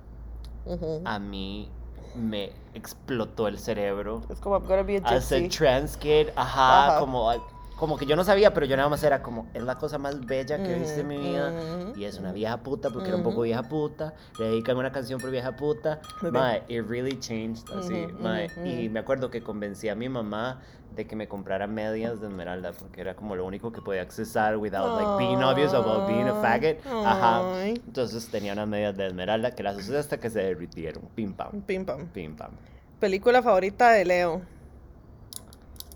Ujú.
a mí me explotó el cerebro.
Es como, I'm gonna be a
As a
gypsy.
trans kid, ajá,
Ajá.
Como, como que yo no sabía, pero yo nada más era como, es la cosa más bella que he visto en mi
Ujú,
vida.
ujú,
Y es una vieja puta, porque era un poco vieja puta. Le dedican una canción por vieja puta.
Muy bien.
Mae, it really changed, así,
Ujú,
mae.
ujú,
Y me acuerdo que convencí a mi mamá de que me comprara medias de esmeralda, porque era como lo único que podía accesar without like being obvious about being a faggot. Ajá.
Ay.
Entonces tenía unas medias de esmeralda que las usé hasta que se derritieron. Pim pam,
Pim pam.
pim pam.
Película favorita de Leo.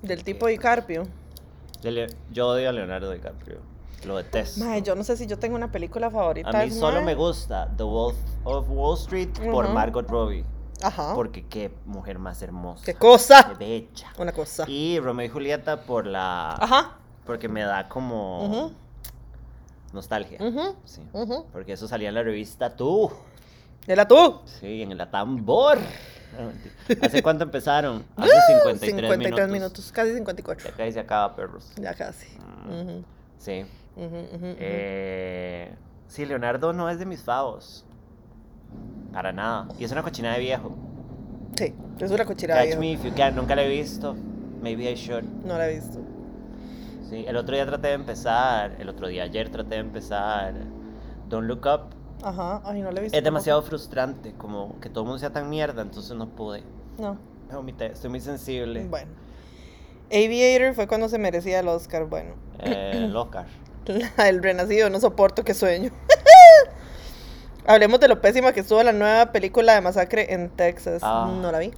Del tipo DiCarpio.
De Leo- Yo odio a Leonardo DiCaprio. Lo detesto.
Mae, yo no sé si yo tengo una película favorita.
a mí
es
solo
mae.
me gusta The Wolf of Wall Street por
Ujú.
Margot Robbie.
Ajá.
Porque qué mujer más hermosa.
¡Qué cosa!
Qué bella.
Una cosa.
Y Romeo y Julieta por la.
Ajá.
Porque me da como.
Ujú.
Nostalgia.
Ujú.
Sí.
Ujú.
Porque eso salía en la revista Tú.
Dela tú.
Sí, en el tambor. Ah, mentira. ¿Hace cuánto empezaron? Hace
Uh,
53, minutos.
casi
Ya
54.
casi se acaba, perros.
Ya casi. Ujú,
Sí.
ujú, ujú, ujú.
Ah. Eh, sí, Leonardo no es de mis favos. Para nada. Y es una cochinada de viejo.
Sí, es una cochilada.
Catch me if you can. Nunca la he visto. Maybe I should.
No la he visto.
Sí, el otro día traté de empezar. El otro día, ayer traté de empezar. Don't look up.
Ajá, ay, no la he visto.
Es demasiado frustrante. Como que todo el mundo sea tan mierda. Entonces no pude.
tampoco. No.
Me vomité. Estoy muy sensible.
Bueno. Aviator fue cuando se merecía el Oscar. Bueno,
Eh, loca.
la del renacido, no soporto que sueño. Hablemos de lo pésima que estuvo la nueva película de masacre en Texas.
Ah.
No la vi.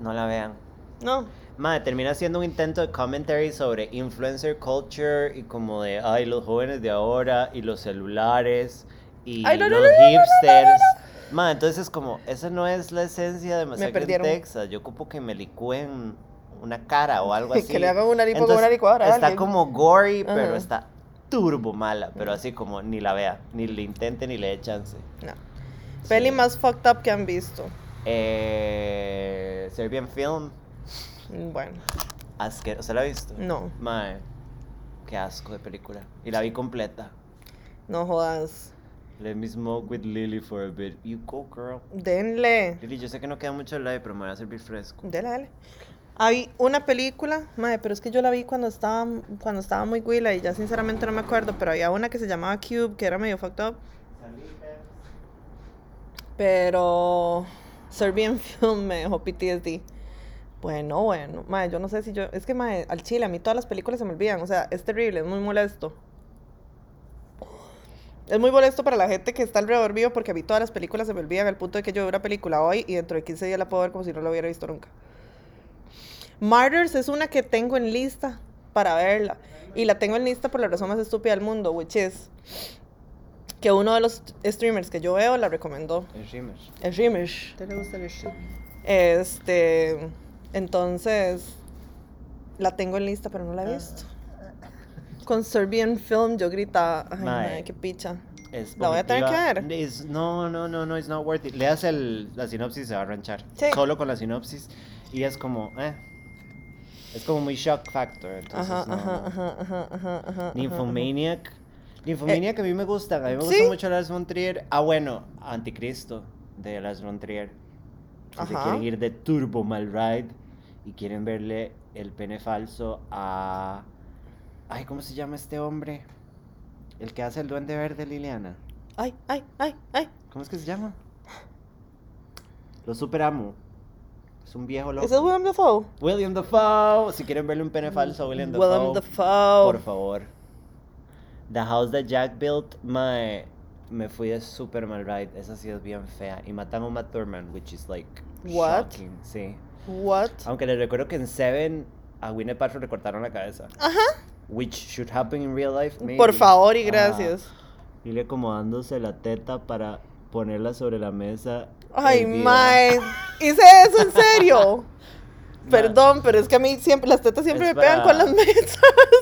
No la vean.
No.
Madre, termina siendo un intento de commentary sobre influencer culture y como de, ay, los jóvenes de ahora y los celulares y
Ay, no, no,
los
no, no, no, no, no,
hipsters. Madre, entonces es como, esa no es la esencia de Masacre en
perdieron.
Texas. Yo ocupo que me licúen una cara o algo
Que
así.
le hagan una lipo con
Entonces,
una licuadora a
Está
alguien.
como gory, pero
Ajá.
está turbo mala. Pero así como ni la vea, ni le intente, ni le dé chance.
No. Peli
Sí.
más fucked up que han visto.
Eh, Serbian Film,
Bueno,
asqueroso. ¿Se la ha visto?
no,
Mae, qué asco de película. Y la vi completa.
no jodas.
Let me smoke with Lily for a bit. You go, girl.
Denle.
Lily, yo sé que no queda mucho live, pero me voy a servir fresco.
Dele, dele. Hay una película, madre, pero es que yo la vi cuando estaba, cuando estaba muy huila y ya sinceramente no me acuerdo, pero había una que se llamaba Cube, que era medio fucked up. Pero Serbian Film me dejó PTSD. Bueno, bueno, madre, yo no sé si yo, es que madre, al chile, a mí todas las películas se me olvidan, o sea, es terrible, es muy molesto. Es muy molesto para la gente que está alrededor mío porque a mí todas las películas se me olvidan al punto de que yo veo una película hoy y dentro de 15 días la puedo ver como si no la hubiera visto nunca. Martyrs es una que tengo en lista para verla. Y la tengo en lista por la razón más estúpida del mundo, which is que uno de los streamers que yo veo la recomendó.
Es Rimmer.
El streamers.
¿Te le gusta el streaming?
Este, entonces, la tengo en lista, pero no
Ah.
la he visto. Con Serbian Film yo gritaba, ay,
Mae.
mae, qué picha.
Es
La voy a tener
vomitiva.
que ver.
Es- no, no, no, no, it's not worth it. Leas el, la sinopsis y se va a ranchar.
Sí.
Solo con la sinopsis. Y es como, eh. Es como muy shock factor. Entonces,
Ajá,
no,
ajá,
no.
ajá, ajá, ajá, ajá, ajá.
Nymphomaniac. Nymphomaniac a mí me gusta, a mí me gusta
¿sí?
mucho Lars von Trier. Ah, bueno, Anticristo de Lars von Trier. Si se
Ajá.
quieren ir de turbo mal ride y quieren verle el pene falso a... Ay, ¿cómo se llama este hombre? El que hace el duende verde, Liliana.
Ay, ay, ay, ay.
¿Cómo es que se llama? Lo superamo. Es un viejo loco.
¿Ese es William Dafoe?
William Dafoe. Si quieren verle un pene falso a William Dafoe.
Willem Dafoe.
Por favor. The house that Jack built, my, me fui de super mal ride. Esa sí es bien fea. Y matan a Uma Thurman, which is like
What?
shocking. Sí.
What?
Aunque les recuerdo que en Seven a Gwyneth Paltrow le cortaron la cabeza.
Ajá.
Which should happen in real life, maybe.
Por favor y
Ajá.
gracias.
Ah. Y le acomodándose la teta para ponerla sobre la mesa.
Ay,
hervida.
mae. Hice eso en serio. Perdón, pero es que a mí siempre las tetas siempre
Es
me pegan
para-
con las mesas.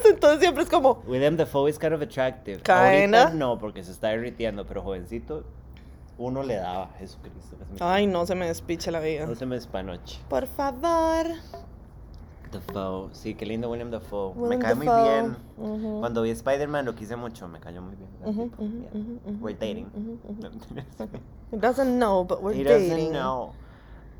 Entonces siempre es como
William Dafoe is kind of attractive.
Kinda.
Ahorita no, porque se está derritiendo, pero jovencito, uno le daba Jesucristo. es mi-
Ay, no se me despiche la vida.
No se me espanoche.
Por favor.
Dafoe, sí, qué lindo William Dafoe. me
Willem
cae muy
Dafoe.
bien.
Ujú.
Cuando vi Spider-Man lo quise mucho, me cayó muy bien. el
Ujú,
tipo.
ujú,
Yeah.
ujú, ujú,
We're dating.
ujú, ujú. He doesn't know, but we're
He doesn't
dating.
know.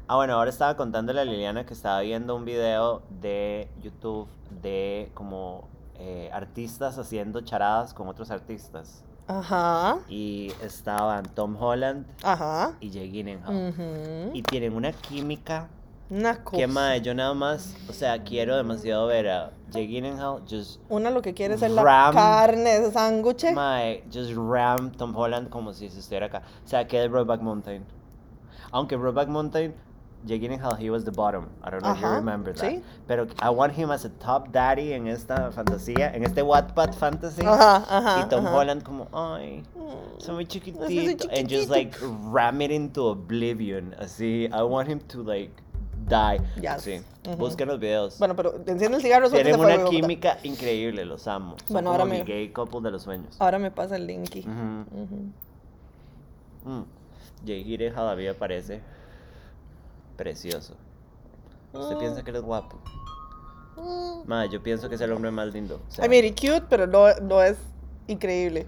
Ah, bueno, ahora estaba contándole a Liliana que estaba viendo un video de YouTube de como eh, artistas haciendo charadas con otros artistas.
Ajá.
Y estaban Tom Holland
Ajá.
y Jay Gyllenhaal.
Ujú.
Y tienen una química
Una cosa.
que, madre, yo nada más, o sea, quiero demasiado ver a Jay Gyllenhaal just
Una lo que quiere es la
Ram.
carne, ese sándwich.
Mae, just ram Tom Holland como si se estuviera acá. O sea, que de Brokeback Mountain. Aunque Brokeback Mountain, Jake Gyllenhaal, he was the bottom. I don't know if you
Ajá,
remember that.
sí.
Pero I want him as a top daddy en esta fantasía, en este Wattpad fantasy.
Ajá, ajá.
Y Tom
ajá.
Holland como, ay,
Mm.
soy muy
soy
chiquitito. And just
chiquitito.
like ram it into oblivion. Así, I want him to like die.
Yes.
Sí,
Ujú.
busquen los videos.
Bueno, pero enciende el cigarro. suelta
Tienen
ese fuego,
una
hijo de puta.
química increíble, los amo. Son
Bueno,
como
ahora
mi
me- Ah.
gay couple de los sueños.
Ahora me pasa el linky.
Ujú.
Ujú.
Mm. Jay Gyllenhaal a mí me parece precioso. ¿Usted
Mm.
piensa que él es guapo?
Mm.
Madre, yo pienso que es el hombre más lindo. O sea,
I mean, it's cute, pero no, no es increíble.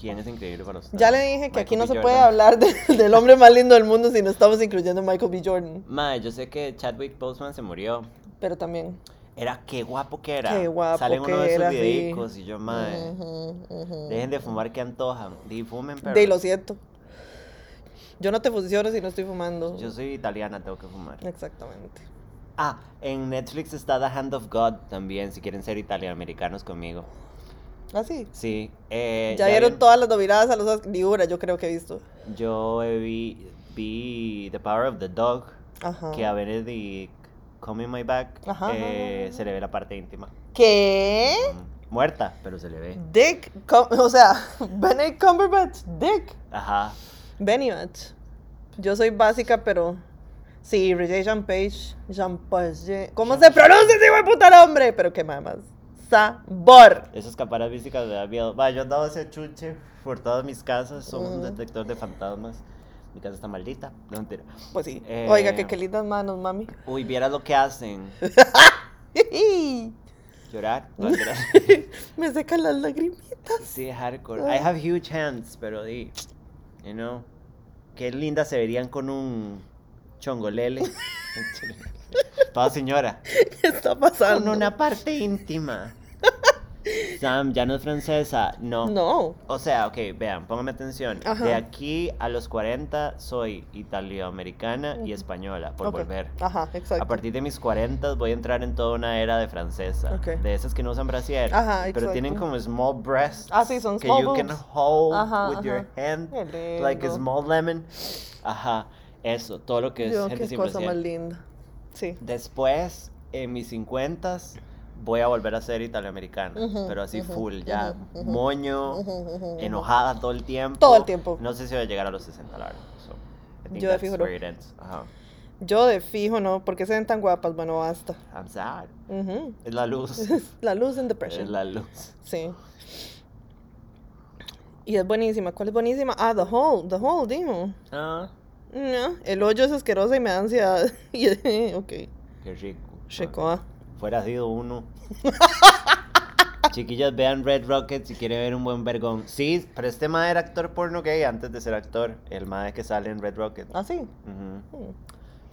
¿Quién es increíble para usted?
Ya le dije que aquí
Michael
no
B.
se puede
Jordan.
hablar de- del hombre más lindo del mundo si no estamos incluyendo a Michael B. Jordan.
Madre, yo sé que Chadwick Boseman se murió.
Pero también.
Era qué guapo que era.
Qué guapo
Salen
que
uno de
era,
sus
sí.
videicos y yo, madre,
Ujú, ujú.
dejen de fumar que antojan. Di, fumen, Eh, pero
De, lo siento. Yo no te funciono si no estoy fumando.
yo soy italiana, tengo que fumar.
Exactamente.
Ah, en Netflix está The Hand of God también, si quieren ser italoamericanos conmigo.
Así.
Sí. eh,
ya vieron
vi- Eh,
todas las nominadas a los Oscars. Ni una, yo creo que he visto.
Yo eh, vi, vi The Power of the Dog,
Ajá.
que a Benedict Coming My Back
Ah. Ajá, ajá,
eh,
ajá,
se le ve la parte íntima.
¿Qué?
Mm, Muerta, pero se le ve.
Mm. Dick, Cum- o sea, Benedict Cumberbatch, Dick,
Ajá.
Benny Batch. Yo soy básica, pero sí, Regé Jean Page, Jean Page, ¿cómo se pronuncia ese hijo de puta nombre? Pero qué más sabor.
Esas campanas místicas me dan miedo. Va, yo andaba ese chunche por todas mis casas. Somos un
Ujú.
detector de fantasmas. Mi casa está maldita. No mentira.
Pues sí.
Eh.
Oiga, que qué lindas manos, mami.
Uy, vieras lo que hacen. Llorar. No, llorar.
Me secan las lagrimitas.
Sí, hardcore.
Ah.
I have huge hands, pero di. You know. Qué lindas se verían con un chongolele. Toda señora.
¿Qué está pasando?
Con una parte íntima. Sam, ya no es francesa.
No.
O sea, ok, vean, pónganme atención.
Ajá.
De aquí a los 40 soy italoamericana y
Ujú.
española, por
Ok.
volver.
Ajá, exacto.
A partir de mis 40 voy a entrar en toda una era de francesa.
Ok.
De esas que no usan brasier.
Ajá,
Pero tienen
exacto.
como small breasts.
Ah, sí, son
que
small
you can
boobs.
hold
Ajá,
with your
ajá.
hand.
Qué
Like a
lindo.
small lemon. Ajá. Eso, todo lo que es
Yo,
gente
qué
sin
cosa más
brasier.
linda. Sí.
Después, en mis 50 voy a volver a ser italoamericana.
Ujú,
pero así
ujú,
full, ya
ujú, ujú,
moño
ujú, ujú, ujú.
enojada todo el tiempo.
Todo el tiempo.
No sé si voy a llegar a los 60, la verdad. So, I think
Yo de
that's
fijo no.
where it ends. Ajá.
Yo de fijo, ¿no? porque se ven tan guapas? Bueno, basta.
I'm sad.
Ujú.
Es la luz.
La luz en
es
depression.
la luz.
Sí. Y es buenísima. ¿Cuál es buenísima? Ah, The Hole. The Hole, dijo.
Ah,
No, el hoyo es asqueroso y me da ansiedad. Y- ok. ah.
qué rico. Ah,
Shekoa.
Fuera sido uno. Chiquillas, vean Red Rocket si quieren ver un buen vergón. Sí, pero este mae era actor porno gay antes de ser actor. El mae que sale en Red Rocket.
Ah, sí.
Ujú,
Mm.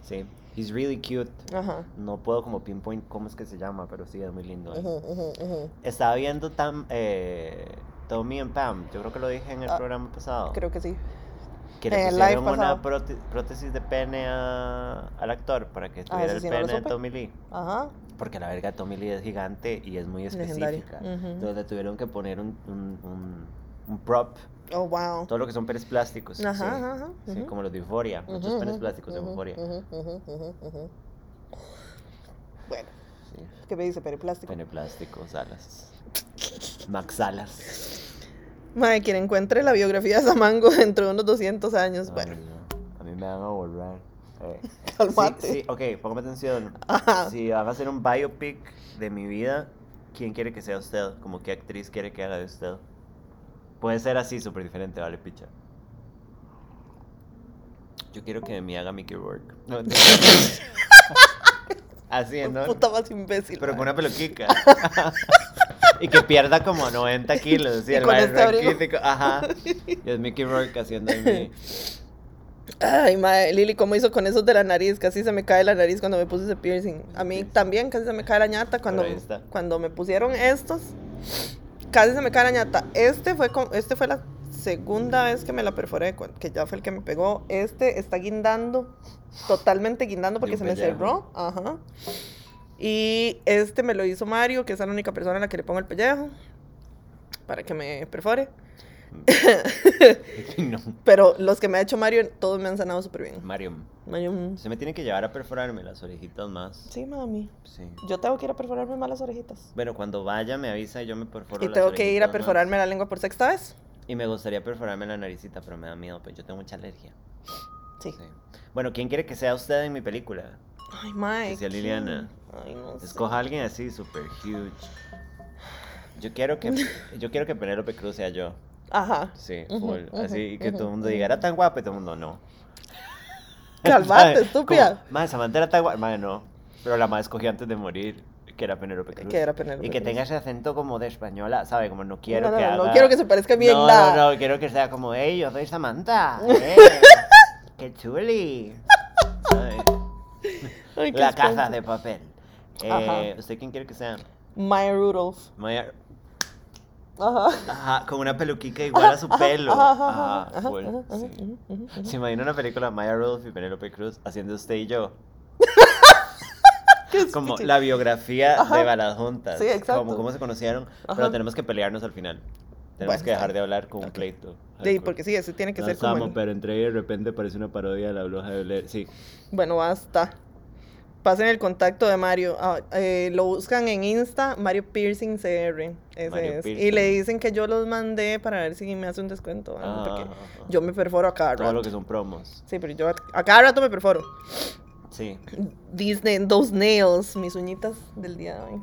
Sí. He's really cute.
Ajá.
No puedo como pinpoint cómo es que se llama, pero sí, es muy lindo. él.
Ujú, ujú, ujú.
Estaba viendo tam, eh, Tommy and Pam, yo creo que lo dije en el
Ah,
programa pasado.
Creo que sí.
que le
en el live
pusieron una
pasado.
próte- prótesis de pene a- al actor para que tuviera
eso
el
Ah, sí no lo
pene de
supe.
Tommy Lee.
Ajá.
Porque la verga de Tommy Lee es gigante y es muy
Legendaria.
específica.
Ujú.
Entonces le tuvieron que poner un, un, un- un prop.
Oh, wow.
Todo lo que son penes plásticos.
Ajá,
sí.
ajá, ajá,
Sí,
ujú.
como los de Euforia. Muchos
Ujú,
penes
ujú,
plásticos de
ujú,
Euforia.
ujú, ujú, ujú, ujú. Bueno,
Sí.
¿qué me dice Periplástico?
Pene plástico, Salas. Max Salas.
Madre, quien encuentre la biografía de Samango dentro de unos 200 años,
Ay,
Pues bueno.
no. A mí me van a borrar. Eh,
Calmate.
Ah, Sí, sí, ok, póngame atención.
Ajá.
Si van a hacer un biopic de mi vida, ¿quién quiere que sea usted? Como qué actriz quiere que haga de usted. Puede ser así, súper diferente, vale, picha. Yo quiero que me haga Mickey Rourke. No, no. así, ¿no?
Puta más imbécil.
Pero con
madre.
una peluquica. y que pierda como 90 kilos. sí,
Y
el
con
mae
este abrigo.
raquítico, Ajá. Y es Mickey Rourke haciendo de mí.
Ay, madre, Lili, ¿cómo hizo con esos de la nariz? Casi se me cae la nariz cuando me puse ese piercing. A mí también casi se me cae la ñata cuando,
Pero ahí está.
cuando me pusieron estos. Casi se me cae la ñata. Este fue, con, este fue la segunda vez que me la perforé, cu- que ya fue el que me pegó. Este está guindando, totalmente guindando porque
un
se me
pellejo.
cerró. Ajá. Y este me lo hizo Mario, que es la única persona a la que le pongo el pellejo para que me perfore.
no.
Pero los que me ha hecho Mario, todos me han sanado súper bien.
Mario,
Mario, mm,
se me tiene que llevar a perforarme las orejitas más.
sí, mami.
Sí.
Yo tengo que ir a perforarme más las orejitas.
Bueno, cuando vaya me avisa y yo me perforo
Y
las
tengo que ir a
orejitas más.
perforarme la lengua por sexta vez.
Y me gustaría perforarme la naricita, pero me da miedo, pues yo tengo mucha alergia.
Sí.
Sí. Bueno, ¿quién quiere que sea usted en mi película?
Ay, Mike.
Que sea Liliana.
Ay, no sé.
Escoja a alguien así, super huge. Yo quiero que, yo quiero que Penélope Cruz sea yo.
Ajá.
Sí,
Ujú,
full.
ujú,
Así y que todo el mundo
ujú,
diga, era tan guapa y todo el mundo no.
Calmate,
Como,
estúpida.
Madre, Samantha era tan guapa. Madre, no. Pero la madre escogió antes de morir, que era Penélope Cruz.
Que era Penélope
Y que
Cruz.
tenga ese acento como de española, ¿sabe? Como no quiero
No, no,
que
no, no
haga-
quiero que se parezca a mí en
No,
nada.
no, no, quiero que sea como, hey, yo soy Samantha. eh, ¡Qué chuli! ¿Sabe?
Ay, qué
La
espanto.
casa de papel. Eh, ¿Usted quién quiere que sea?
Maya Rudolph.
Maya-
Ajá.
Ajá, con una peluquica igual a su pelo.
Ajá, ajá,
Ajá,
ajá,
full,
ajá, ajá,
sí.
ujú, ujú, ujú.
¿Se imagina una película de Maya Rudolph y Penélope Cruz haciendo usted y yo?
Qué
Como
estúpido.
la biografía
Ajá.
de balas juntas.
Sí, exacto.
Como cómo se conocieron,
Ajá.
pero tenemos que pelearnos al final. Tenemos
Bueno,
que dejar
está
de hablar con un
Ok.
pleito.
De,
hardcore.
porque sí, ese tiene que
Nos
ser como.
amo,
el-
pero entre ellos de repente parece una parodia de la bruja de Blair. Sí.
Bueno, basta. Pasen el contacto de Mario. Ah, eh, lo buscan en Insta, Mario Piercing CR. Ese
Mario
es. Y
Piercing.
le dicen que yo los mandé para ver si me hace un descuento. o algo,
Ah,
porque
ah, ah.
yo me perforo a cada
Todo
rato.
lo que son promos.
Sí, pero yo a, a cada rato me perforo.
Sí.
Disney, those nails, mis uñitas del día de hoy.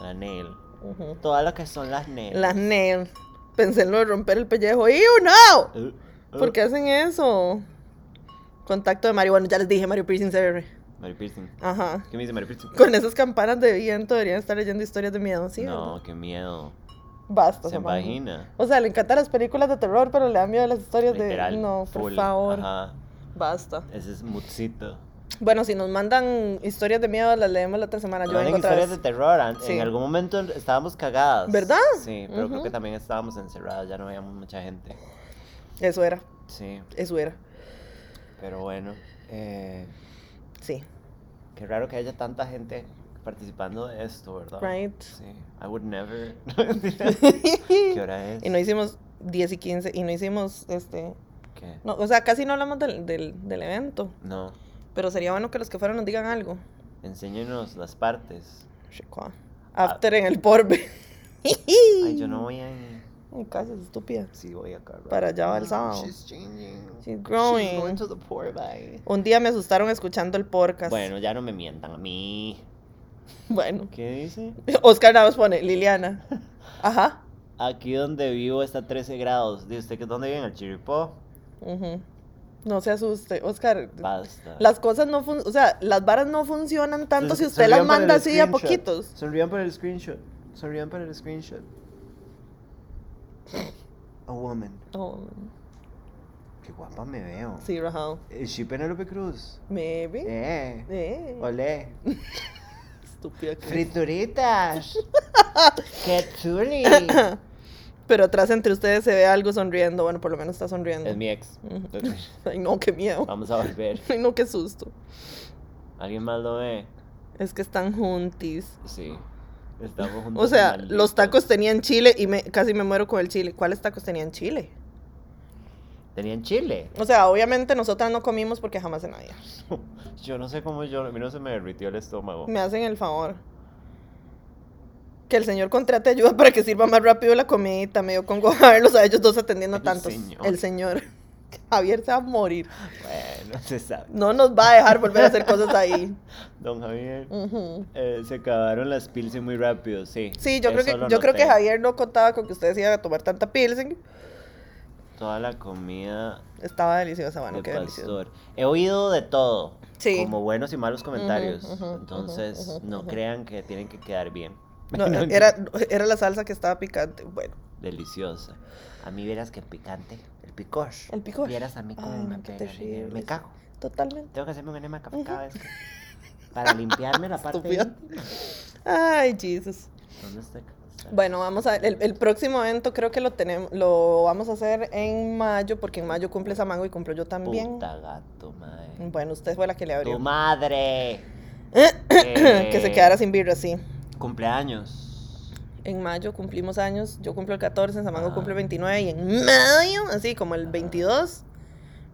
La nail.
Ujú.
Todo lo que son las nails.
Las nails. Pensé en lo de romper el pellejo. ¡Ew, no!
Uh, uh.
¿Por qué hacen eso? Contacto de Mario. Bueno, ya les dije Mario Piercing CR.
Mary Piercing.
Ajá.
¿Qué me dice Mary Piercing?
Con esas campanas de viento deberían estar leyendo historias de miedo, ¿sí?
no,
¿verdad? Pues
qué miedo.
Basta,
Se
Samantha.
imagina.
O sea, le encantan las películas de terror, pero le da miedo las historias de.
Literal.
No, por
full.
favor.
Ajá.
Basta.
Ese es mutsito.
Bueno, si nos mandan historias de miedo, las leemos la otra semana. Ah, Yo
Eran
vengo otra
historias
vez.
de terror. an-
Sí.
En algún momento estábamos cagadas.
¿Verdad?
Sí, pero creo
Ujú.
que también estábamos encerradas. Ya no veíamos mucha gente.
Eso era.
Sí,
Eso era.
pero bueno. Eh,
Sí.
qué raro que haya tanta gente participando de esto, ¿verdad?
Right.
Sí. I would never. ¿Qué hora es?
Y no hicimos 10 y 15. Y no hicimos este.
¿Qué?
No, o sea, casi no hablamos del, del, del evento.
No.
Pero sería bueno que los que fueron nos digan algo.
Enséñenos las partes.
Shikwa. After en el porbe.
Ah. Ay, yo no voy a.
Ay, cállate, estúpida.
Sí, voy a cargar.
Para allá va el sábado.
She's changing.
She's growing.
She's going to the poor bye.
Un día me asustaron escuchando el podcast.
Bueno, ya no me mientan a mí.
Bueno.
¿Qué dice?
Oscar Navas pone, Liliana. Ajá.
Aquí donde vivo está 13 grados. ¿De usted que dónde vive? ¿En el Chiripó?
Ujú. No se asuste, Oscar.
Basta.
Las cosas no funcionan, o sea, las varas no funcionan tanto
Entonces,
si usted las
sonrían para
manda
el
así a
screenshot.
poquitos.
Sonrían para el screenshot. Sonrían para el screenshot. A woman.
Oh,
Qué guapa me veo.
sí, Rahal.
Is she Penelope Cruz?
Maybe.
Eh.
Eh.
Olé.
Estúpida que-
Frituritas. Qué chuli.
Pero atrás entre ustedes se ve algo sonriendo. Bueno, por lo menos está sonriendo.
Es mi ex.
Ujú. Ay, no, qué miedo.
Vamos a volver.
Ay, no, qué susto.
¿Alguien más lo ve?
Es que están juntis.
Sí. Estamos juntos.
O sea,
malditos.
los tacos tenían chile y me, casi me muero con el chile. ¿Cuáles tacos tenían chile?
Tenían chile.
O sea, obviamente nosotras no comimos porque jamás en nadie.
Yo no sé cómo yo. A mí no se me derritió el estómago.
Me hacen el favor. Que el señor contrate ayuda para que sirva más rápido la comidita. Me dio congojarlos a ellos dos atendiendo
El
tantos.
señor.
El señor. Javier se va a morir.
Bueno, se sabe.
No nos va a dejar volver a hacer cosas ahí.
Don Javier.
Ujú.
Eh, se acabaron las pilsen muy rápido, sí.
Sí, yo, creo
Eso
que,
lo
yo creo que
noté.
Javier no contaba con que ustedes iban a tomar tanta pilsen.
Toda la comida
Estaba deliciosa, bueno,
de
qué delicioso.
pastor. He oído de todo.
Sí.
Como buenos y malos comentarios.
ujú, ujú,
Entonces,
ujú,
no
ujú.
crean que tienen que quedar bien.
No, era, era la salsa que estaba picante. Bueno,
Deliciosa. A mí vieras que picante. El picor.
El picor.
Vieras a mí como
Ay,
me
no, qué
pega, Miguel,
terrible.
Me cago.
totalmente.
Tengo que hacerme un enema café cada vez que- Para limpiarme la parte.
Estúpida.
íntima.
Ay, Jesus.
¿Dónde está? ¿Dónde está?
Bueno, vamos a el, el próximo evento creo que lo tenemos lo vamos a hacer en mayo porque en mayo cumple Samango y cumplo yo también.
Puta gato, madre.
Bueno, usted fue la que le
¡Tu
abrió.
madre!
que se quedara sin birra, sí.
Cumpleaños.
En mayo cumplimos años, yo cumplo el 14, Samango
Ah.
cumple el 29 y en mayo, así como el 22,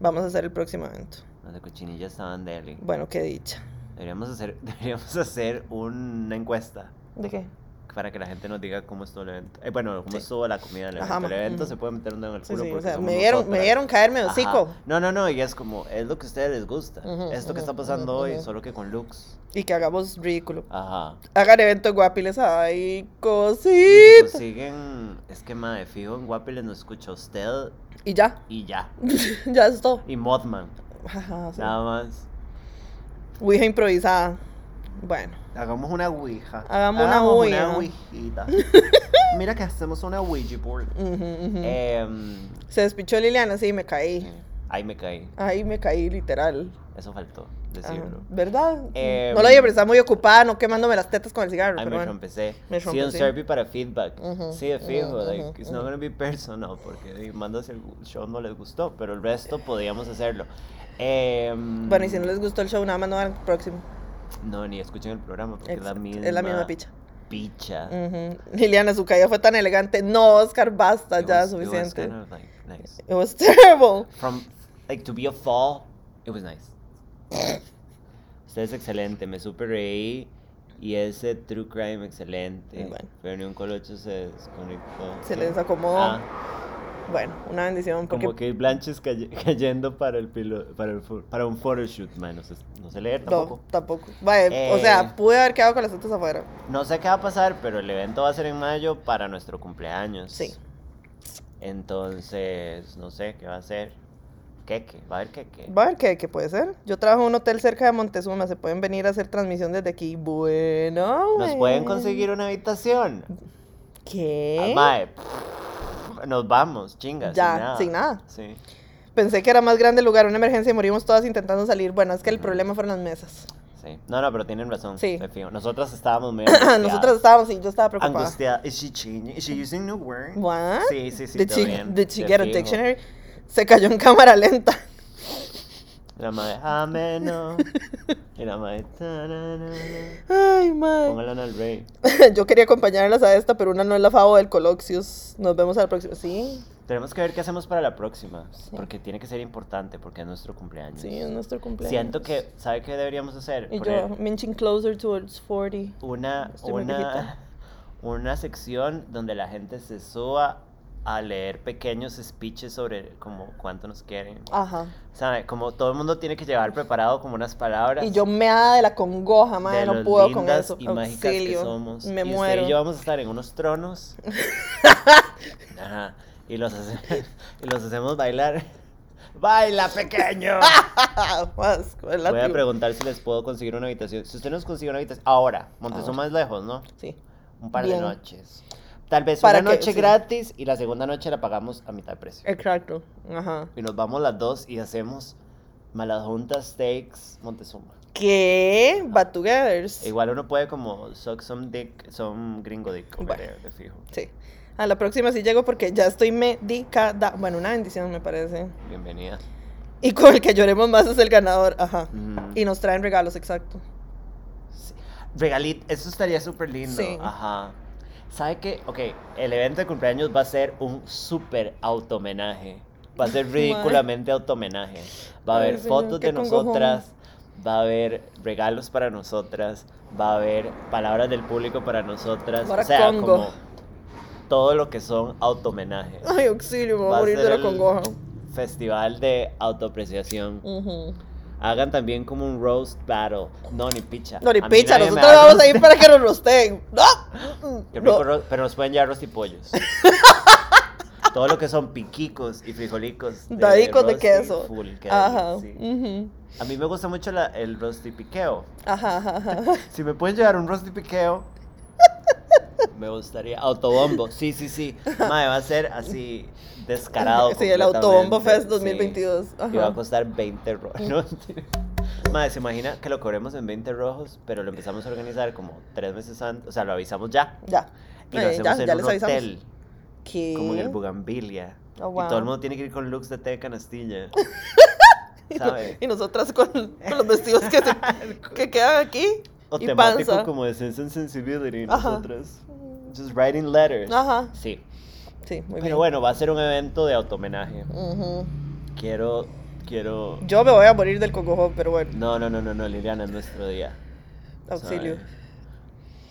vamos a hacer el próximo evento.
Las de cochinilla estaban deli.
Bueno, qué dicha.
Deberíamos hacer, deberíamos hacer una encuesta
¿De qué?
para que la gente nos diga cómo estuvo el evento. Eh, bueno, cómo
Sí.
estuvo la comida del evento.
Ajá,
el evento
ujú.
se puede meter un dedo en el
Sí,
culo
sí, o
porque
sea,
somos
me vieron, me
nosotras.
vieron caerme
Ajá.
hocico.
No, no, no, y es como, es lo que a ustedes les gusta.
Ujú,
Esto
ujú,
que está pasando
ujú,
hoy,
ujú.
solo que con looks.
Y que hagamos ridículo.
Ajá.
Hagan eventos guapiles. Ay,
Y si
cosita.
consiguen, es que madre, fijo en Guapiles nos escucha usted
Y ya.
y ya.
ya es todo.
Y Modman,
Ajá, sí.
nada más.
Ouija improvisada. Bueno,
Hagamos una ouija.
Hagamos una ouija.
ouijita. Mira que hacemos una ouija board.
ujú, ujú.
Em,
se despichó Liliana, sí, me caí.
ahí me caí.
Ahí me caí, literal.
Eso faltó
Ajá,
decirlo.
¿Verdad?
Eh,
no lo dije, pero estaba muy ocupada, no quemándome las tetas con el cigarro.
Ay,
pero
me
bueno.
rompecé.
Me
Sí, un
rompecé.
survey para feedback.
Ujú,
Sí, de fijo.
ujú,
like,
ujú,
it's not gonna be personal. Porque di, manda si el show no les gustó. Pero el resto podíamos hacerlo. Em,
Bueno, y si no les gustó el show, nada más no van al próximo.
No, ni escuchen el programa. Porque es la
Exacto,
misma.
Es la misma picha. Mm,
picha.
Ujú. Liliana, su caída fue tan elegante. No, Oscar, basta,
It
ya
was- it was
suficiente.
kind of, like, nice.
It was terrible.
From, like, to be a fall, it was nice. Usted es excelente, me super reí. Y ese True Crime, excelente.
Bueno.
Pero ni un colocho se desconectó.
Se les acomodó.
Ah,
Bueno, una bendición. Porque
Como que Blanches caye- cayendo para, el pilo- para, el fo- para un photoshoot, man. No sé, no sé leer tampoco.
No, tampoco. Vaya, O
Eh.
sea, pude haber quedado con las tetas afuera.
No sé qué va a pasar, pero el evento va a ser en mayo para nuestro cumpleaños.
Sí.
Entonces, no sé qué va a ser. Queque, va a haber queque.
Va a ver qué, qué puede ser. Yo trabajo en un hotel cerca de Montezuma. Se pueden venir a hacer transmisión desde aquí. Bueno.
¿Nos
güey.
pueden conseguir Ah, una habitación? Ah,
¿Qué?
mae, pff, nos vamos, chingas.
¿Eh? Ya, sin nada.
Sí.
Pensé que era más grande el lugar, una emergencia y morimos todas intentando salir. Bueno, es que el problema fueron las mesas.
Sí. No, no, pero tienen razón.
Sí.
me fijo. Nosotras estábamos medio.
Nosotras estábamos y yo estaba preocupada.
angustiadas. Is she changing? Is she using new word?
What?
Sí, sí, sí.
Did
todo
she,
bien,
did she
de
get a
fijo.
dictionary? Se cayó en cámara lenta.
La madre, ameno. Y la madre, tararara.
Ay, madre.
Póngala en el rey.
Yo quería acompañarlas a esta, pero una no es la favo del Coloxius. Nos vemos al próximo. Sí,
Tenemos que ver qué hacemos para la próxima, porque tiene que ser importante, porque es nuestro cumpleaños.
sí, es nuestro cumpleaños.
Siento que, ¿sabe qué deberíamos hacer?
Y yo,
Poner
minching closer towards 40.
una,
estoy muy
una,
viejita.
una sección donde la gente se suba a leer pequeños speeches sobre como cuánto nos quieren.
Ajá.
¿Sabe? Como todo el mundo tiene que llevar preparado como unas palabras.
Y yo meada de la congoja,
de
madre, no
los
puedo con
lindas
eso.
y mágicas que
Auxilio.
somos.
Me
y usted
muero.
y yo vamos a estar en unos tronos. Ajá. Y los, hace- y los hacemos bailar. ¡Baila, pequeño!
Más, el
Voy a
látigo.
preguntar si les puedo conseguir una habitación. Si usted nos consigue una habitación. Ahora, Montezuma es lejos, ¿no?
Sí.
Un par
Bien.
de noches. Tal vez
Para
una
que-
noche
sí. Eh.
gratis y la segunda noche la pagamos a mitad de precio.
Exacto. Ajá.
Y nos vamos las dos y hacemos Malajunta Steaks Montezuma. E
¿Qué? But togethers.
Igual uno puede como suck some dick, some gringo dick, over
Bueno.
there, de fijo.
Sí. A la próxima sí llego porque ya estoy medicada. Bueno, una bendición me parece.
Bienvenida.
Y con el que lloremos más es el ganador. Ajá.
Ujú.
Y nos traen regalos, exacto.
Mm. Sí. Regalit, eso estaría súper lindo.
Sí.
Ajá. ¿Sabe qué? Ok, el evento de cumpleaños va a ser un súper automenaje. Va a ser ridículamente automenaje. Va a
Ay,
haber
señor,
fotos
qué
de
congojón.
nosotras, va a haber regalos para nosotras, va a haber palabras del público para nosotras.
Ahora
o sea,
congo.
como todo lo que son automenajes.
Ay, auxilio, me voy
Va
a
a
morir de
ser
la
el-
congoja.
Festival de autoapreciación.
Ujú.
Hagan también como un roast battle. No, ni picha.
No, ni
A mí
picha,
nadie me
nosotros
haga
vamos a
roast.
ir para que nos rosteen. ¡No!
Qué
No.
rico ro- pero nos pueden llevar rostipollos. Todo lo que son piquicos y frijolicos.
Dadicos de
rosti,
queso.
full, qué
Ajá.
deli, sí.
ujú.
A mí me gusta mucho la- el rostipiqueo.
Ajá, ajá, ajá.
Si me pueden llevar un rostipiqueo, me gustaría. Autobombo, sí, sí, sí. Mae, va a ser así descarado.
Sí, el
completamente,
Autobombo Fest
sí.
2022.
Y va
Ajá. Eh.
a costar 20 rojos. No, mentira. Mae, se imagina que lo cobremos en 20 rojos, pero lo empezamos a organizar como tres meses antes. O sea, lo avisamos ya.
Ya.
Y lo
Eh,
hacemos
ya,
en
ya
un
les avisamos.
hotel,
¿Qué?
como en el Bugambilia.
Oh,
Y
wow.
todo el mundo tiene que ir con looks de té de canastilla.
Y no-
¿Sabe?
Y nosotras con, con los vestidos que, se- que quedan aquí.
O
y
temático
panza.
como de Sense and Sensibility,
Ajá.
nosotros. Just writing letters.
Ajá.
Sí.
Sí, muy bien.
Pero bueno, va a ser un evento de automenaje.
Ujú.
Quiero, quiero...
Yo me voy a morir del cocojo, pero bueno,
No, no, no, no, no, Liliana, es nuestro día. ¿sabe?
auxilio.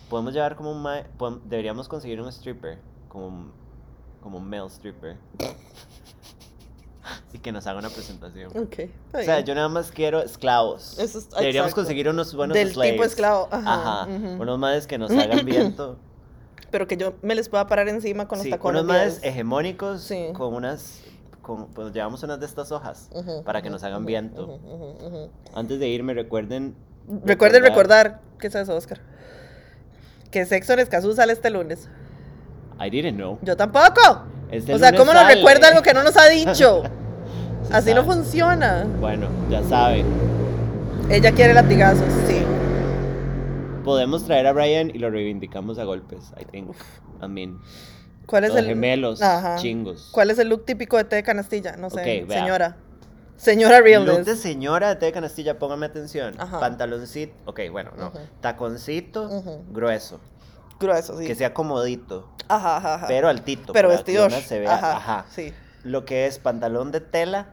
Podemos llevar como un... ma- podem- Deberíamos conseguir un stripper, como un, como un male stripper. y que nos haga una presentación.
Ok. está
O sea,
bien.
yo nada más quiero esclavos.
Eso es-
Deberíamos
exacto.
conseguir unos buenos
Del
slaves.
tipo esclavo, ajá,
Ajá.
ujú.
Unos madres que nos hagan viento.
Pero que yo me les pueda parar encima con los
Sí,
tacones.
unos madres
bien.
hegemónicos
Sí.
con unas. Con, pues, llevamos unas de estas hojas
Ujú,
para que nos hagan viento.
Ujú, ujú, ujú.
Antes de irme, recuerden.
Recuerden recordar, ¿qué es eso, Oscar? Que Sexo en Escazú sale este lunes.
I didn't know.
Yo tampoco.
Este
o sea,
lunes
¿cómo nos
sale.
recuerda algo que no nos ha dicho?
Se
Así no
sabe.
funciona.
Bueno, ya saben.
Ella quiere latigazos, sí.
Podemos traer a Brian y lo reivindicamos a golpes, I think. I mean.
¿Cuál es
Los
el
gemelos, chingos.
¿Cuál es el look típico de té de canastilla? No sé,
Ok, vea.
señora. Señora
Look
Realness.
de señora de té de canastilla, póngame atención.
Ajá.
Pantaloncito, ok, bueno, no.
Ujú.
Taconcito
Ujú.
grueso.
grueso, sí.
Que sea comodito,
Ajá, ajá, ajá.
pero altito.
Pero
para que
vestidor.
uno se vea,
ajá,
ajá,
Sí.
Lo que es pantalón de tela,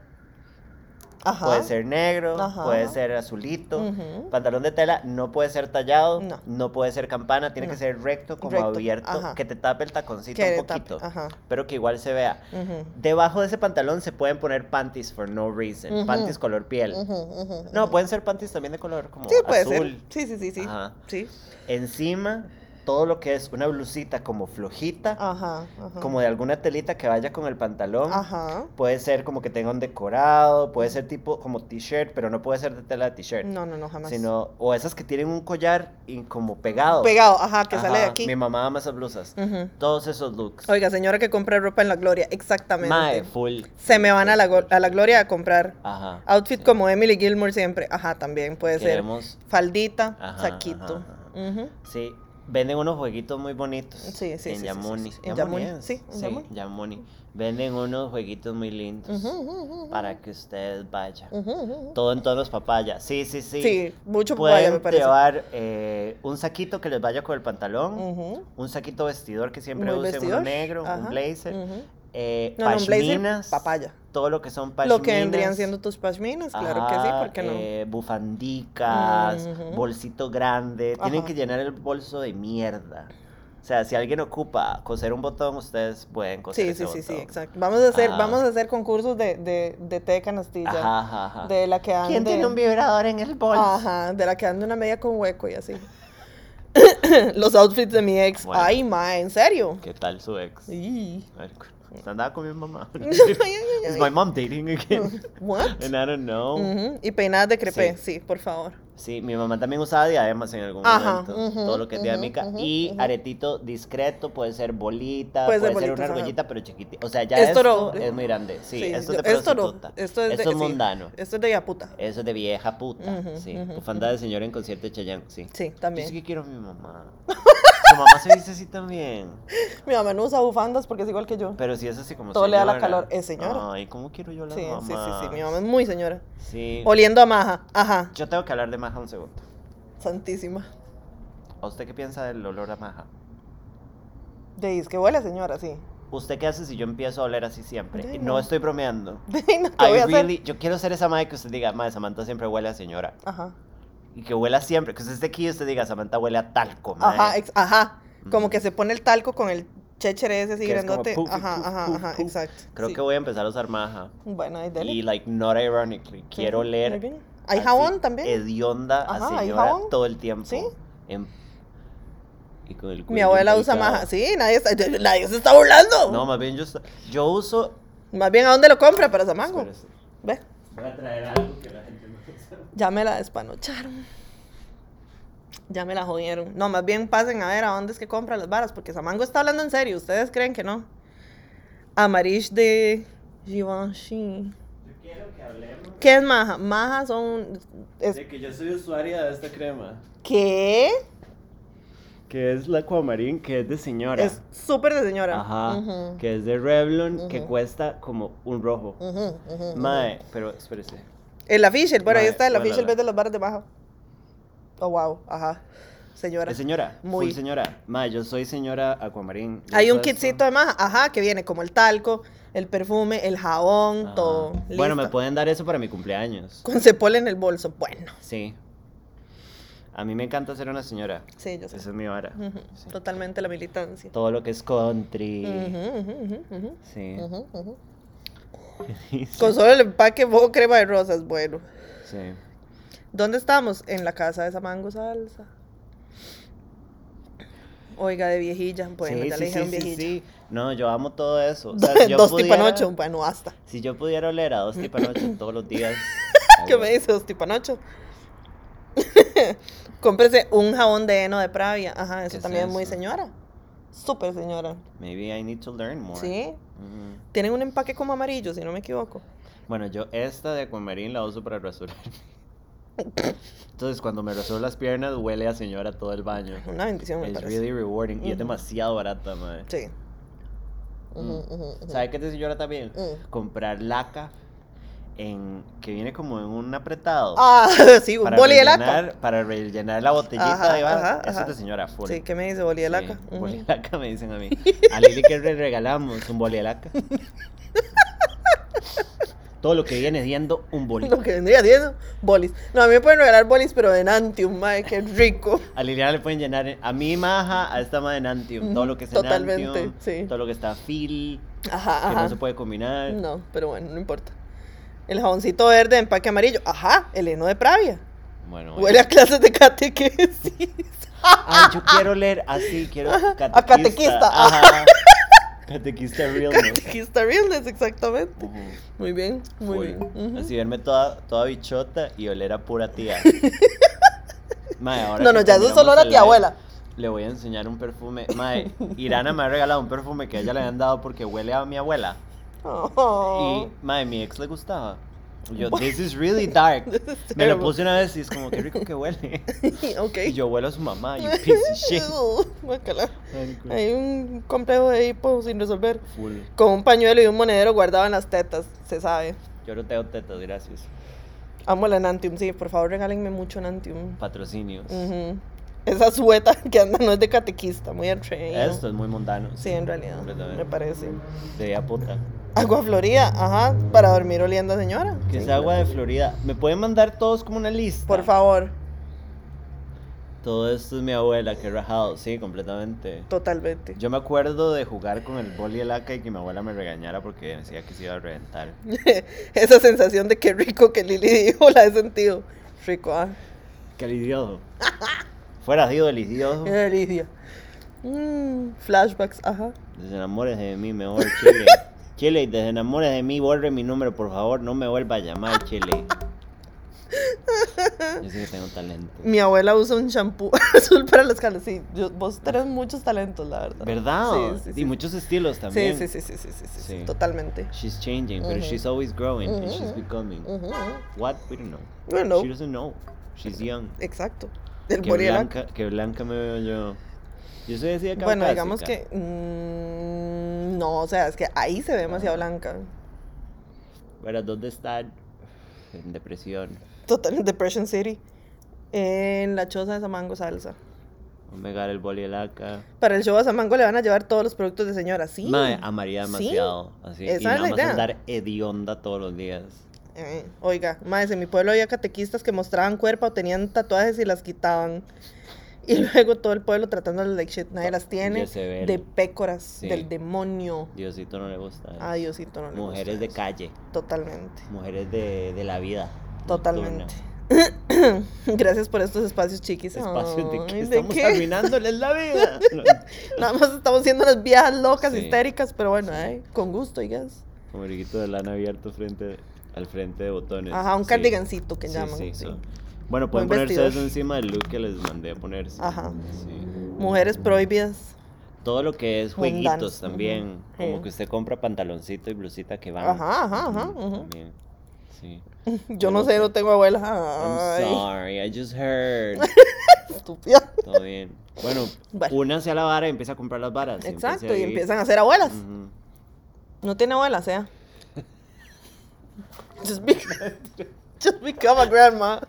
Ajá.
puede ser negro,
Ajá.
puede ser azulito.
Ujú.
Pantalón de tela no puede ser tallado,
No.
no, puede ser campana, tiene
No.
que ser recto, como
Recto,
abierto,
ajá.
que te tape el taconcito
Que
un
tape,
poquito,
ajá.
pero que igual se vea.
Ujú.
Debajo de ese pantalón se pueden poner panties for no reason,
Ujú.
panties color piel.
Ujú, ujú,
No,
ujú.
pueden ser panties también de color como
Sí, puede
azul.
ser. Sí, sí, sí, sí.
Ajá.
Sí.
Encima, todo lo que es una blusita como flojita,
Ajá, ajá.
como de alguna telita que vaya con el pantalón.
Ajá.
Puede ser como que tenga un decorado, puede ser tipo como t-shirt, pero no puede ser de tela de t-shirt.
No, no, no, jamás.
Sino, o esas que tienen un collar y como pegado.
Pegado, ajá, que sale de
Ajá,
aquí.
Mi mamá ama esas blusas.
Ujú.
Todos esos looks.
Oiga, señora que compra ropa en la gloria, exactamente.
Mae, full.
Se me van a la, go- a la gloria a comprar
Ajá.
outfit como Emily Gilmore siempre. Ajá, también puede
Queremos.
ser. Faldita,
Ajá,
saquito.
ajá, ajá.
Ujú.
Sí, venden unos jueguitos muy bonitos.
Sí, sí, sí, sí,
En
sí,
Yamuni.
sí, en Yamuni,
es.
sí, en Yamuni.
Yamuni. Venden unos jueguitos muy lindos
Ujú, ujú, ujú,
para que ustedes vayan.
ujú, ujú.
Todo en tonos papaya. Sí, sí, sí.
Sí, mucho papaya, me
Pueden
parece.
llevar eh, un saquito que les vaya con el pantalón,
Ujú.
un saquito vestidor que siempre
Muy
usen,
Mm. vestidor,
uno negro,
ajá,
un blazer,
ujú.
eh,
No, no, un blazer,
pashminas,
papaya.
todo lo que son pashminas.
Lo que vendrían siendo tus pashminas, claro que sí,
ajá,
porque
eh, bufandicas,
Ujú.
bolsito grande. Tienen
Ajá.
que llenar el bolso de mierda. O sea, si alguien ocupa coser un botón, ustedes pueden
no.
coser
Sí,
ese
sí, sí, sí,
botón.
exacto. Vamos a hacer,
Ah.
vamos a hacer concursos de, de, de té de canastilla.
Ajá, ajá, ajá.
De la que ande.
¿Quién tiene un vibrador en el bolso?
Ajá, de la que anda una media con hueco y así. Los outfits de mi ex.
Bueno.
Ay, ma, ¿en serio?
¿Qué tal su ex?
Y-
Marico, Se andaba con mi mamá.
Ay, ay, ay,
Is
ay.
my mom dating again?
What?
And I don't know.
Ujú, Y peinadas de crepé, sí, por favor.
Sí, mi mamá también usaba diademas en algún
Ajá,
momento.
ujú,
todo lo que es
ujú,
diadémica.
ujú,
y
ujú.
aretito discreto, puede ser bolita,
Puede
puede
ser
ser,
bolitas,
una
ajá.
argollita, pero chiquitita. O sea, ya
Esto
esto,
no.
es muy grande. Sí, esto
yo-
es de
esto no,
prostituta.
Esto es, de- sí,
mundano.
esto es de yaputa.
Eso es de vieja puta.
Ujú,
sí,
ujú,
bufanda de señor en concierto de Chayanne, sí.
Sí,
Yo sí
también.
que quiero a mi mamá. Su mamá se dice así también.
Mi mamá no usa bufandas porque es igual que yo.
Pero si es así como
Todo le da la
señora.
calor, es señora.
Ay, ¿cómo quiero yo a la
Sí,
mamá?
sí, sí, sí. Mi mamá es muy señora.
Sí.
Oliendo a maja. Ajá.
Yo tengo que hablar de maja un segundo.
Santísima.
¿A usted qué piensa del olor a maja?
De dis que huele, señora, sí.
¿Usted qué hace si yo empiezo a oler así siempre?
De
Y
no.
No estoy bromeando.
De ahí no, ¿qué voy
I
a hacer?
really, yo quiero ser esa madre que usted diga, madre, Samantha siempre huele a señora.
Ajá.
Y que huela siempre. Que usted esté aquí y usted diga, Samantha huele a talco, madre.
Ajá, ex- ajá. Como
Ujú.
que se pone el talco con el chéchere ese así
Que es como
grandote.
puf,
ajá,
puf,
ajá,
puf,
ajá,
puf.
exacto.
Creo
sí.
que voy a empezar a usar maja.
Bueno, ahí dele.
Y, like, not ironically, quiero
Ujú,
oler.
muy bien. ¿Hay
así,
jabón también?
Hedionda
Ajá,
a
¿hay
señora
jabón?
todo el tiempo.
Sí.
En- Y con el
Mi
cuello
abuela usa
delicado.
maja. Sí, nadie, está- nadie se está burlando.
No, más bien yo, uso- yo uso.
Más bien, ¿a dónde lo compra para Zamango?
Espérese.
Ve,
Voy a traer algo que la gente no usa.
ya me la despanocharon. Ya me la jodieron. No, más bien pasen a ver a dónde es que compra las varas, porque Zamango está hablando en serio. ¿Ustedes creen que no? Amarish de Givenchy.
Yo quiero que hablemos.
¿Qué es maja? Maja son... es-
De que yo soy usuaria de esta crema.
¿Qué?
Que es la Aquamarine, que es de señora.
Es súper de señora.
Ajá.
Ujú.
Que es de Revlon, que
Ujú.
cuesta como un rojo.
Ujú, ujú, ujú.
Mae, pero espérese.
El Official, bueno, ahí
Mae,
está el
huélala.
Official vez de los bares de maja. Oh, wow. Ajá. Señora.
Es señora.
Muy.
Muy. señora. Mae, yo soy señora Aquamarine. Yo
Hay un
uso esto.
kitcito de maja, ajá, que viene como el talco, el perfume, el jabón,
Ajá.
todo.
Bueno, me
Listo.
pueden dar eso para mi cumpleaños.
Con cepol en el bolso. Bueno,
Sí. A mí me encanta ser una señora.
sí, yo sé.
Esa es mi vara.
Ujú,
Sí.
Totalmente la militancia.
Todo lo que es country.
Ujú, ujú, ujú, ujú,
Sí.
ujú, ujú.
Sí.
Con solo el empaque bobo crema de rosas, bueno.
Sí.
¿Dónde estamos? En la casa de esa mango salsa. Oiga, de viejilla. Bueno,
sí,
ya
sí,
le
sí,
dijeron
sí,
viejilla.
sí. No, yo amo todo eso. O sea, si yo
dos
pudiera-
tipanocho, bueno, basta.
Si yo pudiera oler a dos tipanocho todos los días.
¿Qué
algo.
me dice dos tipanocho? Cómprese un jabón de heno de Pravia. Ajá, eso
¿Qué es
también es muy
eso?
señora. Súper señora.
Maybe I need to learn more.
Sí.
Mm.
Tienen un empaque como amarillo, si no me equivoco.
Bueno, yo esta de Aquamarine la uso para rasurar. Entonces, cuando me rasuro las piernas, huele a señora todo el baño.
Una bendición, me
Es
parece.
really rewarding y
Ujú.
es demasiado barata, madre.
Sí. Ujú,
Mm.
ujú, ujú.
¿Sabes qué es de señora también?
Mm.
Comprar laca en, que viene como en un apretado.
Ah, sí, un boli de laca.
rellenar, para rellenar la botellita
Ajá,
de bar.
ajá,
Eso es
ajá.
de señora full.
Sí, ¿qué me dice boli de laca?
Sí,
Ujú.
boli de laca me dicen a mí. A Lili que le regalamos un boli de laca. Todo lo que viene siendo un boli.
Lo que vendría siendo bolis. No, a mí me pueden regalar bolis, pero de Nantium, madre, qué rico.
A Liliana le pueden llenar a mi maja, a esta madre Nantium.
Ujú,
Todo lo que es
totalmente,
Enantium,
sí.
todo lo que está Phil,
Ajá,
que
ajá.
no se puede combinar.
No, pero bueno, no importa. El jaboncito verde de empaque amarillo. Ajá, el heno de Pravia.
Bueno, bueno.
Huele a clases de catequesis.
Ay, yo quiero leer así, quiero catequista.
a catequista,
Ajá. Catequista real. ¿no?
Catequista realness, exactamente.
Ujú.
Muy bien, muy
Full.
bien. Ujú.
Así verme toda, toda bichota y oler a pura tía. Mae, ahora
No,
que
no, ya eso es
terminamos
solo la
el
tía
live,
abuela.
Le voy a enseñar un perfume. Mae, Irana me ha regalado un perfume que a ella le han dado porque huele a mi abuela.
Oh.
Y, mae, mi ex le gustaba. Y Yo, this is really dark.
This is
Me lo
terrible.
puse una vez y es como, qué rico que huele.
ok. Uh,
Y yo huelo a su mamá, you piece of shit.
Guácala.
Marico,
Hay un complejo de hipo sin resolver.
Full.
Con un pañuelo y un monedero guardado en las tetas, se sabe.
Yo no tengo tetas, gracias.
Amo la Nantium, sí, por favor regálenme mucho Nantium.
Patrocinios.
Ujú. Esa sueta que anda no es de catequista, muy atrevido.
Esto es muy mundano.
Sí, en realidad,
Completamente.
me parece.
De a puta.
Agua florida, ajá, para dormir oliendo a señora.
Que es
Sí,
agua de Florida. ¿Me pueden mandar todos como una lista?
Por favor,
Todo esto es mi abuela, que rajado. Sí, completamente.
totalmente.
Yo me acuerdo de jugar con el boli de laca y que mi abuela me regañara porque decía que se iba a reventar.
Esa sensación de qué rico que Lili dijo, la he sentido. Rico, ah.
¡Qué delicioso! Fuera sido delicioso.
Qué delicia. Mm, flashbacks, ajá.
Desenamores de mí, mejor Chile. Chile, desenamores de mí, borre mi número, por favor. No me vuelva a llamar, Chile. Yo sí que tengo talento.
Mi abuela usa un shampoo azul para las canas. Sí, yo- vos tenés muchos talentos, la verdad.
¿Verdad?
Sí, sí,
Y
sí.
muchos estilos
Sí,
también.
sí, sí, sí, sí, sí, sí,
Sí.
totalmente.
She's changing, but
Ujú.
she's always growing and she's
Ujú.
becoming.
Ujú, ujú.
What? We don't know.
We don't know.
She doesn't know. She's young.
Exacto. El
Qué
Boriela.
blanca, qué blanca me veo yo. Yo soy así de
Bueno, digamos
caucásica.
que. mm, no, o sea, es que ahí se ve demasiado blanca.
Pero ¿dónde está? En depresión.
Total Depression City. En la choza de Samango Salsa.
Omega el boli de laca.
Para el show de Samango le van a llevar todos los productos de señora, sí.
Mae, amaría
Sí.
demasiado. Así.
Esa
y
es
nada
la
más
idea.
andar hedionda todos los días.
Eh, oiga, más en mi pueblo había catequistas que mostraban cuerpo o tenían tatuajes y las quitaban. Y luego todo el pueblo tratándolas like shit. Nadie las tiene.
Jezebel.
De pécoras,
Sí.
del demonio.
Diosito no le gusta. eso.
A Diosito no le gusta
mujeres de
eso.
calle.
Totalmente.
Mujeres de, de la vida.
Totalmente.
nocturna.
Gracias por estos espacios chiquis.
Espacios de que
Ay,
estamos
qué?
arruinándoles la vida.
Nada más estamos siendo unas viejas locas,
Sí.
histéricas, pero bueno, ay, con gusto, I guess.
Amarillito de lana abierto frente, al frente de botones.
Ajá, un cardigancito que llaman, sí.
so- Bueno, pueden
Buen Ah.
ponerse
vestidor.
eso encima del look que les mandé a ponerse.
Ajá.
Sí.
Mujeres prohibidas.
Todo lo que es
Home
jueguitos
dance,
también.
ujú, sí.
Como que usted compra pantaloncito y blusita que van.
Ajá, ajá, ajá,
Ujú,
ujú.
También. Sí.
Yo no sé, no tengo abuela.
I'm
Ay,
sorry, I just heard.
estúpida.
Todo bien. Bueno,
Bueno.
únanse a la vara y empieza a comprar las varas.
Exacto, y
empiece
empiezan a ser abuelas.
ahí. Ujú. Mm.
No tiene abuela, sea. Just, be, just become a grandma.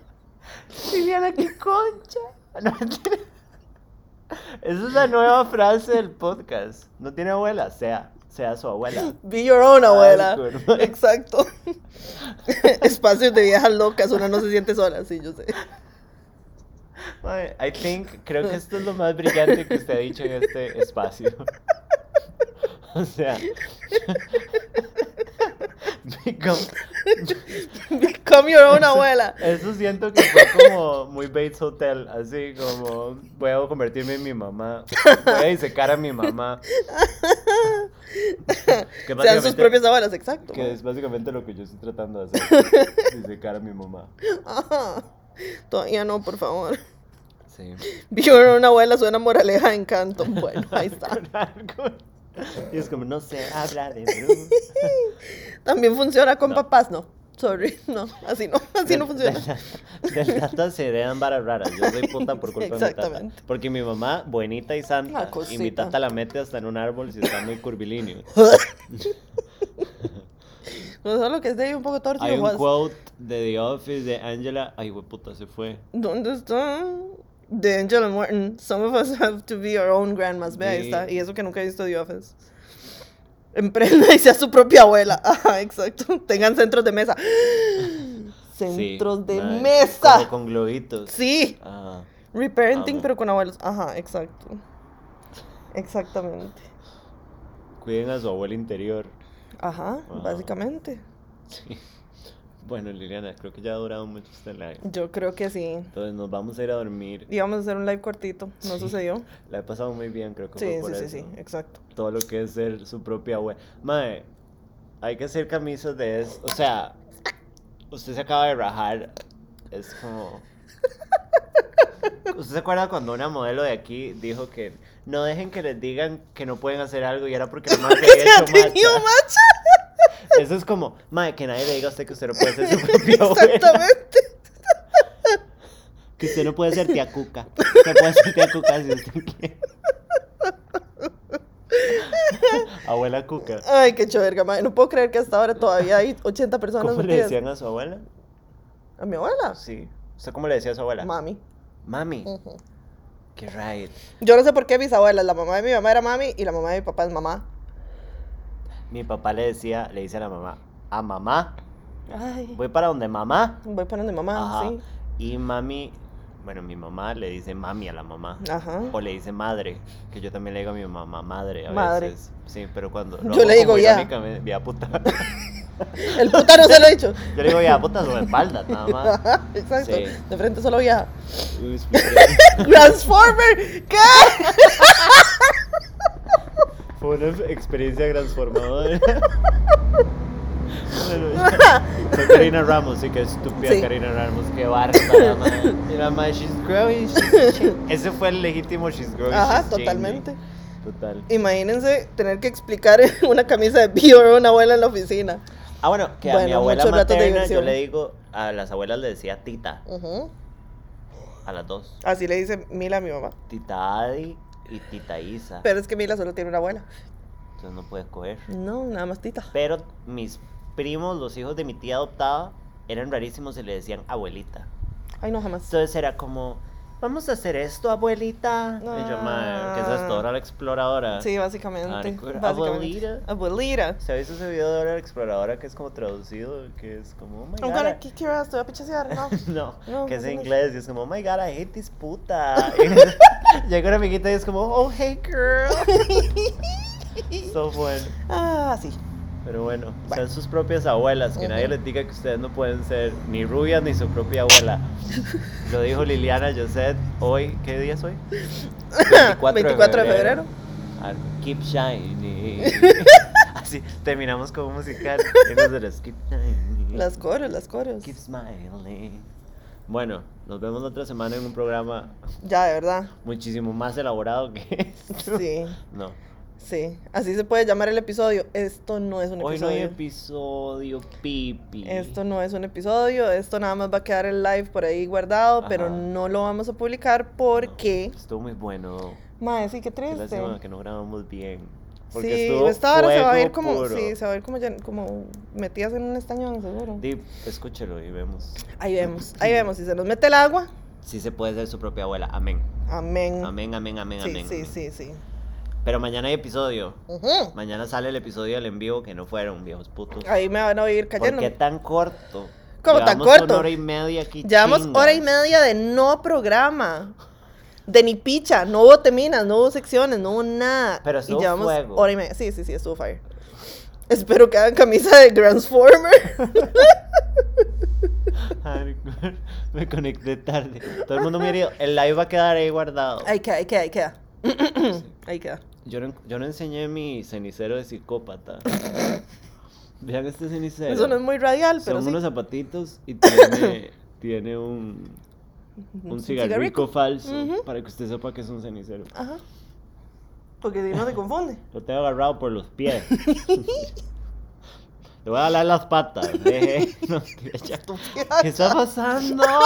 Liliana, qué concha. No, mentira. Esa es la nueva frase del podcast. No tiene abuela, sea, sea su abuela.
Be your own
Ah,
abuela.
cuerda.
Exacto. Espacios de viejas locas, una no se siente sola, sí, yo sé.
Mae, I think, creo que esto es lo más brillante que usted ha dicho en este espacio. O sea, become-
Become your own abuela.
eso siento que fue como muy Bates Hotel, así como voy a convertirme en mi mamá, voy a disecar a mi mamá, Que
Sean sus
básicamente-
propias abuelas, exacto.
que es básicamente lo que yo estoy tratando de hacer, disecar a mi mamá.
Ajá. Todavía no, por favor.
Sí.
Be your own abuela suena moraleja de encanto. Bueno, ahí está.
Con algo. Y es como, no se habla de Bruce.
También funciona con
No.
papás, no. Sorry, no, así no, así no funciona.
Del, del tata se heredan varas raras. Yo soy puta por culpa de mi tata.
Exactamente.
Porque mi mamá, buenita y santa,
Una
y mi
cosita.
tata la mete hasta en un árbol si está muy curvilíneo.
No solo que es de ahí un poco torcido. pues.
Hay un
Juan.
quote de The Office de Angela. Ay, puta, se fue.
¿Dónde están? De Angela Morton. Some of us have to be our own grandmas. Ve, ahí
Sí.
está. Y eso que nunca he visto The Office. Emprenda y sea su propia abuela. Ajá, exacto. Tengan centros de mesa.
Sí,
Centros de
mae,
mesa.
Como con globitos. Ah,
Sí.
Ajá.
Reparenting,
Amo.
pero con abuelos. Ajá, exacto. Exactamente.
Cuiden a su abuela interior.
Ajá,
Wow.
básicamente.
Sí. Bueno, Liliana, creo que ya ha durado mucho este live.
Yo creo que sí.
Entonces nos vamos a ir a dormir.
Íbamos a hacer un live cortito. No
Sí.
sucedió.
La he pasado muy bien, creo que
Sí,
fue
sí,
por
sí,
eso.
sí, exacto.
Todo lo que es ser su propia web. Mae, hay que hacer camisas de eso. O sea, usted se acaba de rajar. Es como. ¿Usted se acuerda cuando una modelo de aquí dijo que no dejen que les digan que no pueden hacer algo y era porque la madre
Porque
había
ha
hecho
tenido
macha?
macha.
Eso es como, mae, que nadie le diga a usted que usted no puede ser su propia abuela.
Exactamente.
Que usted no puede ser tía Cuca. Usted puede ser tía Cuca si usted quiere. abuela Cuca.
Ay, qué choverga, madre. No puedo creer que hasta ahora todavía hay 80 personas
¿Cómo le
metidas.
decían a su abuela?
A mi abuela.
Sí. ¿Usted cómo le decía a su abuela?
Mami.
Mami.
Ujú.
Qué right.
Yo no sé por qué mis abuelas, la mamá de mi mamá era mami y la mamá de mi papá es mamá.
Mi papá le decía, le dice a la mamá, a mamá,
Ay. Voy,
voy para donde mamá.
para donde mamá,
Ajá.
Ah, sí.
Y mami, bueno, mi mamá le dice mami a la mamá.
Ajá.
O le dice madre, que yo también le digo a mi mamá madre a
Madre.
veces. Sí, pero cuando.
Yo le digo ya.
Vía puta.
El puta no se lo he dicho.
Yo le digo ya puta sobre espaldas, nada más.
Ajá, Exacto.
Sí.
De frente solo ya.
Uy, expliqué.
Transformer. ¿Qué?
Fue una experiencia transformadora. Bueno, Soy Karina Ramos, sí que estúpida
Sí.
Karina Ramos, qué bárbara, madre. Mira, madre, she's growing, she's changing. Ese fue el legítimo she's growing,
Ajá,
she's changing.
totalmente.
Total.
Imagínense tener que explicar una camisa de Pío a una abuela en la oficina.
Ah, bueno, que a mi
Bueno,
abuela
muchos ratos de
materna yo
diversión.
le digo, a las abuelas le decía tita,
Ujú.
a las dos.
Así le dice Mila a mi mamá.
Tita Adi y tita Isa.
Pero es que Mila solo tiene una abuela.
Entonces no puedes coger.
No, nada más Tita.
Pero mis primos, los hijos de mi tía adoptada, eran rarísimos y le decían abuelita.
Ay, no, jamás.
Entonces era como, vamos a hacer esto, abuelita. Y yo, madre, ¿qué es esto? Dora la exploradora.
Ah. Sí, básicamente.
Maricura.
básicamente.
Ah. Abuelita.
Abuelita.
¿Sabes ese video de Dora la exploradora que es como traducido? Que es como, oh my
I'm
god.
gonna
I-"
kick your ass, te voy a pichasear, no.
no,
No,
que es
no,
en
no.
inglés y es como, oh my god, I hate this puta. Llega una amiguita y es como, oh hey girl. so bueno.
ah, sí.
Pero bueno, sean sus propias abuelas, que nadie
Ujú.
les diga que ustedes no pueden ser ni rubias ni su propia abuela. Lo dijo Liliana Josette hoy, ¿qué día es hoy? 24 de
24 de febrero.
Ah, Keep shining. Así terminamos con un musical. Y nosotros, keep shining.
Las coros, las coros.
Keep smiling. Bueno, nos vemos la otra semana en un programa
Ya, de verdad.
muchísimo más elaborado que esto.
Sí,
No.
sí. Así se puede llamar el episodio. Esto no es un
Hoy no hay
episodio.
episodio pipi.
Esto no es un episodio, esto nada más va a quedar el live por ahí guardado, pero
Ajá.
no lo vamos a publicar porque...
Estuvo muy bueno.
Mae, sí, qué
Qué
triste.
lástima que no grabamos bien. Porque
sí,
estuvo
esta hora se va a
fuego
ir como...
puro.
Sí, se va a ir como, llen- como metidas en un estañón, seguro.
Di, escúchelo y vemos.
Ahí vemos, ahí vemos, si se nos mete el agua.
Si se puede ser su propia abuela. Amén.
Amén.
Amén, amén, amén,
Mm. Sí,
amén.
sí,
amén.
sí, sí.
Pero mañana hay episodio.
Ujú.
Mañana sale el episodio del en vivo que no fueron, viejos putos.
Ahí me van a oír
¿Por qué
cayendo.
tan corto?
¿Cómo tan
Llevamos
corto?
Una hora y media aquí.
Llevamos
chingas.
hora y media de no programa. De ni picha, no hubo teminas, no hubo secciones, no hubo nada.
Pero
y
estuvo
llevamos
fuego.
hora y media. Sí, sí, sí, estuvo fire. Espero que hagan camisa de Transformer.
Ay, me conecté tarde. Todo el mundo me hirió. El live va a quedar ahí guardado.
ahí queda, ahí queda, ahí queda. ahí queda.
Yo no, yo no enseñé mi cenicero de psicópata. Vean este cenicero.
Eso no es muy radial, pero
Son
sí.
unos zapatitos y tiene, tiene un, un cigarrico falso
Ujú.
para que usted sepa que es un cenicero.
Ajá. Porque si no se confunde.
Lo tengo agarrado por los pies. Le voy a jalar las patas. deje. No, tía, ya. ¿Qué está pasando?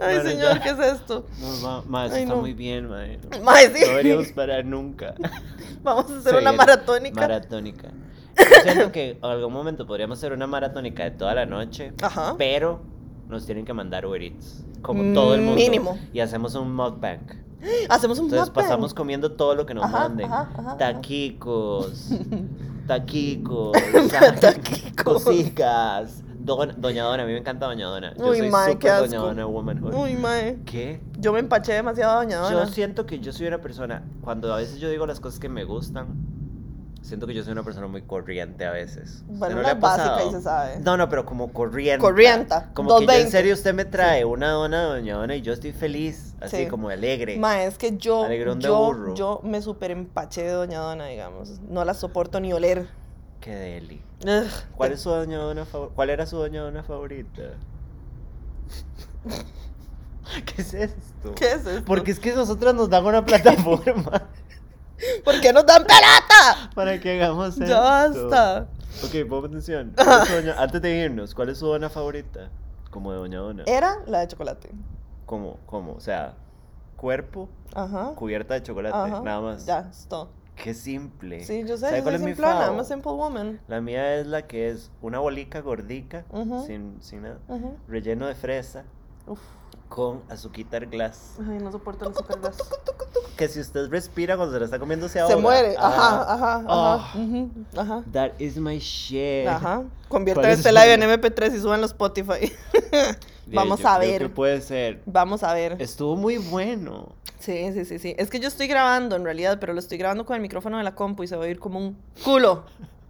Ay,
Bueno,
señor,
ya.
¿qué es esto?
No, ma, ma, eso
Ay,
está
no.
muy bien, ma. No
Mae, sí.
deberíamos parar nunca.
Vamos a hacer
Se
una
viene.
maratónica.
Maratónica. Yo siento que en algún momento podríamos hacer una maratónica de toda la noche,
Ajá.
pero nos tienen que mandar Uber Eats, como todo el mundo.
Mm, Mínimo.
Y hacemos un mukbang.
Hacemos un
Entonces
mukbang.
pasamos comiendo todo lo que nos
Ajá,
manden.
ajá, ajá, ajá.
Taquicos, taquicos,
Taquicos.
cositas. Don- Doña Dona, a mí me encanta Doña Dona. Yo
Uy,
soy
mae, qué
súper Doña
asco. Mm,
Dona Womanhood.
Uy, mae.
¿Qué?
Yo me empaché demasiado doña
Yo
Dona.
siento que yo soy una persona, cuando a veces yo digo las cosas que me gustan, siento que yo soy una persona muy corriente a veces. ¿Usted
Bueno,
no
una
le ha pasado?
básica y se sabe.
No, no, pero como corriente.
Corrienta,
Como que yo en
220.
serio usted me trae una dona, doña dona, y yo estoy feliz, así
Sí.
como alegre.
Mae, es que yo,
Alegrón de
yo,
burro.
yo me super empaché de doña Dona, digamos. No la soporto ni oler.
Qué deli.
Ugh,
¿Cuál
te-
es su doña dona favorita? ¿Cuál era su doña dona favorita? ¿Qué es esto?
¿Qué es esto?
Porque es que nosotras nos dan una plataforma
¿Por qué nos dan pelota?
para que hagamos esto.
Ya basta.
Ok, pon atención. ¿Cuál es su doña- Antes de irnos, ¿cuál es su dona favorita? Como de Doña Dona.
Era la de chocolate.
¿Cómo? ¿Cómo? O sea, cuerpo,
Ajá.
cubierta de chocolate,
Ajá.
nada más.
Ya, es todo.
Qué simple.
Sí, yo sé,
¿Sabe
yo
cuál es
soy
mi
simplona,
favo?
I'm a simple woman.
La mía es la que es una bolica gordica,
Ujú.
sin, sin nada,
Ujú.
relleno de fresa
Uf,
con azuquita glass.
ay, no soporto el supergas.
Que si usted respira cuando se la está comiendo se ahoga.
Se muere,
Ah.
ajá, ajá, ajá.
Oh,
ujú, Ajá.
That is my shit.
Ajá.
Eh, ¿Cuál
Conviertan
es
este
el-
live en MP3 y suban los Spotify.
Bien,
Vamos
yo
a
creo que
ver.
puede ser.
Vamos a ver.
Estuvo muy bueno.
Sí, sí, sí, sí. Es que yo estoy grabando en realidad, pero lo estoy grabando con el micrófono de la compu y se va a oír como un culo.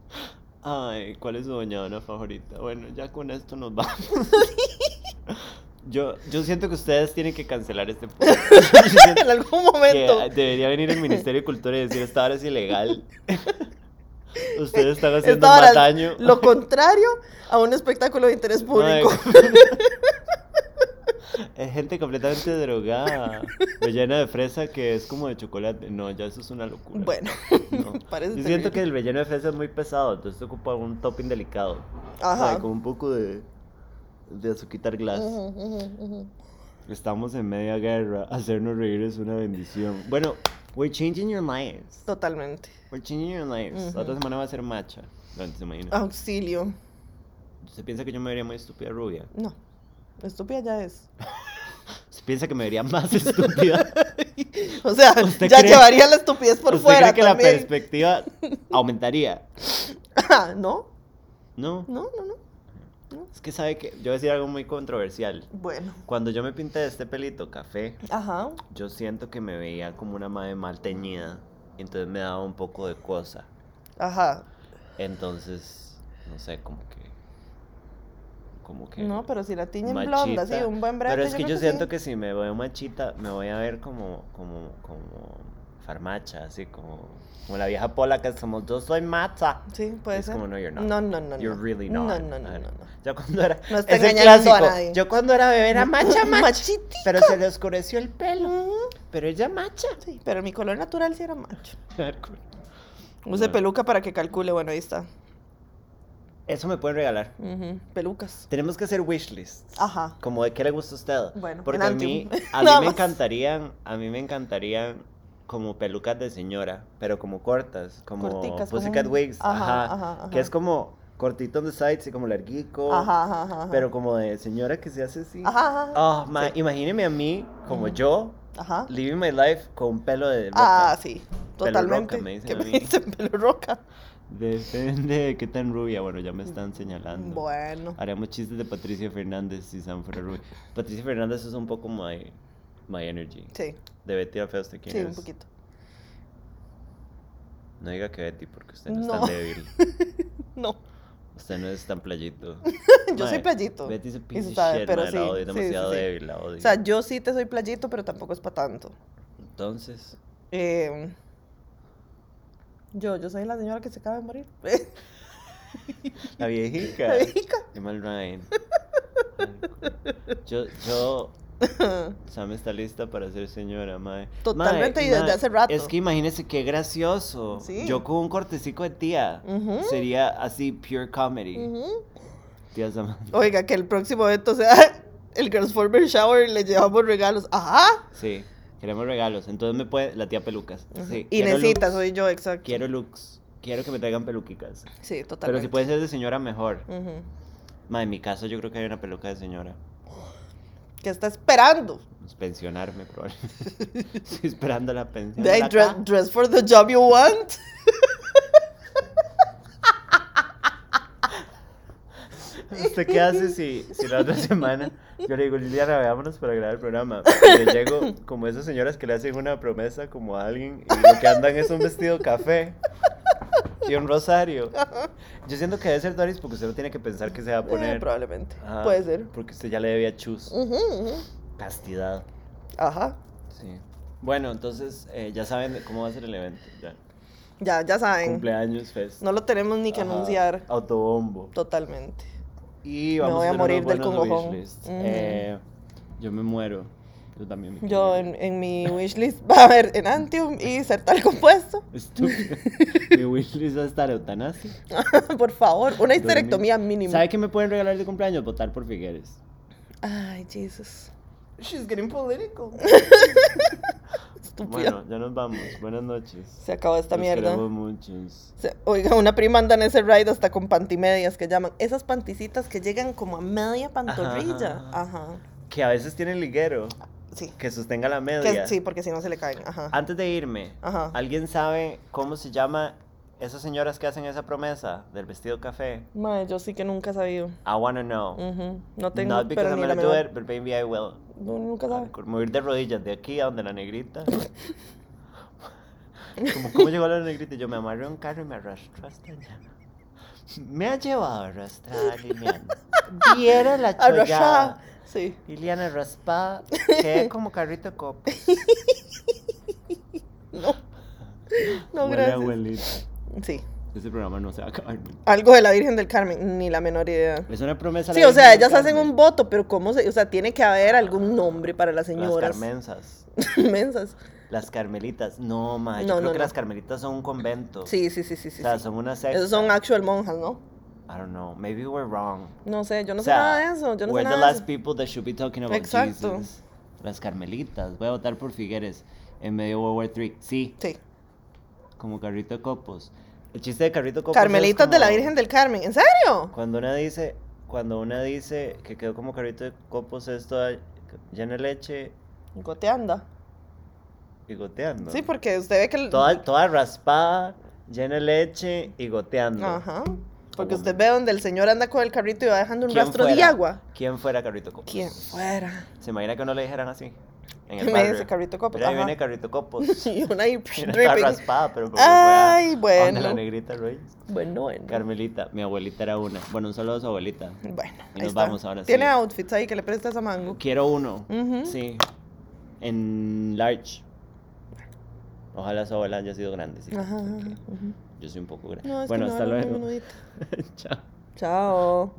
Ay, ¿cuál es su doñadona favorita? Bueno, ya con esto nos vamos. Yo, yo siento que ustedes tienen que cancelar este podcast. Yo siento
en algún
que
momento.
debería venir el Ministerio de Cultura y decir, esta hora es ilegal. Ustedes están haciendo
Esta hora
más
es
daño.
Lo contrario a un espectáculo de interés
Ay,
público.
Es gente completamente drogada, rellena de fresa que es como de chocolate. No, ya eso es una locura.
Bueno,
No.
parece
Yo siento
terrible.
que el relleno de fresa es muy pesado, entonces ocupa un topping delicado.
Ajá.
Ay, con un poco de, de azuquitar glass.
Ujú, ujú, ujú.
Estamos en media guerra. Hacernos reír es una bendición. Bueno, we're changing your lives.
Totalmente.
We're changing your lives. La otra
Ujú. Ah.
semana va a ser macha. No, se imagina.
Auxilio.
Se piensa que yo me vería muy estúpida rubia.
No. Estúpida ya es.
Se piensa que me vería más estúpida.
O sea,
¿Usted
ya
cree-
llevaría la estupidez por
¿Usted
fuera.
cree que la
también.
perspectiva aumentaría?
Ajá, ¿No?
No.
No, no, no.
Es que sabe que yo voy a decir algo muy controversial.
Bueno.
Cuando yo me pinté este pelito café,
Ajá.
yo siento que me veía como una madre mal teñida. Entonces me daba un poco de cosa.
Ajá.
Entonces, no sé, como que. Como que.
No, pero si la tiñen blonda, sí,
machita.
un buen brete.
Pero es que yo
creo
siento
sí.
que si me veo machita, me voy a ver como. Como. Como. Farmacha, así como. Como la vieja pola que somos, yo soy macha.
Sí, puede
es
ser.
como, no, you're not.
No, no, no.
You're
no.
really
No,
not.
no, no, no.
Ay,
no.
Yo cuando era.
No está
es el
engañando a
clásico,
nadie.
Yo cuando era bebé era macha, macha.
Machiti.
Pero se le oscureció el pelo.
Ujú.
Pero ella macha.
Sí, pero mi color natural sí era macho. Use
Bueno.
peluca para que calcule. Bueno, ahí está.
Eso me pueden regalar.
Ujú, Pelucas.
Tenemos que hacer wishlists.
Ajá.
Como de qué le gusta a usted.
Bueno,
Porque
en
a
Antium.
mí, a
Nada
mí me
más.
encantarían, a mí me encantarían como pelucas de señora, pero como cortas, como
Corticas, como
pussycat
un-
wigs,
ajá,
ajá,
ajá, ajá.
que es como cortito on the sides y como larguico,
Ajá, ajá, ajá.
Oh, pero como de señora que se hace así.
Ajá, ajá.
Oh, ma, imagínenme a mí como
Ujú.
yo
Ajá.
living my life con pelo de
Ah,
Ah, roca.
sí.
Pelo
Totalmente.
roca, me dicen
¿Qué
a
me
mí.
dicen pelo roca?
Depende de qué tan rubia, bueno, ya me están señalando. Ah,
Bueno.
Haremos chistes de Patricia Fernández si Sam fuera rubia. Patricia Fernández es un poco my, my energy.
Sí,
De Betty la Fea, ¿usted quién
sí,
es?
un poquito.
No diga que Betty, porque usted no, es
No.
tan débil.
No,
Usted no es tan playito.
yo soy
Mae,
playito.
Betty es a
y
piece
se
of
sabe,
shit,
pero
mae,
sí,
la odio,
sí, sí,
demasiado
sí.
débil, la odio.
O sea, yo sí te soy playito, pero tampoco es para tanto.
Entonces,
Eh, yo, yo soy la señora que se acaba de morir.
la viejica.
La viejica.
Qué mal Ryan. Yo, yo, Sam está lista para ser señora, mae.
Totalmente,
Mae,
y desde
mae,
hace rato.
Es que imagínese qué gracioso.
Sí.
Yo con un cortecico de tía.
Ujú.
Sería así, pure comedy.
Ujú. Oh.
Tía Samantha.
Oiga, que el próximo evento sea el Girls Former Shower le llevamos regalos. Ajá.
Sí, queremos regalos. Entonces me puede. La tía pelucas. Sí,
Y
quiero
necesita,
looks,
soy yo, exacto.
Quiero looks. Quiero que me traigan peluquicas.
Sí, totalmente.
Pero si puede ser de señora, mejor.
Ujú.
Ma, en mi caso, yo creo que hay una peluca de señora.
¿Qué está esperando?
Pues, Pensionarme, probablemente. Estoy esperando la pensión.
They
La
dress,
caja.
dress for the job you want.
¿Usted qué hace si, si la otra semana yo le digo, Liliana, veámonos para grabar el programa? Y le llego como esas señoras que le hacen una promesa como a alguien y lo que andan es un vestido café y un rosario. Yo siento que debe ser Doris porque usted no tiene que pensar que se va a
Eh,
poner.
probablemente.
Ajá,
Puede ser.
Porque usted ya le debía chus.
Ujú, ujú.
Castidad.
Ajá.
Sí. Bueno, entonces eh, ya saben cómo va a ser el evento. ya.
Ya, ya saben.
Cumpleaños, fest.
No lo tenemos ni que
Ajá,
anunciar.
Autobombo.
Totalmente.
Y
Me
vamos
voy a
hacer
morir
unos
del
buenos
congojón.
wishlist.
Ujú.
Eh, yo me muero. Yo también. me quiero
Yo
morir.
en, en mi wishlist va a haber Enantium y ser tal compuesto.
Estúpido. Mi wishlist va a estar eutanasia.
Por favor, una
Dormir.
histerectomía mínima.
¿Sabe qué me pueden regalar de cumpleaños? Votar por Figueres.
Ay, Jesus.
She's getting political.
Estúpida.
Bueno, ya nos vamos. Buenas noches.
Se acabó esta
Los
mierda.
queremos muchos.
Se- Oiga, una prima anda en ese ride hasta con pantimedias que llaman. Esas panticitas que llegan como a media pantorrilla.
Ajá.
Ajá.
Que a veces tienen liguero.
Sí.
Que sostenga la
Que-
media. Ah.
sí, porque si no se le caen. Ajá.
Antes de irme,
Ajá.
¿alguien sabe cómo se llama esas señoras que hacen esa promesa del vestido café?
Mae, yo sí que nunca he sabido.
I wanna know.
Ujú. Mm, No tengo,
Not because
pero
I'm
ni la
gonna do
menor-
it, but maybe I will.
No, nunca sabe.
Con morir de rodillas de aquí a donde la negrita. Como cómo llegó la negrita, yo me amarré a un carro y me arrastró hasta allá. Me ha llevado a arrastrar, Liliana. Viera la
Arrasada.
chollada.
Sí.
Liliana raspada, quedé como carrito de copa.
No.
Huele
No,
a
gracias.
abuelita.
Sí.
Ese programa no se va a acabar.
Algo de la Virgen del Carmen, ni la menor idea.
Es una promesa. a la
Sí, o sea,
Virgen del
ellas hacen
Carmen.
un voto, pero ¿cómo se.? O sea, tiene que haber algún nombre para
Las
las señoras.
carmensas.
Inmensas.
Las carmelitas. No, ma, yo
No,
creo
no,
que
no.
las carmelitas son un convento.
Sí, sí, sí, sí. sí,
O sea,
sí.
son una secta.
Esos son actual monjas, ¿no?
I don't know. Maybe we're wrong.
No sé, yo no
O sea,
sé nada de eso. Yo no sé
we're the
nada de
last
eso.
people that should be talking about
Exacto.
Jesus. Las carmelitas. Voy a votar por Figueres en medio World War 3. Sí,
Sí.
como carrito de copos. El chiste de carrito de copos. es
Carmelitas de la
como
Virgen del Carmen. ¿En serio?
Cuando una dice, cuando una dice que quedó como carrito de copos es toda llena de leche
Goteanda.
y goteando.
Sí, porque usted ve que. el-
Toda, toda raspada, llena de leche y goteando.
Ajá. Porque
Como-
usted ve donde el señor anda con el carrito y va dejando un
¿Quién
rastro de
fuera?
agua.
¿Quién fuera Carrito Copos?
¿Quién fuera?
¿Se imagina que no le dijeran así? En
Me
el barrio.
dice Carrito Copos,
Mira, ahí
ajá.
viene Carrito Copos.
Y una ahí
Mira, está
dripping.
raspada, pero como
Ay,
fuera onda la
bueno.
negrita Reyes.
Bueno, bueno.
Carmelita, mi abuelita era una. Bueno, un saludo a su abuelita.
Bueno,
Y
ahí
nos
está.
vamos ahora sí.
Tiene outfits ahí que le prestas a Mango.
Quiero uno.
Ujú.
Sí. En large. Ojalá su abuela haya sido grande. sí,
Ajá.
porque
ujú.
Yo soy un poco grande.
No, es
bueno,
que no
hasta
hablo muy
luego.
menudito.
Chao.
Chao.